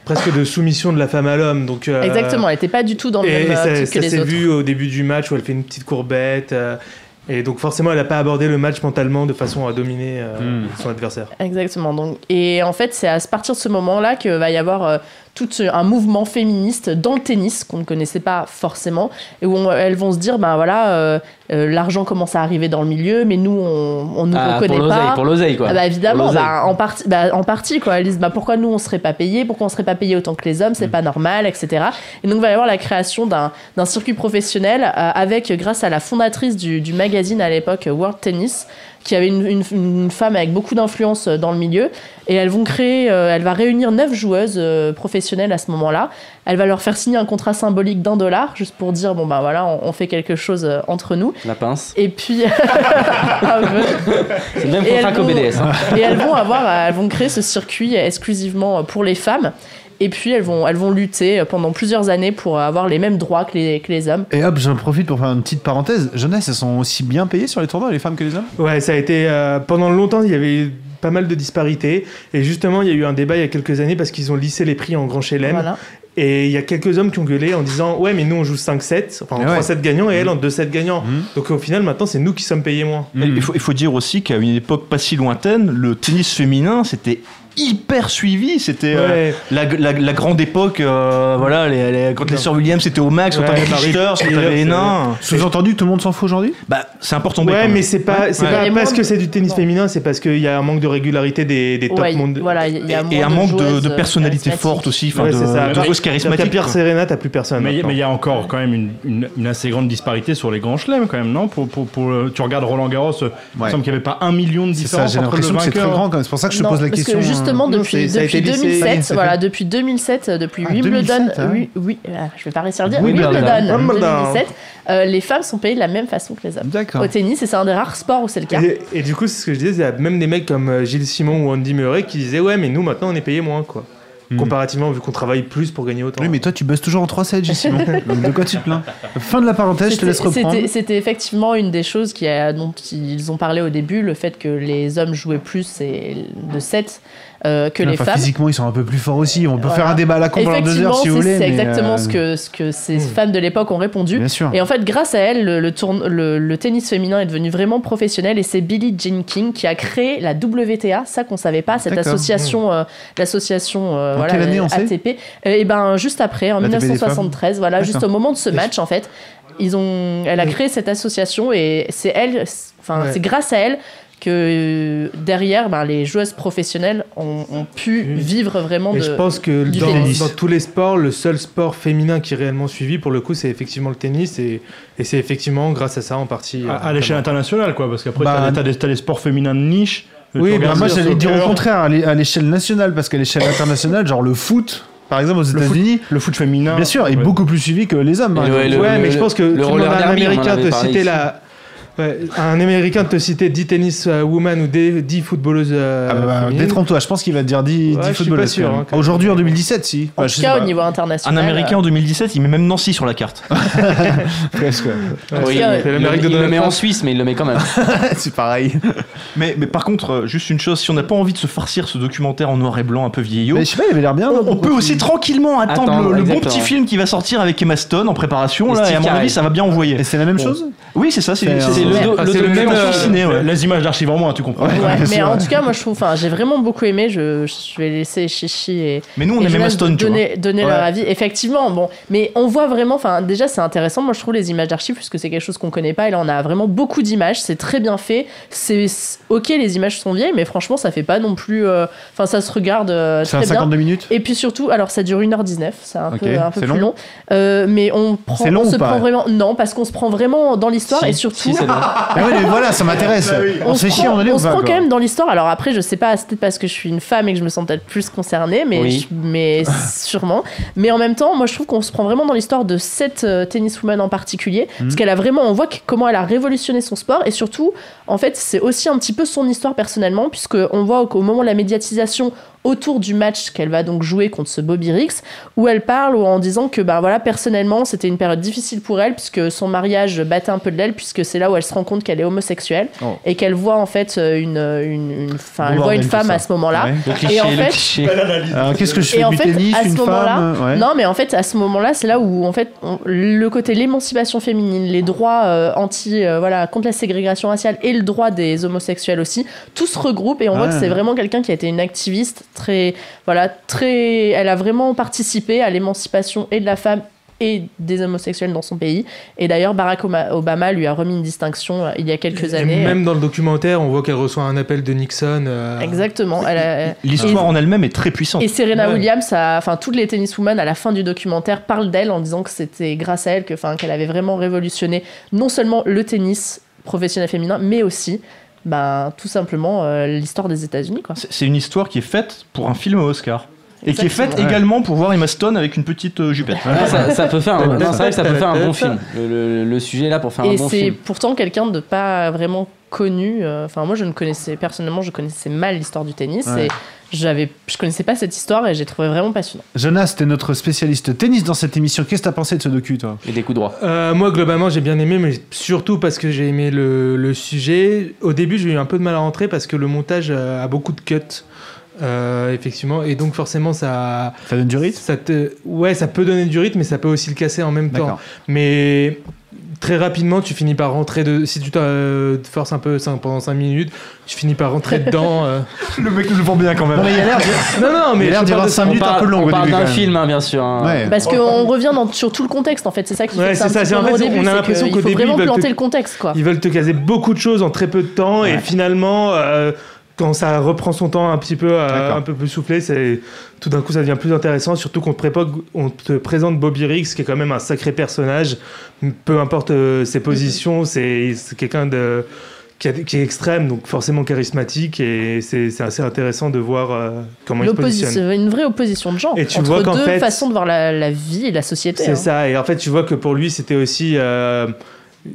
presque de soumission de la femme à l'homme. Donc, euh, Exactement, elle était pas du tout dans le et, même euh, et ça, truc ça que les s'est autres. vu au début du match où elle fait une petite courbette. euh, et donc forcément, elle n'a pas abordé le match mentalement de façon à dominer euh, son adversaire. Exactement. Donc, et en fait, c'est à partir de ce moment-là que va y avoir euh, tout ce- un mouvement féministe dans le tennis qu'on ne connaissait pas forcément, et où on- elles vont se dire, ben voilà, euh, euh, l'argent commence à arriver dans le milieu, mais nous, on, on nous Ah, reconnaît pour l'oseille, pas. pour l'oseille, quoi. Ah bah, évidemment, Pour l'oseille. bah, en partie, bah, en partie, quoi. Elles disent, bah pourquoi nous on serait pas payés, pourquoi on serait pas payés autant que les hommes, c'est pas normal, etc. Et donc, il va y avoir la création d'un d'un circuit professionnel euh, avec, grâce à la fondatrice du, du magazine à l'époque euh, World Tennis, qui avait une, une- une femme avec beaucoup d'influence euh, dans le milieu. Et elles vont créer, euh, elle va réunir neuf joueuses euh, professionnelles à ce moment-là. Elle va leur faire signer un contrat symbolique d'un dollar, juste pour dire, bon bah voilà, on, on fait quelque chose euh, entre nous. La pince. Et puis. C'est le même Et contrat elles qu'au vont- euh, BDS. hein. Et elles vont avoir, elles vont créer ce circuit exclusivement pour les femmes. Et puis elles vont, elles vont lutter pendant plusieurs années pour avoir les mêmes droits que les, que les hommes. Et hop, j'en profite pour faire une petite parenthèse. Jeunesse, elles sont aussi bien payées sur les tournois, les femmes que les hommes Ouais, ça a été euh, pendant longtemps, il y avait eu pas mal de disparités et justement, il y a eu un débat il y a quelques années parce qu'ils ont lissé les prix en grand chelem. Voilà. Et il y a quelques hommes qui ont gueulé en disant "Ouais, mais nous on joue 5-7, enfin en Ouais. 3-7 gagnants et elle en 2-7 gagnants." Donc au final, maintenant, c'est nous qui sommes payés moins. Hmm. Et Il, faut, il faut dire aussi qu'à une époque pas si lointaine, le tennis féminin, c'était hyper suivi. C'était euh, Ouais. la, la- la grande époque, euh, voilà, les, les- quand les Non. sœurs Williams c'était au max, Ouais, quand t'avais Marie- Richter, quand t'avais Hénin. Sous-entendu, tout le monde s'en fout aujourd'hui Bah, c'est important. Ouais, mais c'est pas, c'est pas parce que c'est du tennis Non. féminin, c'est parce qu'il y a un manque de régularité des, des top Ouais, mondes. voilà, il y a et un manque de, joueuses, de euh, personnalité charismatiques. forte aussi, enfin Ouais, de, c'est ça. de Ouais. joueuses charismatiques. T'as Pierre Serena, t'as hein, plus personne. Mais- mais maintenant. Mais il y a encore quand même une, une- une assez grande disparité sur les grands chelems quand même, non pour, pour, pour, euh, Tu regardes Roland Garros, euh, il me semble qu'il n'y avait pas un million de C'est ça, différence j'ai entre le l'impression que c'est très vainqueur- grand quand même. C'est pour ça que je te Non, pose la parce question. que justement, depuis, euh, non, c'est- ça a depuis été lissé. 2007, Ça voilà, fait- depuis 2007, euh, depuis Ah, Wimbledon, 2007, hein. oui, oui, euh, je vais pas réussir à le dire, Wimbledon. Wimbledon, Wimbledon. 2017, euh, les femmes sont payées de la même façon que les hommes. D'accord. Au tennis, et c'est un des rares sports où c'est le cas. Et, et du coup, c'est ce que je disais, il y a même des mecs comme euh, Gilles Simon ou Andy Murray qui disaient Ouais, mais nous maintenant on est payé moins, quoi. Hmm. Comparativement, vu qu'on travaille plus pour gagner autant. Oui, mais toi, tu bosses toujours en 3-7, Jessimon. Donc, de quoi tu te plains Fin de la parenthèse, je te laisse C'était- reprendre. c'était- C'était effectivement une des choses qui a- dont ils ont parlé au début, le fait que les hommes jouaient plus et de 7 que les Enfin, femmes. Physiquement, ils sont un peu plus forts aussi. On peut Voilà. faire un débat à la con pendant deux heures si vous Effectivement, voulez. C'est c'est mais, exactement euh, Hmm. ce, que, ce que ces femmes de l'époque ont répondu. Bien sûr. Et en fait, grâce à elle, le, le tourne- le- le tennis féminin est devenu vraiment professionnel et c'est Billie Jean King qui a créé la WTA, ça qu'on savait pas, cette D'accord. Hmm. association, euh, l'association euh, En voilà, quelle année, on sait ATP. Euh, et ben juste après, en L'ATP des femmes. 1973, voilà, juste au D'accord. moment de ce match en fait, ils ont, elle a créé cette association et c'est elle, c'est- enfin Ouais. c'est grâce à elle que euh, derrière, ben, les joueuses professionnelles ont, ont pu vivre vraiment Et de. je pense que du dans, tennis. dans tous les sports, le seul sport féminin qui est réellement suivi, pour le coup, c'est effectivement le tennis. Et, et c'est effectivement grâce à ça en partie. euh, À, à l'échelle internationale, quoi, parce qu'après, Bah, t'as- t'as des, t'as des sports féminins de niche. euh, tu Oui, bah, regardes moi, le j'allais dire au soccer. contraire, à l'é- à l'échelle nationale, parce qu'à l'échelle internationale, genre le foot, par exemple, aux États-Unis. Le foot féminin. Bien sûr, est beaucoup plus suivi que les hommes. par hein. ouais, exemple. mais je pense que tu demandes à un américain de citer la. la. ouais, à un américain de te citer 10 tennis euh, woman ou 10, 10 footballeuses. euh, Ah bah, bah, féminines. Détrompe-toi, je pense qu'il va te dire 10 Ouais, je suis footballeurs. pas sûr, quand même. hein, quand même. Aujourd'hui en 2017, si. En Bah, je tout sais cas, pas. au niveau Un international. Américain en 2017, il met même Nancy sur la carte. Presque. Oui, c'est il, le, l'Amérique de il le Donald met en Trump. Suisse, mais il le met quand même. c'est pareil. Mais, mais par contre, euh, juste une chose, si on n'a pas envie de se farcir ce documentaire en noir et blanc un peu vieillot, Mais je sais pas, il avait l'air bien. hein, on, on peut aussi tranquillement attendre, Attendre, le, le bon exactement. petit film qui va sortir avec Emma Stone en préparation, Et là, et Steve à mon Carell. avis, ça va bien envoyer. Et c'est la même Bon. chose Oui, c'est ça, c'est C'est un- c'est Ouais. le, Ah, c'est le même, euh, Les images d'archives en moins, tu comprends. Ouais, mais en tout cas, moi je trouve, enfin, j'ai vraiment beaucoup aimé. Je, je vais laisser Chichi et. Mais nous, on et aime Emma Jonas Stone, tu donner, vois. donner Ouais. leur avis. Effectivement, bon, mais on voit vraiment, enfin, déjà c'est intéressant. Moi je trouve les images d'archives puisque c'est quelque chose qu'on connaît pas. Et là, on a vraiment beaucoup d'images. C'est très bien fait. C'est c'est- ok, les images sont vieilles, mais franchement, ça fait pas non plus. euh, Enfin, ça se regarde. euh, C'est très un bien. 52 minutes Et puis surtout, alors ça dure 1h19, c'est un Ok, peu, un peu c'est plus long. long. Euh, mais on prend, C'est long on ou se pas prend vraiment. Non, parce qu'on se prend vraiment dans l'histoire Si, et surtout, si, ça Ah oui, mais voilà, ça m'intéresse. Bah oui. On se fait chier, on est on se prend quand même dans l'histoire. Alors après, je sais pas, c'est peut-être parce que je suis une femme et que je me sens peut-être plus concernée, mais, Oui. je- mais sûrement. Mais en même temps, moi je trouve qu'on se prend vraiment dans l'histoire de cette euh, tenniswoman en particulier, Mhm. parce qu'elle a vraiment, on voit que- comment elle a révolutionné son sport et surtout, en fait, c'est aussi un petit peu son histoire personnellement, puisque on voit qu'au moment de la médiatisation autour du match qu'elle va donc jouer contre ce Bobby Riggs, où elle parle en disant que ben voilà personnellement c'était une période difficile pour elle puisque son mariage battait un peu de l'aile puisque c'est là où elle se rend compte qu'elle est homosexuelle Oh. et qu'elle voit en fait euh, une une, une- enfin, Bon elle voit bordel, une tout femme ça. à ce moment-là Ouais. Le et cliché, en le fait cliché. Belle analyse. Alors, qu'est-ce que je fais et en du fait, tennis, à ce une femme, moment-là euh, ouais. non mais en fait à ce moment-là c'est là où en fait on- le côté l'émancipation féminine les droits euh, anti euh, voilà contre la ségrégation raciale et le droit des homosexuels aussi tout se regroupe et on voit Ouais. que c'est vraiment quelqu'un qui a été une activiste très voilà très elle a vraiment participé à l'émancipation et de la femme et des homosexuels dans son pays et d'ailleurs Barack Oma- Obama lui a remis une distinction euh, il y a quelques Et années même dans le documentaire, on voit qu'elle reçoit un appel de Nixon. euh, exactement elle a- L'histoire et- en elle-même est très puissante. et Serena Ouais. Williams, a- enfin toutes les tenniswomen à la fin du documentaire parlent d'elle en disant que c'était grâce à elle que, enfin, qu'elle avait vraiment révolutionné non seulement le tennis professionnel féminin, mais aussi, ben, tout simplement euh, l'histoire des États-Unis, quoi. C'est une histoire qui est faite pour un film au Oscar. Et qui est Exactement. faite Ouais. également pour voir Emma Stone avec une petite euh, jupette. Ouais, ça, ça peut faire un, non, c'est vrai que ça peut faire un bon film. Le, le- le sujet est là pour faire un Et bon c'est film. pourtant quelqu'un de pas vraiment connu. euh, Enfin, moi, je ne connaissais personnellement, je connaissais mal l'histoire du tennis Ouais. et j'avais, je connaissais pas cette histoire et j'ai trouvé vraiment passionnant. Jonas, t'es notre spécialiste tennis dans cette émission. Qu'est-ce que t'as pensé de ce docu, toi Et des coups droits. Euh, moi, globalement, j'ai bien aimé, mais surtout parce que j'ai aimé le, le sujet. Au début, j'ai eu un peu de mal à rentrer parce que le montage euh, a beaucoup de cuts. euh, effectivement, et donc forcément ça. Ça donne du rythme ça te... Ouais, ça peut donner du rythme, mais ça peut aussi le casser en même temps. D'accord. Mais très rapidement, tu finis par rentrer. De... Si tu te forces un peu cinq- pendant 5 minutes, tu finis par rentrer dedans. euh. Le mec le vend bien quand même. Non, mais il a l'air de- Non, non, mais il a l'air je parle d'y avoir de- 5 on minutes un parle- peu longues on au parle début. d'un quand même. film, hein, bien sûr. hein. Parce Oh, qu'on revient dans- sur tout le contexte, en fait. C'est ça qui fait Ouais, que c'est c'est un ça, petit c'est- peu en fait, lourd au début, on a c'est l'impression qu'il qu'au faut début, bah, ils vraiment veulent te- planter le contexte, quoi. Ils veulent te caser beaucoup de choses en très peu de temps et finalement, euh, quand ça reprend son temps un petit peu, euh, un peu plus soufflé, c'est tout d'un coup ça devient plus intéressant. Surtout qu'on te, prépo- on te présente Bobby Riggs qui est quand même un sacré personnage, peu importe euh, ses positions, c'est c'est quelqu'un de qui, a- qui est extrême, donc forcément charismatique et c'est c'est assez intéressant de voir euh, comment il se positionne. L'opposition- une vraie opposition de genre Et tu entre vois qu'en deux fait- façons de voir la, la vie et la société. C'est hein. ça, et en fait, tu vois que pour lui, c'était aussi euh,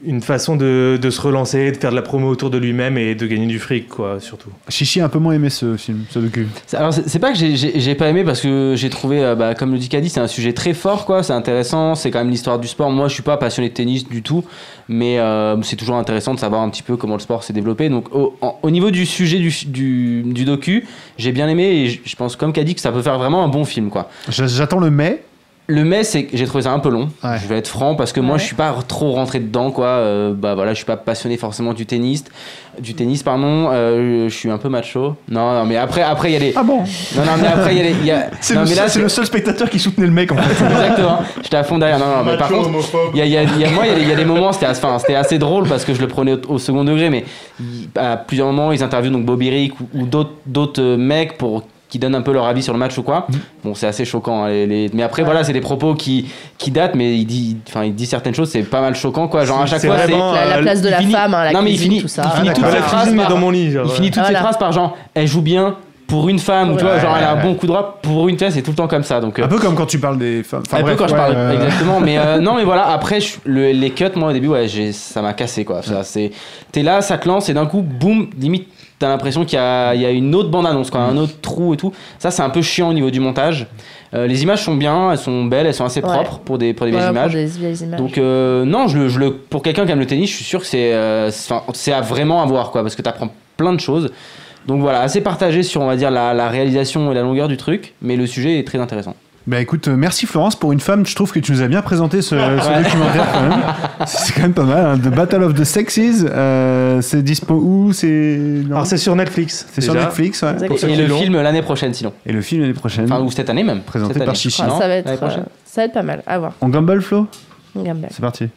une façon de, de se relancer, de faire de la promo autour de lui-même et de gagner du fric, quoi, surtout. Chichi a un peu moins aimé ce film, ce docu. C'est- Alors c'est c'est pas que j'ai- j'ai j'ai pas aimé parce que j'ai trouvé, euh, bah, comme le dit Caddy, c'est un sujet très fort, quoi. C'est intéressant, c'est quand même l'histoire du sport. Moi, je suis pas passionné de tennis du tout, mais euh, c'est toujours intéressant de savoir un petit peu comment le sport s'est développé. Donc au, en- au niveau du sujet du, du, du docu, j'ai bien aimé et je- je pense, comme Caddy, que ça peut faire vraiment un bon film, quoi. J- J'attends le mai. Le mais c'est que j'ai trouvé ça un peu long. Je vais être franc parce que moi je suis pas trop rentré dedans quoi. Euh, bah voilà, je suis pas passionné forcément du tennis, du tennis pardon. Euh, je suis un peu macho. Non, non mais après après il y a les. Ah bon Non non mais après il y a les. il y a- C'est non, le, mais seul- c'est le seul spectateur qui soutenait le mec en fait. Exactement. hein. J'étais à fond derrière. Non, non, mais par Macho, contre, homophobe. il y a, il y a- il y a- moi, il y a- il y, a des moments, c'était assez, enfin, c'était assez drôle parce que je le prenais au, au second degré, mais il- à plusieurs moments, ils interviewent donc Bobby Rick ou, ou d'autres, d'autres euh, mecs pour qui donnent un peu leur avis sur le match ou Mm. quoi. Bon, c'est assez choquant. hein, les- les- Mais après, voilà, c'est des propos qui, qui datent, mais il dit, enfin, il dit certaines choses, c'est pas mal choquant, quoi. Genre à chaque C'est fois, vraiment, c'est La- la euh, place de la il finit- femme, hein, la non, mais il cuisine, finit, tout ça. il Ah, finit toutes d'accord. ses La phrases cuisine est par- dans mon lit, genre, Il ouais. finit toutes Voilà. ses phrases par genre, elle joue bien pour une femme, ou tu vois, Ouais, genre elle a un ouais, bon ouais. coup droit pour une femme, c'est tout le temps comme ça. Donc, euh, Un peu comme quand tu parles des femmes. Enfin, un bref, peu quand je ouais, parle, euh, exactement. Mais euh, non, mais voilà, après, je- le- les cuts, moi, au début, ouais, j'ai- ça m'a cassé, quoi. Ça, c'est, t'es là, ça te lance, et d'un coup, boum, limite, t'as l'impression qu'il y a, il y a une autre bande-annonce, quoi, un Mm. autre trou et tout. Ça, c'est un peu chiant au niveau du montage. Euh, les images sont bien, elles sont belles, elles sont assez Ouais. propres pour des, pour des vieilles Voilà, pour images. des vieilles images. Donc euh, non, je le, je le, pour quelqu'un qui aime le tennis, je suis sûr que c'est euh, c'est- enfin, c'est à vraiment à voir quoi, parce que tu apprends plein de choses. Donc voilà, assez partagé sur on va dire la, la réalisation et la longueur du truc, mais le sujet est très intéressant. Bah écoute, euh, merci Florence pour une femme. Je trouve que tu nous as bien présenté ce, ce documentaire quand même. C'est quand même pas mal. hein. The Battle of the Sexes. euh, c'est dispo où C'est Alors c'est sur Netflix. C'est sur Déjà. Netflix. Ouais. Et, et le film l'année prochaine sinon. Et le film l'année prochaine. Enfin ou cette année même. Présenté Cette par année. Chichi. Ah, Non, ça, va être, l'année prochaine. euh, ça va être pas mal, à voir. On gamble Flo Gamble. C'est parti.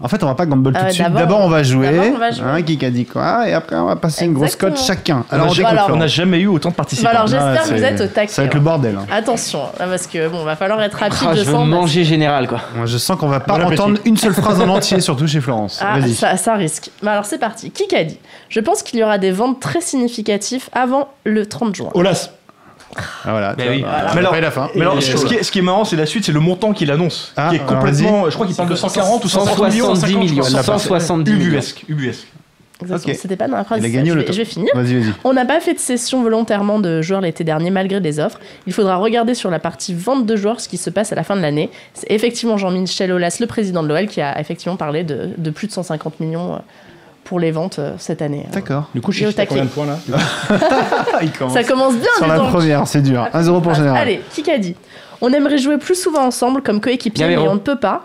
En fait, on va pas gamble tout Euh, de suite. d'abord, D'abord, on va jouer. d'abord, on va jouer. Hein, qui a dit quoi Et après, on va passer une grosse cote Exactement. chacun. On a on jamais- découvre. bah, on a bah, jamais eu autant de participants. alors, j'espère que vous Ah, c'est- êtes au taquet, Ça va être le hein. bordel. hein. Attention, hein, parce que bon, va falloir être rapide Ah, de je veux sang, parce- manger général, quoi. Moi, je sens qu'on va pas Bon appétit. entendre une seule phrase en entier, surtout chez Florence. Ah, Vas-y. ça, ça risque. Bah alors c'est parti. Qui a dit Je pense qu'il y aura des ventes très significatives avant le 30 juin. Olas. Ah, voilà. Mais oui. Voilà. Mais alors, Après la fin. mais alors, Et- euh, Ah, ce, qui est, ce qui est marrant, c'est la suite, c'est le montant qu'il annonce, qui est alors, complètement. vas-y. Je crois qu'il parle de 140 ou 170 millions, 170 150, je crois. millions. 170 millions. Ubuesque, ubuesque. Exactement. Ok. C'était pas dans la phrase. Il a ça, gagné je, le vais, top. je vais finir. Vas-y, vas-y. On n'a pas fait de session volontairement de joueurs l'été dernier malgré des offres. Il faudra regarder sur la partie vente de joueurs ce qui se passe à la fin de l'année. C'est effectivement Jean-Michel Aulas, le président de l'OL, qui a effectivement parlé de, de plus de 150 millions euh, pour les ventes euh, cette année. D'accord. Du coup, je suis au taquet. là Ça commence bien, Sur dis la donc. Ah, première, c'est dur. 1-0 pour Général. Allez, qui a dit On aimerait jouer plus souvent ensemble comme coéquipiers, mais Gamero. on ne peut pas.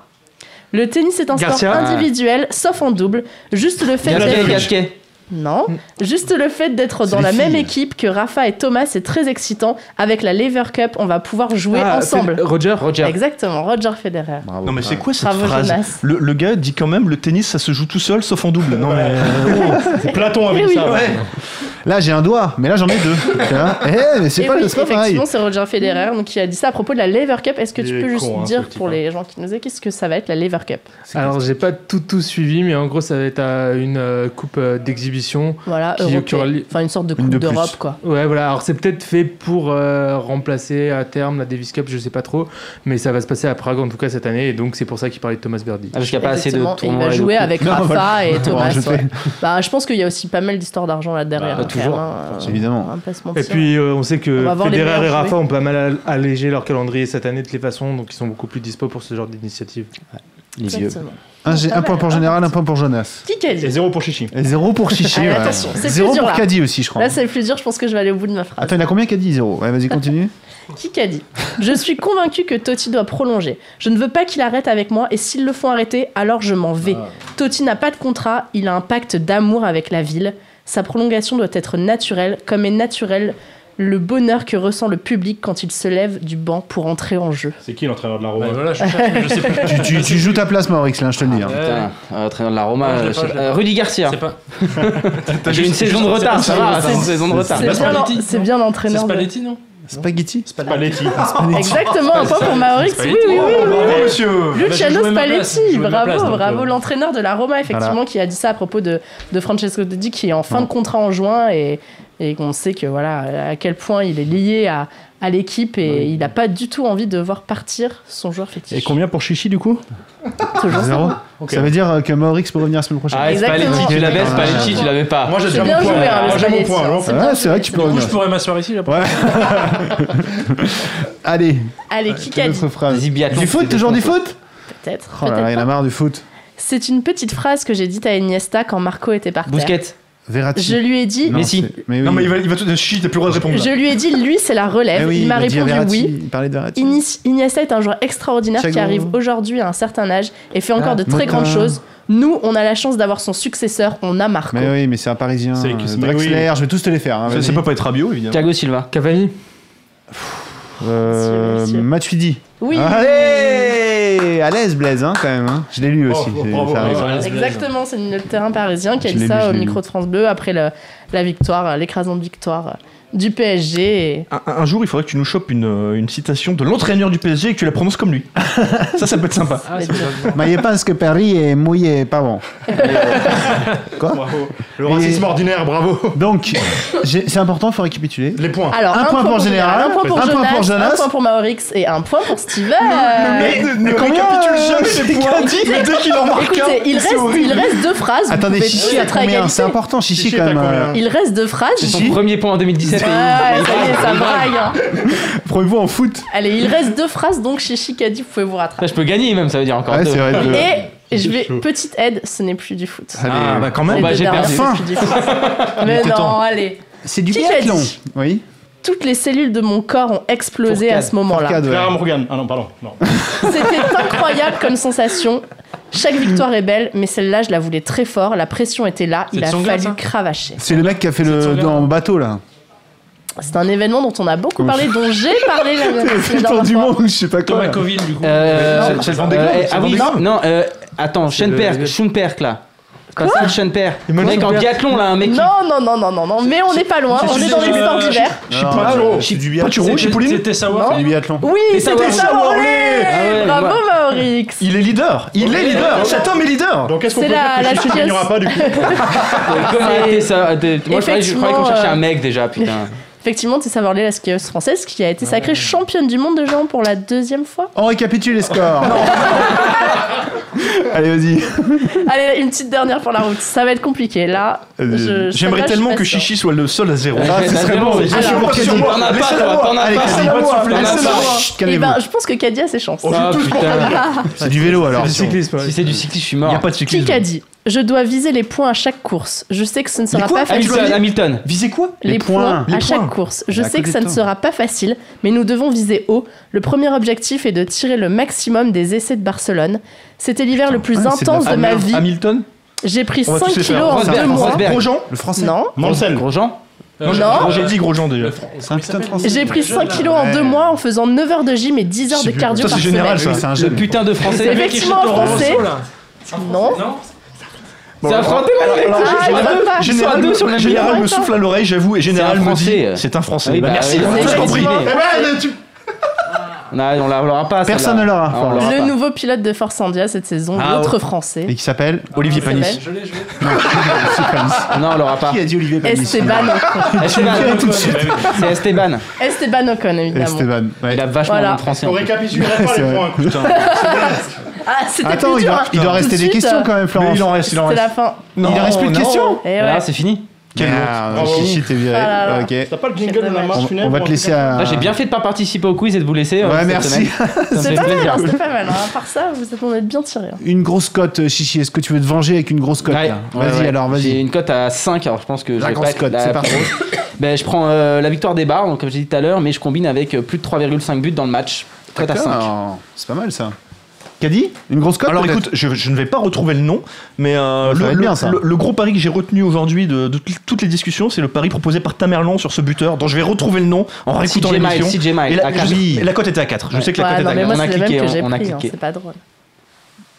Le tennis est un Garcia. sport Ah. individuel, sauf en double. Juste le fait Gasquet, d'être... Gasquet. Non. Mm. Juste le fait d'être dans les la filles. même équipe que Rafa et Thomas est très excitant. Avec la Lever Cup, on va pouvoir jouer Ah, ensemble. Fed- Roger, Roger. Exactement, Roger Federer. Non mais Ah. c'est quoi cette Bravo, Jonas. phrase le, le gars dit quand même le tennis ça se joue tout seul sauf en double. Non mais euh, oh. C'est Platon avec Eh oui. ça. Ouais. Là, j'ai un doigt, mais là, j'en ai deux. Tu vois Eh, mais c'est Et pas oui, le score pareil. Effectivement, c'est Roger Federer donc, qui a dit ça à propos de la Lever Cup. Est-ce que Il tu est peux juste con, hein, ce dire petit pour les gens qui nous écoutent qu'est-ce que ça va être la Lever Cup Alors, j'ai pas tout, tout suivi, mais en gros, ça va être euh, une euh, coupe euh, d'exhibition. Voilà, qui- européen. qui aura lieu- enfin une sorte de coupe d'Europe quoi. Ouais, voilà. Alors, c'est peut-être fait pour euh, remplacer à terme la Davis Cup, je sais pas trop, mais ça va se passer à Prague en tout cas cette année, et donc c'est pour ça qu'il parlait de Thomas Verdi. Ah, parce qu'il y a pas assez de Exactement, et il va jouer avec Rafa et Thomas. ouais. Bah, je pense qu'il y a aussi pas mal d'histoires d'argent là derrière. Bah, quand toujours, même, hein, euh, évidemment. On va pas se Et mentir. puis euh, on sait On que va voir les Federer et meilleurs Rafa jouer. ont pas mal al- allégé leur calendrier cette année de toutes les façons, donc ils sont beaucoup plus dispo pour ce genre d'initiative. Les vieux. Un, j'ai- un point pour Général, un point pour Jonas. hein. Qui qu'a dit Et 0 pour Chichi. Et 0 pour Chichi. Allez, ouais. attention, c'est plus Zéro dur, pour là. Caddy aussi, je crois. Là c'est le plus dur, je pense que je vais aller au bout de ma phrase. Attends, il y en a combien qui a dit 0 Ouais, vas-y, continue. Qui qu'a dit Je suis convaincu que Totti doit prolonger. Je ne veux pas qu'il arrête avec moi et s'ils le font arrêter, alors je m'en vais. Totti n'a pas de contrat, il a un pacte d'amour avec la ville. Sa prolongation doit être naturelle, comme est naturel le bonheur que ressent le public quand il se lève du banc pour entrer en jeu. C'est qui l'entraîneur de la Roma Tu, tu- tu joues ta place, Maurix, là, je te le dis. hein. Putain, euh, entraîneur de la Roma, Non, je l'ai euh, pas, je- je l'ai euh, Rudy Garcia. J'ai une saison de retard, ça va, c'est une saison de retard. C'est bien l'en- C'est bien l'entraîneur. de- non Spaghetti Spalletti. Ah, Exactement, un point pour Maorix. Oui, oui, oui. oui. Bah, Luciano Spalletti, bravo, bravo, l'entraîneur de la Roma, effectivement, euh. Voilà. qui a dit ça à propos de, de Francesco Totti, qui est en fin de contrat en juin et, et on sait que voilà à quel point il est lié à, à l'équipe et il n'a pas du tout envie de voir partir son joueur Et fétiche. combien pour Chichi du coup Toujours Zéro. Ok. Ça veut dire euh, que Maurix peut revenir la semaine prochaine. Ah, Exactement. Spalletti, tu l'avais, Spalletti, tu l'avais pas. Moi, j'ai j'ai C'est déjà mon bien point. joué, hein, le Moi, j'ai mon Spalletti, point, hein. alors. C'est vrai C'est bien que tu peux revenir. pourrais m'asseoir ici, là. Ouais. Allez. Allez, qui a dit Autre phrase. biathlon, Du foot, c'était toujours ton du foot Peut-être. Oh là peut-être là, il y en pas. a marre du foot. C'est une petite phrase que j'ai dite à Iniesta quand Marco était par terre. Verratti. Je lui ai dit- Non, Messi. c'est- Mais oui. Non mais il va, il va tout chier, t'as plus le droit de répondre. Je lui ai dit, lui, c'est la relève. Eh oui, il m'a il dit à répondu Verratti, oui. Il parlait de Verratti. Ini- Iniesta est un joueur extraordinaire qui Thiago. arrive aujourd'hui à un certain âge et fait encore Ah, de très Mota. grandes choses. Nous, on a la chance d'avoir son successeur, on a Marco. Mais oui, mais c'est un Parisien. C'est que- euh, mais Draxler, oui. je vais tous te les faire. hein, Ça, vas-y. ça peut pas être Rabiot évidemment. Silva. Cavani Euh, Matuidi. Oui. Allez À l'aise, Blaise, hein, quand même. hein. Je l'ai lu Oh, aussi. oh, Ah, c'est- bravo, ça arrive. bravo, bravo. Exactement, c'est le terrain parisien qui a Je dit l'ai lu, ça je au l'ai micro lu. de France Bleu après le- la victoire, euh, l'écrasante victoire euh, du PSG. Et- Un, un jour, il faudrait que tu nous chopes une, euh, une citation de l'entraîneur du PSG et que tu la prononces comme lui. ça, ça peut être sympa. Ah, Mais je pense que Paris est mouillé, pas bon. Quoi Le racisme Et- ordinaire, bravo. Donc, j'ai- c'est important, il faut récapituler. Les points. Alors, Oh, un, point pour Général, un point pour Jonas, Jonas. un point pour Maorix et un point pour Steven. Mais ne- ne Combien, récapitule euh, jamais les c'est points. qu'a dit Mais dès qu'il en marque Écoutez, un, il c'est reste, horrible. il reste deux phrases. vous Attendez, pouvez tous Chichi à être à combien égalité. C'est important, Chichi, quand même. euh, Il reste deux phrases. C'est son premier point en 2017. et Ouais, il- ça y est, ça braille. hein. Premier point en foot. Allez, il reste deux phrases, donc Chichi qui a dit, vous pouvez vous rattraper. Ça, je peux gagner même, ça veut dire encore Ouais, deux. c'est vrai, deux. Et je vais, petite aide, ce n'est plus du foot. Allez. Ah, bah, quand même. Les Bah, deux j'ai dernières, perdu. c'est plus du foot. Il Mais était non, temps. allez. C'est du Qui l'a biathlon. dit Oui. Toutes les cellules de mon corps ont explosé à ce moment-là. Fourcade, ouais. Clara Morgan. Ah non, pardon. Non. C'était incroyable comme sensation. Chaque victoire est belle, mais celle-là, je la voulais très fort. La pression était là. C'est Il de a son hein. gars, ça fallu cravacher. C'est le mec qui a fait le dans le bateau, là. C'est un événement dont on a beaucoup parlé, dont j'ai parlé la la- la C'est le dernière tour du monde, je sais pas quoi. là. Euh, Non, c'est le Vendée Globe, euh, c'est ah le oui, Vendée Globe. non, euh, Attends, C'est Schoenperk, le- Schoenperk là. Quand Quoi c'est Schoenperk. Il me Le mec en Schoenperk. biathlon là, un mec. Non, non, non, non, non, non, mais on n'est pas loin, on est dans les sports d'hiver. C'était Sawa Non. C'est du biathlon. Oui, c'était Tessawa ça, Ah Hurley Ah Bravo, Maorix Il est leader Il est Ah, leader Cet homme est leader Donc est-ce qu'on C'est peut la- dire que la je ne gagnera pas, du coup Ah, Arrêtez ça. de- Ah, Moi je croyais- je croyais qu'on Effectivement, cherchait euh, un mec déjà, putain. Effectivement, euh, Tessa Worley, la skieuse française, qui a été sacrée championne du monde de géant pour la deuxième fois. On récapitule les scores. Allez, vas-y. Allez, une petite dernière pour la route. Ça va être compliqué, là. je- Euh, je- J'aimerais là, je suis tellement pas que sûre. Chichi soit le seul à zéro. Ah, ce serait bon, je suis Alors, pour pas Caddy. sur moi. T'en as pas, Laissez-la toi, moi. t'en as Allez, pas, Caddy, t'en as pas de pas. souffler, T'en as laissez-la pas. moi. Eh Calmez-vous. ben, je pense que Caddy a ses chances. On joue Ah, tous pour putain. Caddy. C'est du vélo alors. C'est du cyclisme, Si c'est Oh, du cyclisme, je suis mort. Il n'y a pas de cyclisme. Qui a dit Je dois viser les points à chaque course. Je sais que ce ne sera pas facile. Hamilton, Hamilton. Visez quoi les points à chaque course. Je sais que ça ne sera pas facile, mais nous devons viser haut. Le premier objectif est de tirer le maximum des essais de Barcelone. C'était l'hiver le plus intense de, ma vie. Hamilton J'ai pris On va 5 tous les faire. kilos en Rosberg, deux mois. Rosberg. Grosjean Le français Non. Mansell. Grosjean Non, j'ai- Non. j'ai dit Grosjean déjà. J'ai pris 5 kilos en deux mois en faisant 9 heures de gym et 10 heures de cardio Ça, par c'est général, semaine. ça. C'est un Le jeune. putain de français. C'est effectivement un français. Non. C'est un français, là, mec. Ah, il Général- va Général, pas. Ils sont à deux sur me- la Général même me ligne. souffle à l'oreille, j'avoue, et Général me dit Français. c'est un français. Oui, Bah, bah, merci, oui, oui, je t'en prie. effectivement. Eh ben, tu- Non, on l'a- on l'aura pas. Personne celle-là. ne l'aura, Ah, on Florent. l'aura Le pas. nouveau pilote de Force India cette saison, Ah, l'autre oh. français. Et qui s'appelle Olivier Panis. s'appelle Non, c'est Panis. Non, on l'aura pas. Qui a dit Olivier Panis Esteban Ocon. Esteban. Je vais le dire tout de suite. C'est Esteban. Esteban Ocon, évidemment. Esteban. Il a vachement Voilà. moins de français. en plus. pas les points, hein. Ah, c'était Attends, plus il dur, doit, hein. il doit Tout rester de des suite, questions euh, quand même, Florence. Mais hein. il en reste, il en C'est reste. la fin. Il en reste plus de questions Eh ouais. Là, c'est fini. Quel Ah, honte. Chichi, t'es viré. Ah là là. Ok. T'as pas le jingle de la marche On, funèbre on va te laisser à. Ah, J'ai bien fait de pas participer au quiz et de vous laisser. euh, Ouais, cette merci. semaine. Ça me C'est fait pas mal, plaisir. hein, c'est pas mal. hein. À part ça, vous êtes, on est bien tirés. hein. Une grosse cote, euh, Chichi. Est-ce que tu veux te venger avec une grosse cote Ouais, là ouais, Vas-y ouais. alors, J'ai vas-y. une cote à 5, alors je pense que je La vais grosse pas être cote, la c'est plus parti. grosse. ben, je prends euh, la victoire des bars, donc comme j'ai dit tout à l'heure, mais je combine avec euh, plus de 3,5 buts dans le match. Cote à 5. D'accord. C'est pas mal ça. Caddy Une grosse cote Alors peut-être écoute, je, je ne vais pas retrouver le nom, mais euh, Ça va le, être le- bien, ça. le- le gros pari que j'ai retenu aujourd'hui de, de tout- toutes les discussions, c'est le pari proposé par Tamerlan sur ce buteur, dont je vais retrouver le nom en réécoutant CJ Miles, l'émission. CJ Miles, Et la- à je quatre. sais- et la cote était à 4. Je sais que la Ouais, cote non, était mais à moi, 4. on a c'est le cliqué, même que on- j'ai on a pris. hein, cliqué. C'est pas drôle.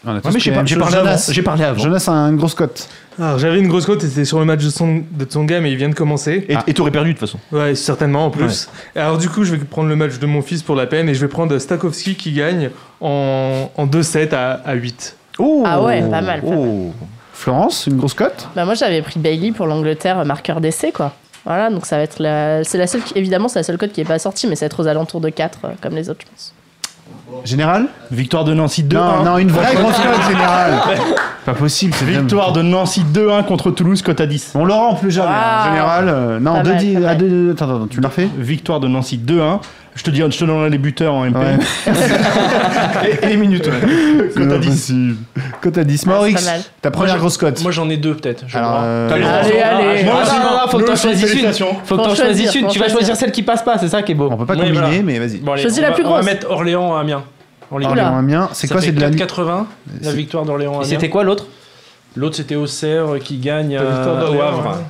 On a tous Ouais, mais j'ai quand pas- même- j'ai parlé Jonas- avant, j'ai parlé avant. Jonas a une grosse cote. Alors Ah, j'avais une grosse cote, c'était sur le match de, son, de Tsonga, mais il vient de commencer. Et- Et t'aurais perdu de toute façon. Ouais, certainement en plus. Alors du coup, je vais prendre le match de mon fils pour la peine et je vais prendre Stakowski qui gagne en, en 2-7 à, à 8. Oh Ah ouais, pas mal, pas oh. Florence, une grosse cote Bah, moi, j'avais pris Bailey pour l'Angleterre, euh, marqueur d'essai, quoi. Voilà, donc ça va être la. C'est la seule. qui- Évidemment, c'est la seule cote qui est pas sortie, mais ça va être aux alentours de 4, comme les autres, je pense. Général Victoire de Nancy 2-1. Non, non, une vraie grosse cote, Général. Pas possible, c'est dingue. Victoire de Nancy 2-1 contre Toulouse, cote à 10. On le rend plus jamais, hein, Wow. Général. euh, non, Ah. Pas deux mal, dix- pas à mal. deux, deux- attends, attends, tu l'as refait Victoire de Nancy 2-1. Je te dis, je te donne les buteurs en MP. Ouais. et, et les minutes. ouais. Cote à 10. Cote à 10. Maurix, Ah, pas mal. ta première grosse cote. Moi j'en ai deux peut-être. je Alors, crois. euh, Allez, allez. Ah, Moi non, aussi. non, non, faut que t'en Nous, choisisses une. félicitations. Faut que t'en Faut choisisses choisir, une. faut Tu vas choisir choisir. celle qui passe pas, c'est ça qui est beau. on peut pas Oui, combiner, voilà. mais vas-y. Bon, allez, Choisis on la va- plus On va grosse. mettre Orléans à Amiens. Orléans. Oula. Orléans Amiens, c'est Ça quoi fait C'est de la. 4,80 la c'est- victoire d'Orléans à Et Amiens. c'était quoi l'autre L'autre c'était Auxerre euh, qui gagne La victoire euh, au d'Orléans, Havre. hein. ouais.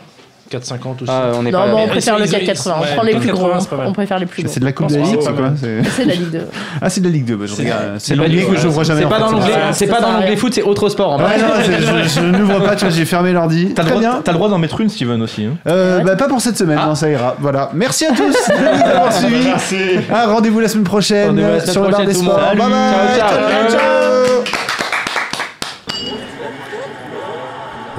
4,50 aussi. Ah, on est Non, pas. bon, on mais- préfère le ils- 480. ils- On prend les ouais, plus gros. 480, c'est pas mal. On préfère les plus gros. C'est de la Coupe Je de la pense Ligue, que c'est c'est quoi pas C'est- C'est la Ligue 2. Ah, c'est de la Ligue 2. bah, je regarde. pas C'est du- l'onglet que je ouais, vois jamais. C'est en pas fait, dans ça. l'onglet. Ouais, C'est ça pas sert dans à l'onglet rien. foot, c'est autre sport. en Ouais, fait. non, c'est- je, je n'ouvre pas, tu vois, j'ai fermé l'ordi. T'as le, Très droit- bien. t'as le droit d'en mettre une, Steven aussi. hein. Euh, bah, pas pour cette semaine, Ah. hein, ça ira. Voilà. Merci à tous d'avoir suivi. Ah, Rendez-vous la semaine prochaine Rendez-vous la euh, semaine sur le bar prochaine, tout des le monde. sports. Bye Salut. bye. Ciao, ciao. ciao.